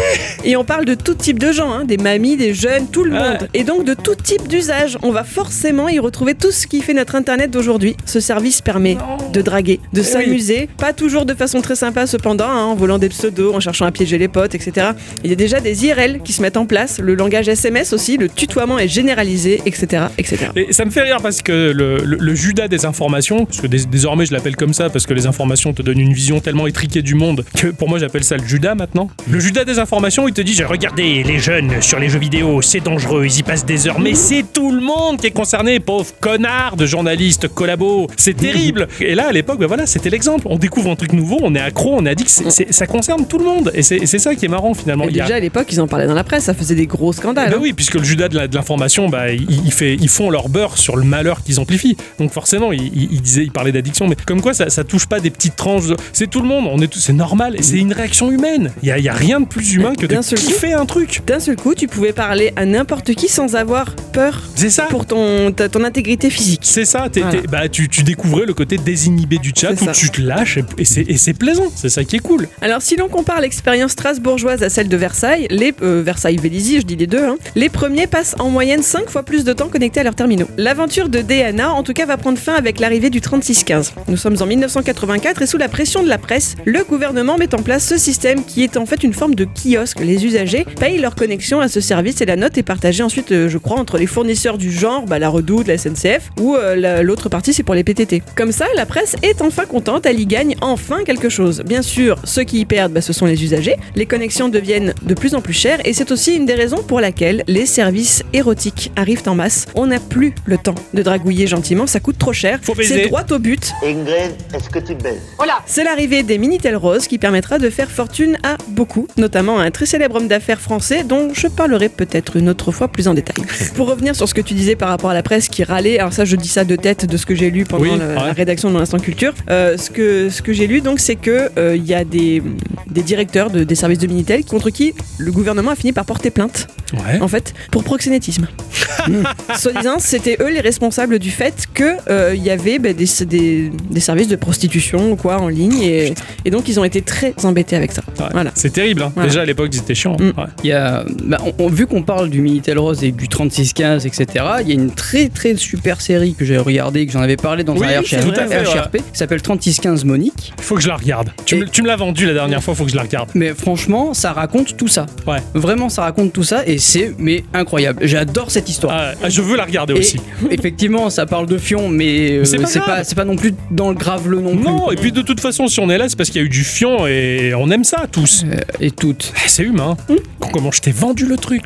Et on parle de tout type de gens, hein, des mamies, des jeunes, tout le Ouais. monde. Et donc de tout type d'usage. On va forcément y retrouver tout ce qui fait notre Internet d'aujourd'hui. Ce service permet de draguer, Eh de s'amuser, pas toujours de façon très sympa cependant, hein, en volant des pseudos, en cherchant à piéger les potes, etc. Il y a déjà des IRL qui se mettent en place, le langage SMS aussi, le tutoiement est généralisé, etc. etc. Et ça me fait rire parce que le, le- le Judas des informations, parce que dés- désormais je l'appelle comme ça parce que les informations te donnent une vision tellement étriquée du monde que pour moi j'appelle ça le Judas maintenant. Le Judas des informations, il te dit j'ai regardé les jeunes sur les jeux vidéo, c'est dangereux, ils y passent des heures, mais c'est tout le monde qui est concerné, pauvre connard de journalistes, collabos, c'est terrible. Et là à l'époque, ben voilà, c'était l'exemple. On découvre un truc nouveau, on est accro, on est addict, c'est- c'est- ça concerne tout le monde et c'est c'est ça qui est marrant finalement. Et Il y a- déjà à l'époque, ils en parlaient dans la presse, ça faisait des gros scandales. bah hein. oui, puisque le Judas de la- de l'information, bah, il- il fait- ils font leur beurre sur le malheur qu'ils amplifient. Donc forcément, il, il- il disait, il parlait d'addiction, mais comme quoi ça, ça touche pas des petites tranches. de- C'est tout le monde, on est tous- c'est normal, et c'est une réaction humaine. Il y a, il y a rien de plus humain que de D'un seul coup. kiffer un truc. hein. D'un seul coup, tu pouvais parler à n'importe qui sans avoir peur C'est ça. pour ton, ta- ton intégrité physique. C'est ça, t'es- Voilà. t'es- bah, tu, tu découvrais le côté désinhibé du chat C'est où ça. tu te lâches et, et c'est- et c'est plaisant, c'est ça qui est cool. Alors si l'on compare l'expérience strasbourgeoise à celle de Versailles, les euh, Versailles-Vélizy, je dis les deux, hein, les premiers passent en moyenne 5 fois plus de temps connectés à leurs terminaux. L'aventure de DNA en tout cas va prendre fin avec l'arrivée du 3615. Nous sommes en 1984 et sous la pression de la presse, le gouvernement met en place ce système qui est en fait une forme de kiosque. Les usagers payent leur connexion à ce service et la note est partagée ensuite, euh, je crois, entre les fournisseurs du genre, bah, la Redoute, la SNCF, ou euh, la- l'autre partie c'est pour les PTT. Comme ça, la presse est enfin contente, elle y gagne enfin quelque chose. Bien sûr, ceux qui y perdent, bah, ce sont les usagers. Les connexions deviennent de plus en plus chères et c'est aussi une des raisons pour laquelle les services érotiques arrivent en masse. On n'a plus le temps de dragouiller gentiment, ça coûte trop cher. Faut baiser. C'est droit au but. Ingrid, est-ce que tu baises C'est l'arrivée des Minitel Rose qui permettra de faire fortune à beaucoup, notamment à un très célèbre homme d'affaires français dont je parlerai peut-être une autre fois plus <laughs> en détail. Pour revenir sur ce que tu disais par rapport à la presse qui râlait, alors ça je dis ça de tête de ce que j'ai lu pendant Oui, la, la ouais. rédaction de mon instant culture, euh, ce que, ce que j'ai lu donc c'est que euh, il y a des, des directeurs de- des services de Minitel contre qui le gouvernement a fini par porter plainte Ouais. Hmm. en fait, pour <laughs> proxénétisme. Soi-disant, c'était eux les responsables du fait que euh, il y avait bah, des, des- des services de prostitution ou quoi en ligne Oh, et, et donc ils ont été très embêtés avec ça. Ouais. Voilà. C'est terrible, hein. Voilà. déjà à l'époque c'était chiant. Mm. ouais. Il y a, bah, on- on- vu qu'on parle du Minitel Rose et du 3615, etc., il y a une très très super série que j'ai regardée, que j'en avais parlé dans Oui, un c'est tout à fait, RHRP, qui s'appelle 3615 Monique. Faut que je la regarde. Tu Et- me, tu me l'as vendu la dernière fois, faut que je la regarde. Mais franchement, ça raconte tout ça. Ouais. Vraiment, ça raconte tout ça et c'est mais incroyable. J'adore cette histoire. Ah, ah, je veux la regarder Et <laughs> aussi. effectivement, ça parle de fion, mais euh, c'est pas c'est grave. pas, c'est pas non plus dans le grave le non, Non, plus. et puis de toute façon, si on est là, c'est parce qu'il y a eu du fion et on aime ça tous. Euh, Hum. et toutes. Eh, C'est humain. Comment je t'ai vendu <laughs> le truc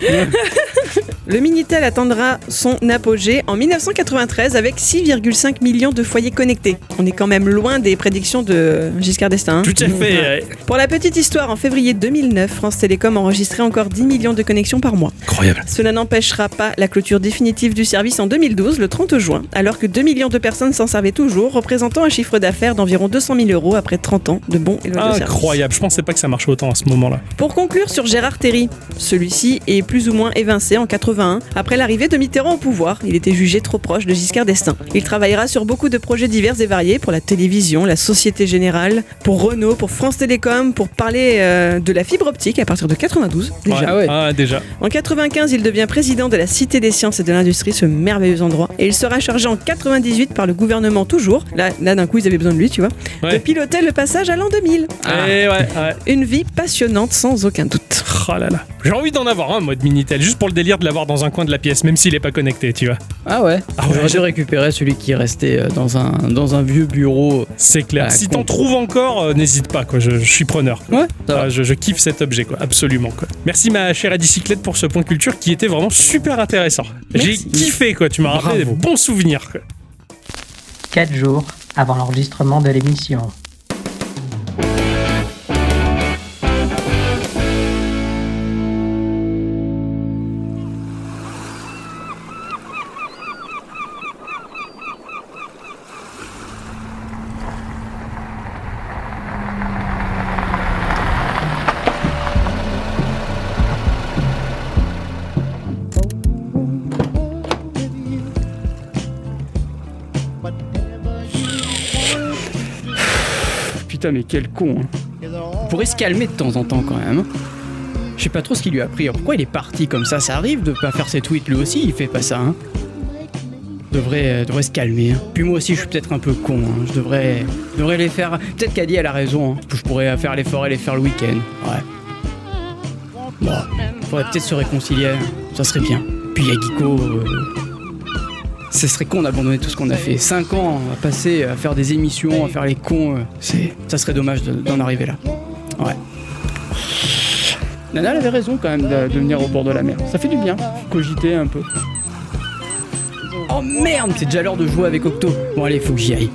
Le Minitel attendra son apogée en 1993 avec 6,5 millions de foyers connectés. On est quand même loin des prédictions de Giscard d'Estaing. hein. Tout à fait. euh, Pour la petite histoire, en février 2009, France Télécom enregistrait encore 10 millions de connexions par mois. Incroyable. Cela n'empêchera pas la clôture définitive du service en 2012, le 30 juin, alors que 2 millions de personnes s'en servaient toujours, représentant un chiffre d'affaires d'environ 200 000 euros après 30 ans de bons et loyaux services. Incroyable. Je pensais pas que ça marchait autant à ce moment-là. Pour conclure sur Gérard Terry, celui-ci est plus ou moins évincé en 81 après l'arrivée de Mitterrand au pouvoir. Il était jugé trop proche de Giscard d'Estaing. Il travaillera sur beaucoup de projets divers et variés pour la télévision, la Société Générale, pour Renault, pour France Télécom, pour parler euh, de la fibre optique à partir de 92 déjà. Ah ouais. Ah, déjà. En 95, il devient président de la Cité des sciences et de l'industrie, ce merveilleux endroit. Et il sera chargé en 98 par le gouvernement toujours. Là, là d'un coup, ils avaient besoin de lui, tu vois. Ouais. De piloter le passage à l'an 2000. Ah. Eh ouais, ouais. Une vie passionnante sans aucun doute. Oh là là. J'ai envie d'en avoir un, moi, de Minitel, juste pour le délire de l'avoir l'avoir dans un coin de la pièce, même s'il est pas connecté, tu vois. Ah ouais. Ah ouais, J'aurais j'ai- dû récupérer celui qui restait euh, dans un, dans un vieux bureau. C'est clair. Ah, si con. t'en trouves encore, euh, n'hésite pas, quoi. Je, je suis preneur. Ouais, ça va. Ah, je, je kiffe cet objet, quoi. Absolument, quoi. Merci, ma chère Adicyclette, pour ce point culture qui était vraiment super intéressant. J'ai Merci. kiffé, quoi. Tu m'as rappelé des Bravo. bons souvenirs, quoi. 4 jours avant l'enregistrement de l'émission. Putain, mais quel con. hein. Il pourrait se calmer de temps en temps quand même. hein. Je sais pas trop ce qu'il lui a pris. Pourquoi il est parti comme ça Ça arrive de pas faire ses tweets lui aussi, il fait pas ça. Hein. Devrait, euh, devrait se calmer. hein. Puis moi aussi, je suis peut-être un peu con. hein. Je devrais, je devrais les faire. Peut-être qu'Adi elle a raison. hein. Je pourrais faire l'effort et les faire le week-end. Ouais. Bon, faudrait peut-être se réconcilier. hein. Ça serait bien. Puis il y a Guico. euh, ce serait con d'abandonner tout ce qu'on a fait. 5 ans à passer à faire des émissions, à faire les cons, euh, c'est, ça serait dommage de- d'en arriver là. Ouais. Nana elle avait raison quand même de, de venir au bord de la mer. Ça fait du bien, cogiter un peu. Oh merde, c'est déjà l'heure de jouer avec Octo. Bon allez, faut que j'y aille.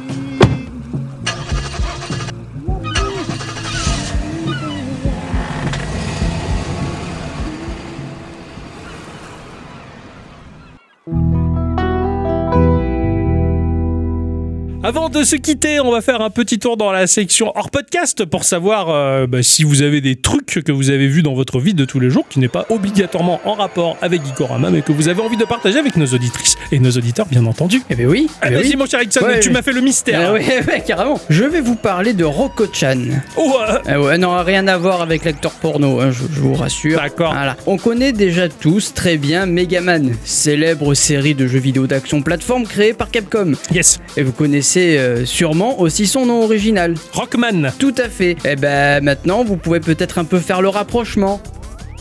Avant de se quitter, on va faire un petit tour dans la section hors podcast pour savoir euh, bah, si vous avez des trucs que vous avez vus dans votre vie de tous les jours qui n'est pas obligatoirement en rapport avec Gikorama mais que vous avez envie de partager avec nos auditrices et nos auditeurs bien entendu. Eh ben oui, eh ben Vas-y oui. mon cher Ixon, Ouais, tu oui. m'as fait le mystère. Ah ouais, <laughs> ouais, carrément. Je vais vous parler de Rocco-chan. Oh, euh, Ah ouais, non, rien à voir avec l'acteur porno, hein, je, je vous rassure. D'accord. Voilà. On connaît déjà tous très bien Megaman, célèbre série de jeux vidéo d'action plateforme créée par Capcom. yes, Et vous connaissez euh, sûrement aussi son nom original. Rockman. Tout à fait. Et ben maintenant, vous pouvez peut-être un peu faire le rapprochement. <laughs>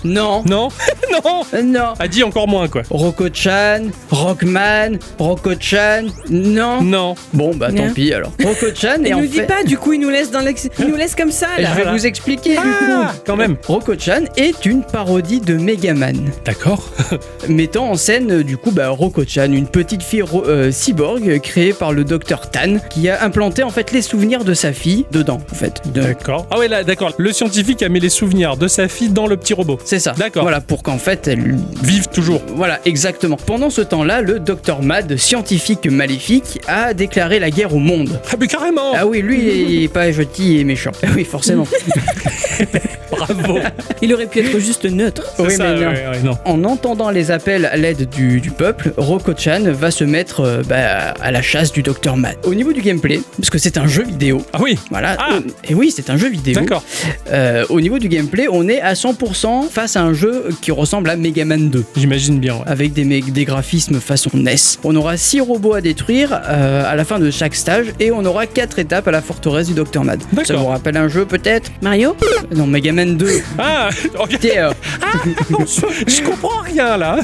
Non. Non Non Euh, Non. A dit encore moins quoi. Rocco-chan, Rockman, Rocco-chan, non. Non. Bon, bah Non. tant pis <laughs> alors. Rocco-chan est Il en nous fait... dit pas, du coup, il nous laisse, dans l'ex- il nous laisse comme ça, Et là. je vais vous expliquer du Ah, coup. quand même. Rocco-chan est une parodie de Megaman. <laughs> D'accord. Euh. mettant en scène euh, du coup bah, Roko-chan, une petite fille ro- euh, cyborg euh, créée par le docteur Tan qui a implanté en fait les souvenirs de sa fille dedans en fait. De- D'accord. Ah ouais là, d'accord. Le scientifique a mis les souvenirs de sa fille dans le petit robot. C'est ça. D'accord. Voilà pour qu'en fait elle Vive toujours. voilà, exactement. Pendant ce temps-là, le docteur Mad, scientifique maléfique, a déclaré la guerre au monde. Ah mais carrément. Ah oui, lui, il est pas gentil et <laughs> méchant. Ah oui, forcément. Bravo. Il aurait pu <laughs> être juste neutre. <laughs> C'est Oui, mais ça, non. ouais, ouais, non. En entendant les appels à l'aide du, du peuple, Roko-chan va se mettre euh, bah, à la chasse du docteur Mad. Au niveau du gameplay, parce que c'est un jeu vidéo, Ah oui. Voilà. Euh, Ah. Et oui, c'est un jeu vidéo. D'accord. Euh, au niveau du gameplay, on est à 100% face à un jeu qui ressemble à Mega Man 2, J'imagine bien. ouais. avec des, mé- des graphismes façon NES. On aura 6 robots à détruire euh, à la fin de chaque stage et on aura 4 étapes à la forteresse du Dr. Mad. Ça D'accord. vous rappelle un jeu peut-être Mario Non, Mega Man <laughs> 2. Ah, oh, <laughs> je- T'es, euh, je comprends rien là.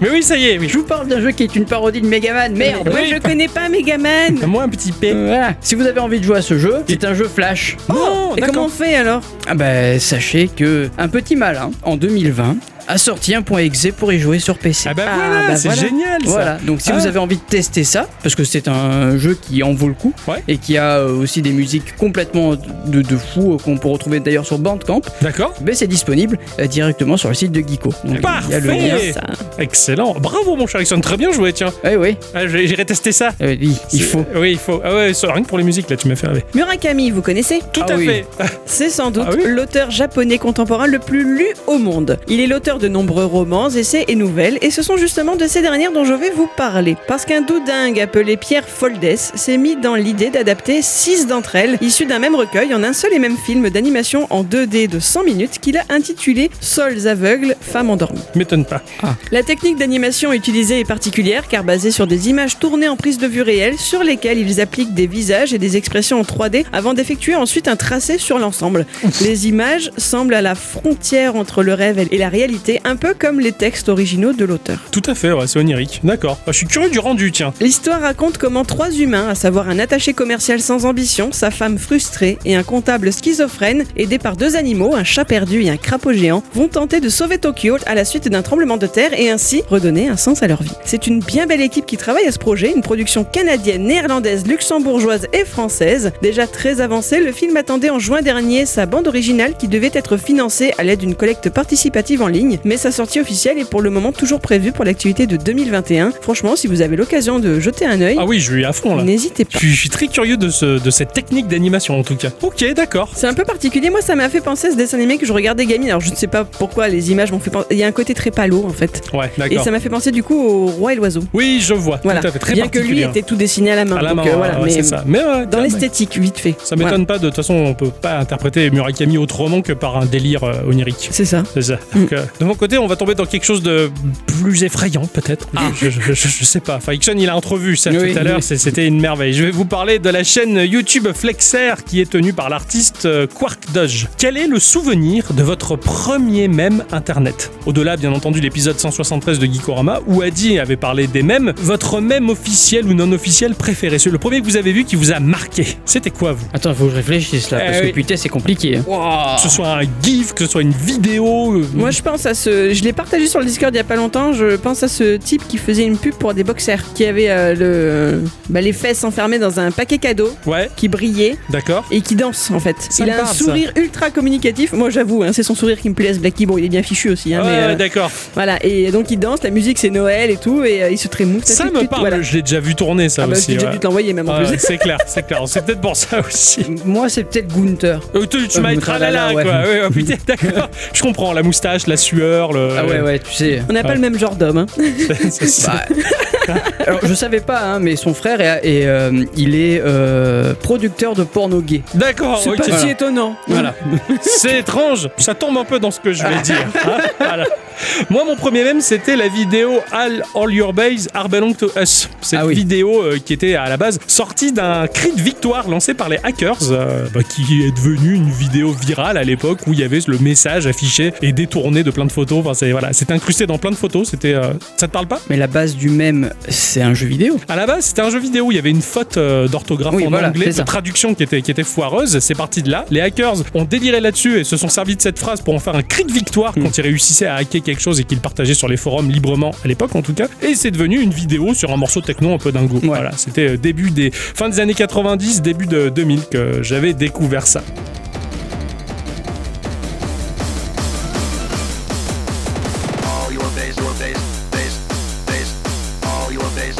Mais oui, ça y est, oui. je vous parle d'un jeu qui est une parodie de Mega Man, merde Moi, je connais pas Megaman. Moi un petit P. Euh, voilà. Si vous avez envie de jouer à ce jeu, c'est un jeu Flash. non, Et comment on Oh, d'accord. fait alors Ah bah, sachez que un petit malin, en 2020, a sorti un point exe pour y jouer sur PC. Ah bah Ah, voilà, bah c'est voilà. génial ça. Voilà, donc si Ah. vous avez envie de tester ça, parce que c'est un jeu qui en vaut le coup Ouais. et qui a euh, aussi des musiques complètement de, de fou euh, qu'on peut retrouver d'ailleurs sur Bandcamp, D'accord. mais c'est disponible euh, directement sur le site de Geeko. Donc il y a le Parfait. lien. Et- Ça. Excellent. Bravo mon cher Alexandre, très bien joué, tiens. Oui, oui, Ah, j'ai- J'irai tester ça. euh, oui, il faut. Oui, il faut. Ah ouais, ça, rien que pour les musiques là, tu m'as fait rêver. Murakami, vous connaissez Tout Ah à oui. fait. C'est sans doute Ah oui l'auteur japonais contemporain le plus lu au monde. Il est l'auteur de nombreux romans, essais et nouvelles, et ce sont justement de ces dernières dont je vais vous parler. Parce qu'un doudingue appelé Pierre Foldès s'est mis dans l'idée d'adapter six d'entre elles, issues d'un même recueil, en un seul et même film d'animation en 2D de 100 minutes qu'il a intitulé Sols aveugles, femmes endormies. M'étonne pas. La technique d'animation utilisée est particulière car basée sur des images tournées en prise de vue réelle sur lesquelles ils appliquent des visages et des expressions en 3D avant d'effectuer ensuite un tracé sur l'ensemble. Les images semblent à la frontière entre le rêve et la réalité cité, un peu comme les textes originaux de l'auteur. Tout à fait, ouais, c'est onirique. D'accord. Ah, je suis curieux du rendu, tiens. L'histoire raconte comment trois humains, à savoir un attaché commercial sans ambition, sa femme frustrée et un comptable schizophrène, aidés par deux animaux, un chat perdu et un crapaud géant, vont tenter de sauver Tokyo à la suite d'un tremblement de terre et ainsi redonner un sens à leur vie. C'est une bien belle équipe qui travaille à ce projet, une production canadienne, néerlandaise, luxembourgeoise et française. Déjà très avancée, le film attendait en juin dernier sa bande originale qui devait être financée à l'aide d'une collecte participative en ligne, mais sa sortie officielle est pour le moment toujours prévue pour l'activité de 2021. Franchement, si vous avez l'occasion de jeter un œil, Ah oui, je suis à fond là. n'hésitez Je pas. suis, je suis très curieux de, ce- de cette technique d'animation en tout cas. Ok, d'accord. C'est un peu particulier. Moi, ça m'a fait penser à ce dessin animé que je regardais gamine. Alors, je ne sais pas pourquoi les images m'ont fait penser. Il y a un côté très palo, en fait. Ouais, Et d'accord. ça m'a fait penser, du coup, au roi et l'oiseau. Oui, je vois. Voilà. Tout à fait. Très Bien que lui particulier. hein. était tout dessiné à la main. à la donc, main, euh, ouais, voilà. ouais, mais c'est ça. Mais ouais, dans tiens, bah, l'esthétique, vite fait. Ça m'étonne Voilà. pas, de toute façon, on peut pas interpréter Murakami autrement que par un délire euh, onirique. C'est ça. C'est ça. Mm. Donc, euh, de mon côté, on va tomber dans quelque chose de plus effrayant, peut-être. Je, je- je- je sais pas. Enfin, Ixon, il a entrevu ça Ah. Oui, tout à l'heure. oui. c'est- C'était une merveille. Je vais vous parler de la chaîne YouTube Flexer qui est tenue par l'artiste euh, Quark Doge. Quel est le souvenir de votre premier mème internet Au-delà, bien entendu, l'épisode 173 de Geekorama où Adi avait parlé des mèmes. Votre mème officiel ou non officiel préféré Celui, le premier que vous avez vu qui vous a marqué. C'était quoi, vous Attends, faut que je réfléchisse là, Eh parce oui. que putain, c'est compliqué. hein. Oh, Que ce soit un GIF, que ce soit une vidéo. euh, Moi, je pense à ce. Je l'ai partagé sur le Discord il y a pas longtemps. Je pense à ce type qui faisait une pub pour des boxers, qui avait euh, le... bah, les fesses enfermées dans un paquet cadeau, Ouais, qui brillait d'accord. et qui danse, en fait. Ça il me a un parle, ça. sourire ultra communicatif. Moi, j'avoue, hein, c'est son sourire qui me plaît, ce Blackie. Bon, il est bien fichu aussi, hein, Ouais, mais. euh, ouais, d'accord. Voilà, et donc il danse, la musique c'est Noël et tout, et euh, il se trémousse. Ça tut, me tut, parle, voilà. je l'ai déjà vu tourner ça Ah bah, aussi. j'ai ouais. dû te l'envoyer même en Ouais, plus. c'est clair, c'est clair. C'est peut-être pour ça <laughs> aussi. Moi, c'est peut-être Gunther. Euh, tu tu Oh, Euh, m'as me tralala, tralala, quoi. Ouais, oh, <laughs> putain, d'accord. Je comprends, la moustache, la sueur, le. Ah ouais, ouais, tu sais. On n'a pas Ouais. le même genre d'homme. Hein. <laughs> C'est ça. Bah, alors, je savais pas, hein, mais son frère est, est, euh, il est euh, producteur de porno gay. D'accord, ok. si étonnant. Voilà. <laughs> C'est étrange, ça tombe un peu dans ce que je vais dire. hein. Voilà. Moi, mon premier mème, c'était la vidéo All, All Your Bays Are Belong to Us. Cette Ah oui. vidéo euh, qui était à la base sortie d'un cri de victoire lancé par les hackers, euh, bah, qui est devenue une vidéo virale à l'époque où il y avait le message affiché et détourné de plein de photos. Enfin, c'est voilà, c'était incrusté dans plein de photos. C'était, euh, ça te parle pas Mais la base du même, c'est un jeu vidéo. à la base, c'était un jeu vidéo. Il y avait une faute euh, d'orthographe Oui, en voilà, anglais, c'est de ça. traduction qui était, qui était foireuse. C'est parti de là. Les hackers ont déliré là-dessus et se sont servis de cette phrase pour en faire un cri de victoire Mm. quand ils réussissaient à hacker quelque chose et qu'ils le partageaient sur les forums librement, à l'époque en tout cas. Et c'est devenu une vidéo sur un morceau techno un peu dingo. Voilà, c'était euh, début des. fin des années 90, début de 2000 que j'avais découvert ça. All your base, your base, base, base. All your base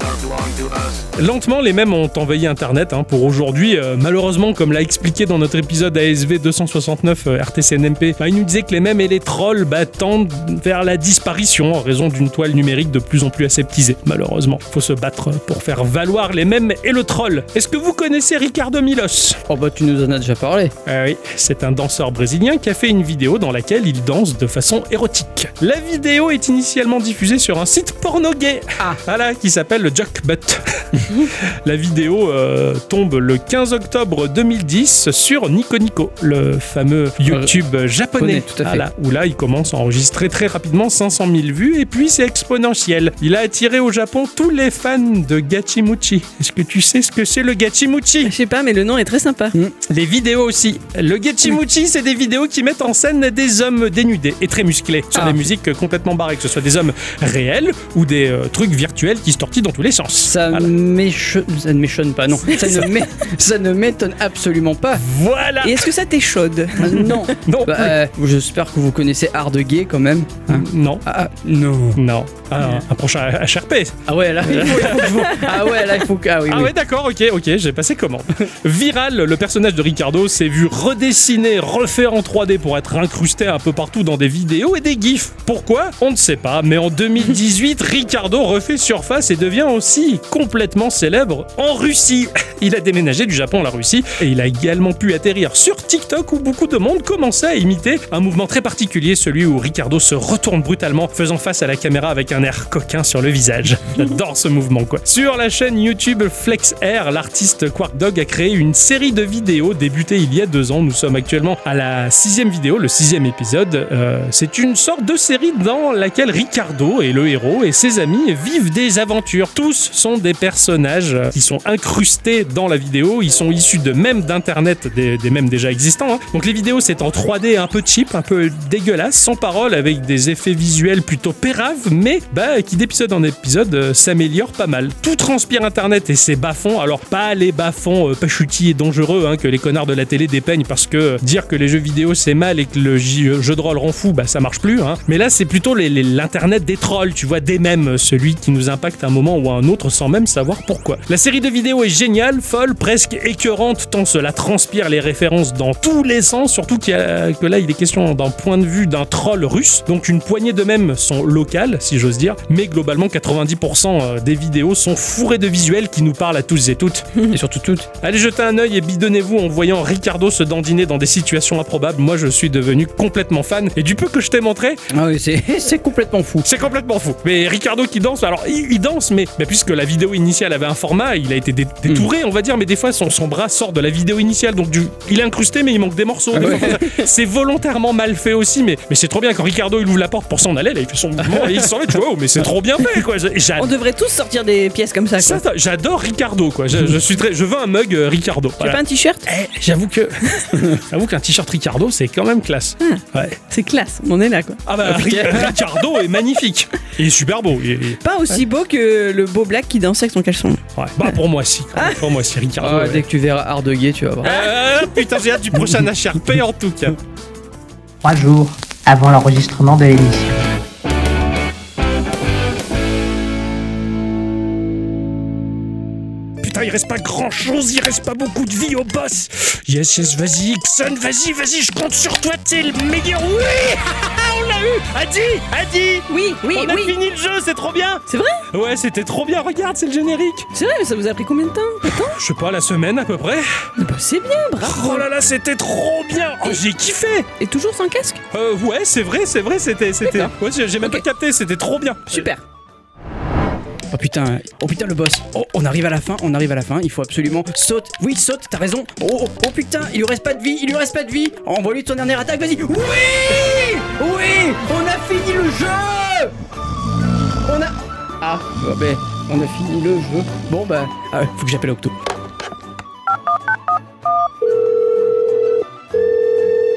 are belong to us. Lentement, les mêmes ont envahi Internet hein, pour aujourd'hui. Euh, malheureusement, comme l'a expliqué dans notre épisode ASV 269 euh, RTCNMP, bah, il nous disait que les mêmes et les trolls bah, tendent vers la disparition en raison d'une toile numérique de plus en plus aseptisée. Malheureusement, faut se battre pour faire valoir les mêmes et le troll. Est-ce que vous connaissez Ricardo Milos Oh bah, tu nous en as déjà parlé. ah oui, c'est un danseur brésilien qui a fait une vidéo dans laquelle il danse de façon érotique. La vidéo est initialement diffusée sur un site porno gay, Ah. voilà, qui s'appelle le Jock <laughs> Butt. La vidéo euh, tombe le 15 octobre 2010 sur Nico Nico, le fameux YouTube japonais, Euh, japonais, tout à fait. Voilà, où là il commence à enregistrer très rapidement 500 000 vues et puis c'est exponentiel. Il a attiré au Japon tous les fans de Gachimuchi. Est-ce que tu sais ce que c'est le Gachimuchi Je sais pas, mais le nom est très sympa. les vidéos aussi. Le Getchimuchi, c'est des vidéos qui mettent en scène des hommes dénudés et très musclés sur Ah. des musiques complètement barrées, que ce soit des hommes réels ou des euh, trucs virtuels qui se tortillent dans tous les sens. Ça Voilà. m'éche- ça ne m'échonne pas, non. Ça ne m'é- ça ne m'étonne absolument pas. Voilà. Et est-ce que ça t'est chaude Ah, Non. Non, Bah, euh, j'espère que vous connaissez Hard Gay quand même. non, Ah non. non. Ah, un prochain HRP. Ah ouais là. il faut- il faut que je- ah ouais là il faut que. Ah oui. Ah oui. ouais, d'accord, ok, ok, j'ai passé comment <laughs> Viral, le personnage de Ricardo s'est vu redessiner, refaire en 3D pour être incrusté un peu partout dans des vidéos et des gifs. Pourquoi On ne sait pas, mais en 2018, Ricardo refait surface et devient aussi complètement célèbre en Russie. Il a déménagé du Japon à la Russie et il a également pu atterrir sur TikTok où beaucoup de monde commençait à imiter un mouvement très particulier, celui où Ricardo se retourne brutalement, faisant face à la caméra avec un air coquin sur le visage. J'adore ce mouvement quoi. Sur la chaîne YouTube Flex Air, l'artiste Quark Dog a créé une série de vidéos débutée il y a deux ans. Nous sommes actuellement à la sixième vidéo, le sixième épisode. Euh, c'est une sorte de série dans laquelle Ricardo est le héros et ses amis vivent des aventures. Tous sont des personnages euh, qui sont incrustés dans la vidéo. Ils sont issus de mèmes d'internet, des, des mèmes déjà existants. hein. Donc les vidéos, c'est en 3D un peu cheap, un peu dégueulasse, sans parole, avec des effets visuels plutôt péraves, mais bah, qui d'épisode en épisode euh, s'améliorent pas mal. Tout transpire internet et ses bas-fonds, alors pas les bas-fonds euh, pas chutis et dangereux hein, que les connards de la télé dépeignent parce que euh, dire que les jeux vidéo c'est mal et que le j- euh, jeu de rôle rend fou, bah ça marche plus. hein. Mais là, c'est plutôt les- les- l'internet des trolls, tu vois, des mèmes, euh, celui qui nous impacte à un moment ou à un autre sans même savoir pourquoi. La série de vidéos est géniale, folle, presque écœurante, tant cela transpire les références dans tous les sens, surtout qu'il y a- que là, il est question d'un point de vue d'un troll russe, donc une poignée de mèmes sont locales, si j'ose dire, mais globalement, 90% euh, des vidéos sont fourrées de visuels qui nous parlent à tous et toutes. Et surtout toutes. Allez jeter un œil et bidonnez-vous en voyant Ricardo se dandiner dans des situations improbables. Moi, je suis devenu complètement fan. Et du peu que je t'ai montré, Ah oui, c'est <laughs> c'est complètement fou. c'est complètement fou. Mais Ricardo qui danse, alors il, il danse, mais, mais puisque la vidéo initiale avait un format, il a été dé- détouré, on va dire, mais des fois son, son bras sort de la vidéo initiale, donc du- il est incrusté, mais il manque des morceaux. des fois, comme ça. C'est volontairement mal fait aussi, mais, mais c'est trop bien. Quand Ricardo il ouvre la porte pour s'en aller, là, il fait son mouvement et il s'en va, tu vois, oh, mais c'est trop bien fait, quoi. J'adore. On devrait tous sortir des pièces comme ça. Ah. Ça, Quoi. ça, j'adore Ricardo quoi. Je, je suis très, je veux un mug euh, Ricardo. Tu veux Voilà. pas un t-shirt Eh, j'avoue que <laughs> j'avoue qu'un t-shirt Ricardo c'est quand même classe. Ouais. C'est classe, on est là quoi. Ah bah Ri- Ricardo est magnifique. Il est super beau. Il est- Pas aussi beau que le beau black qui dansait avec son caleçon. ouais. Bah pour moi si. quand même. Pour moi si Ricardo. Ah, ouais. Dès que tu verras Hardeguet, tu vas voir. Euh, putain j'ai hâte du prochain HRP en tout cas. Trois jours avant l'enregistrement de l'émission. Putain il reste pas grand chose, il reste pas beaucoup de vie au boss. Yes yes vas-y Ixon vas-y vas-y je compte sur toi t'es le meilleur. Oui <laughs> on l'a eu. Adi Adi. Oui, Eh oui, on a oui. fini le jeu c'est trop bien. C'est vrai Ouais c'était trop bien regarde c'est le générique. C'est vrai, mais ça vous a pris combien de temps Je sais pas, la semaine à peu près. Bah, C'est bien, bravo. Oh là là, c'était trop bien Oh, j'ai kiffé Et toujours sans casque Euh, ouais, c'est vrai, c'est vrai, c'était... c'était... D'accord. Ouais, j'ai j'ai même Ok. pas capté, c'était trop bien Super. Oh putain, oh putain le boss. Oh, on arrive à la fin, on arrive à la fin. Il faut absolument saute. Oui, saute. T'as raison. Oh, oh, oh, putain, il lui reste pas de vie, il lui reste pas de vie. Oh, Envoie-lui ton dernière attaque. Vas-y. Oui, oui, on a fini le jeu. On a. Ah, bah, ben, on a fini le jeu. Bon bah, ah, faut que j'appelle Octo.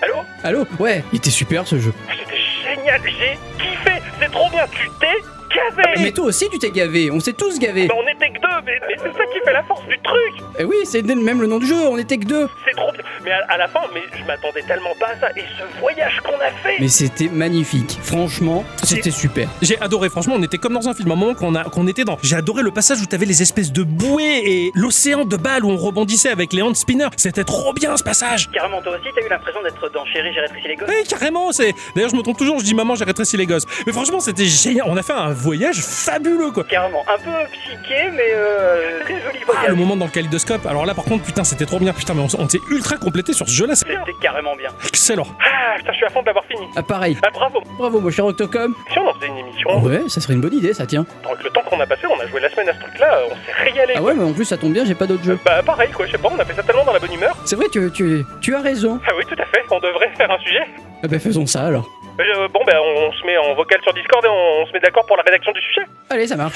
Allô Allô Ouais, il était super ce jeu. Génial, j'ai kiffé C'est trop bien, tu t'es gavé Ah, Mais toi aussi tu t'es gavé, on s'est tous gavés. on était que deux, mais, c'est ça qui fait la force du truc Et Eh oui, c'est même le nom du jeu, on était que deux. C'est trop bien Mais à, la fin, mais je m'attendais tellement pas à ça, et ce voyage qu'on a fait Mais c'était magnifique. Franchement, c'était super. J'ai adoré, franchement, on était comme dans un film, un moment qu'on a- qu'on était dans. J'ai adoré le passage où t'avais les espèces de bouées et l'océan de balles où on rebondissait avec les hand spinners. C'était trop bien ce passage Carrément, toi aussi, t'as eu l'impression d'être dans Chérie, j'ai rétréci les gosses. Ouais, carrément, c'est. D'ailleurs, je me trompe toujours, je dis maman, j'ai rétréci les gosses. Mais franchement, c'était génial. On a fait un voyage fabuleux, quoi. Carrément, un peu psyché, mais euh, très joli Ah, voyage. le moment dans le kaléidoscope. Alors là, par contre, putain, c'était trop bien. Putain, mais on, s- on s'est ultra complété sur ce jeu-là. C'est C'était carrément bien. excellent. Ah, putain, je suis à fond de l'avoir fini. Ah, pareil. Ah, bravo. Bravo, mon cher Octocom. Si on en faisait une émission, Ouais, ça serait une bonne idée, ça tient. avec le temps qu'on a passé, on a joué la semaine à ce truc-là, euh, on s'est régalé. Ah ouais, mais en plus, ça tombe bien, j'ai pas d'autres jeux. Bah, pareil, quoi, je sais pas, on a fait ça tellement dans la bonne humeur. C'est vrai, tu, tu, tu as raison. Ah oui, tout à fait, on devrait <laughs> faire un sujet. Ah bah, faisons ça alors. Euh, bon, bah, on, on se met en vocal sur Discord et on, on se met d'accord pour la rédaction du sujet. Allez, ça marche.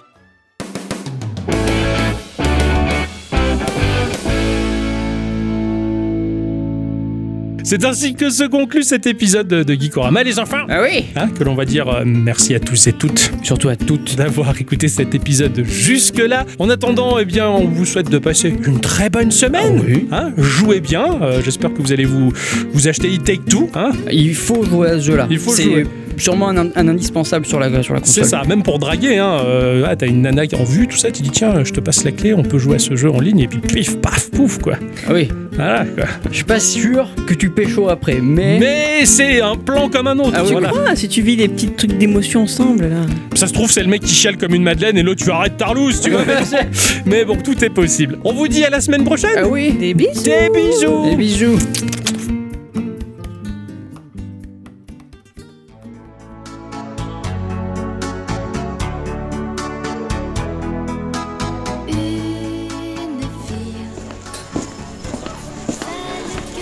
C'est ainsi que se conclut cet épisode de, de Geekorama, les enfants. Ah oui Hein, que l'on va dire euh, merci à tous et toutes Surtout à toutes. d'avoir écouté cet épisode jusque-là. En attendant, eh bien, on vous souhaite de passer une très bonne semaine. Ah oui. Hein, jouez bien. Euh, J'espère que vous allez vous, vous acheter E-Take Two. Hein, Il faut jouer à ce jeu-là. Il faut C'est jouer. sûrement un, un indispensable sur la, sur la console. C'est ça, même pour draguer. Hein. euh, ah, t'as une nana qui est en vue, tout ça, tu dis tiens, je te passe la clé, on peut jouer à ce jeu en ligne, et puis pif, paf, pouf, quoi. Ah oui. Voilà, quoi. Je suis pas sûr que tu pécho après, mais. Mais c'est un plan comme un autre. Eh. Ah oui, voilà. Ah, si tu vis des petits trucs d'émotion ensemble là. Ça se trouve, c'est le mec qui chiale comme une madeleine, et l'autre, tu arrêtes Tarlouse, <laughs> tu vois. mais, bon, mais bon, tout est possible. On vous dit à la semaine prochaine. Ah <laughs> oui Des bisous. Des bisous. Des bisous Ooh.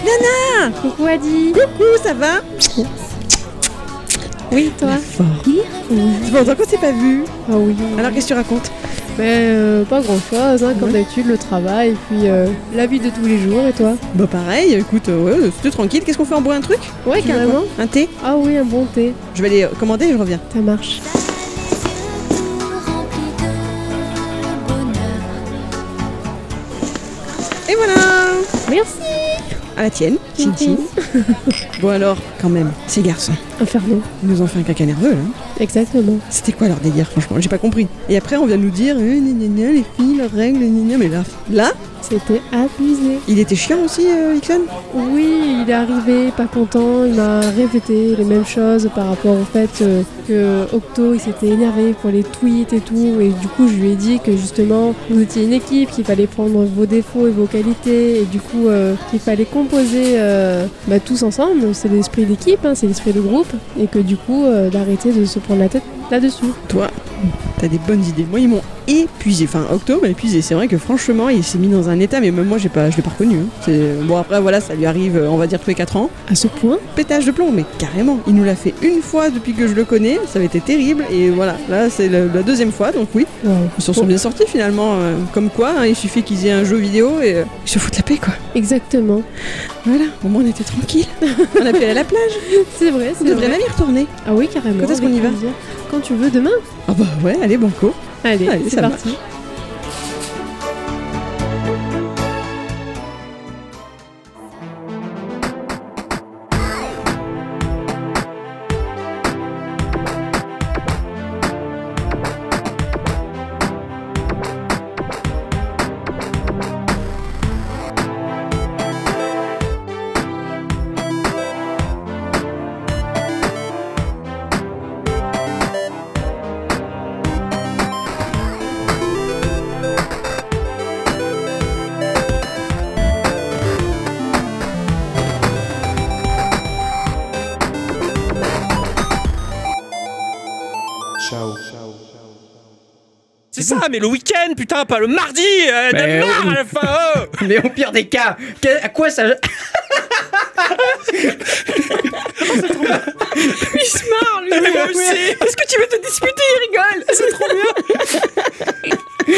Nana Coucou Adi. Coucou, ça va Oui, toi Ça fait longtemps qu'on s'est pas vu. Ah oui. Alors qu'est-ce que tu racontes Ben, euh, pas grand chose, hein, comme d'habitude, le travail, puis euh, la vie de tous les jours, et toi Bah pareil, écoute, euh, ouais, c'était tranquille. Qu'est-ce qu'on fait On boit un truc Ouais, Tu veux carrément. quoi Un thé Ah oui, un bon thé, Je vais aller euh, commander et je reviens. ça marche. Et voilà Merci À la tienne, Chin Chin. Bon alors, quand même, ces garçons, Inferno. ils nous ont fait un caca nerveux là. Exactement. C'était quoi leur délire, franchement J'ai pas compris. Et après, on vient nous dire, euh, gna gna gna, les filles, leurs règles, gna gna, mais là, là, C'était abusé. il était chiant aussi, euh, Ixon Oui, il est arrivé, pas content, il m'a répété les mêmes choses par rapport au fait euh, que Octo il s'était énervé pour les tweets et tout, et du coup je lui ai dit que justement vous étiez une équipe, qu'il fallait prendre vos défauts et vos qualités, et du coup euh, qu'il fallait composer euh, bah, tous ensemble, c'est l'esprit d'équipe, hein, c'est l'esprit de groupe, et que du coup euh, d'arrêter de se prendre la tête là-dessus. Toi, t'as des bonnes idées. Moi, ils m'ont épuisé. Enfin, Octo m'a épuisé. C'est vrai que franchement, il s'est mis dans un état, mais même moi, j'ai pas, je l'ai pas reconnu. hein. C'est- Bon, après, voilà, ça lui arrive, euh, on va dire, tous les 4 ans. À ce point Pétage de plomb, mais carrément. Il nous l'a fait une fois depuis que je le connais. Ça avait été terrible. Et voilà, là, c'est la, la deuxième fois, donc oui. Ils s'en sont bien sortis finalement. euh, comme quoi, hein, il suffit qu'ils aient un jeu vidéo et euh, ils se foutent la paix, quoi. Exactement. Voilà, au moins, on était tranquille. <laughs> on a pu aller à la plage. C'est vrai, On c'est devrait vrai. même y retourner. Ah oui, carrément. Quand est-ce qu'on avec y va plaisir. Quand tu veux, demain Ah bah ouais, allez, banco. Allez, Ah, Allez, c'est ça parti. C'est ça, mais le week-end, putain, pas le mardi euh, Y'en a Mais marre oui. à la fin oh. <laughs> Mais au pire des cas, que- à quoi ça. Il se marre, lui Mais moi aussi Est-ce que tu veux te disputer Il rigole C'est trop bien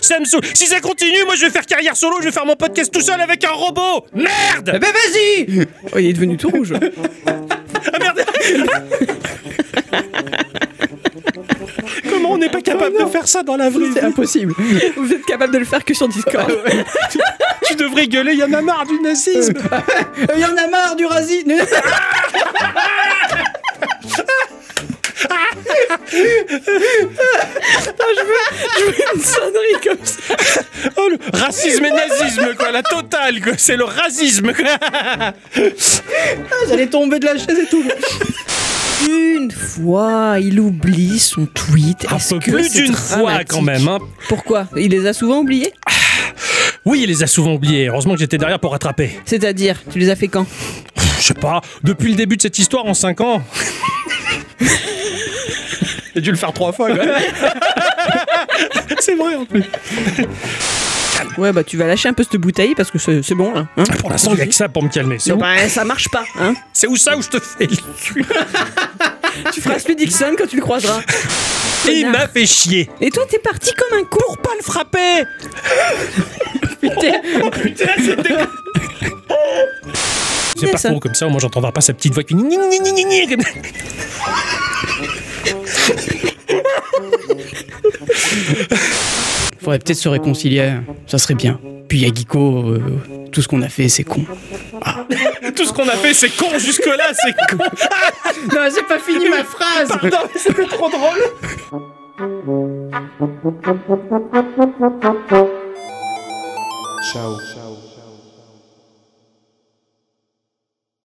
Ça me saoule Si ça continue, moi je vais faire carrière solo, je vais faire mon podcast tout seul avec un robot Merde Eh ben vas-y Oh, il est devenu tout rouge. Ah merde Comment on n'est pas capable de faire ça dans la vraie vie C'est impossible. Vous êtes capable de le faire que sur Discord. Tu devrais gueuler, y'en a marre du nazisme Euh, Il y en a marre du <laughs> racisme Une sonnerie comme ça Oh, le <laughs> racisme et nazisme, quoi, la totale, quoi, c'est le racisme, quoi J'allais tomber de la chaise et tout. Une fois, il oublie son tweet. Un Est-ce peu que plus c'est d'une fois, dramatique quand même, hein Pourquoi Il les a souvent oubliés Oui, il les a souvent oubliés, heureusement que j'étais derrière pour rattraper. C'est-à-dire, tu les as fait quand Pff, Je sais pas, depuis le début de cette histoire, en 5 ans... J'ai dû le faire trois fois, quoi. <laughs> C'est vrai, en plus Ouais, bah tu vas lâcher un peu cette bouteille parce que c'est c'est bon là. hein Pour l'instant, il y a que ça pour me calmer. C'est Non, où, bah, ça marche pas, hein c'est où ça où je te fais le cul Tu feras celui Dixon quand tu le croiseras. Il m'a fait <laughs> chier Et toi, t'es parti comme un con. Pour pas le frapper Putain. C'est pas ça. trop comme ça, moi j'entendrai pas sa petite voix qui. gni, gni, gni, gni, gni, comme- Faudrait peut-être se réconcilier, ça serait bien. Puis y a Guico, euh, tout ce qu'on a fait, c'est con. Tout ce qu'on a fait, c'est con jusque-là, c'est con Non, j'ai pas fini ma phrase Pardon, mais c'était trop drôle Ciao.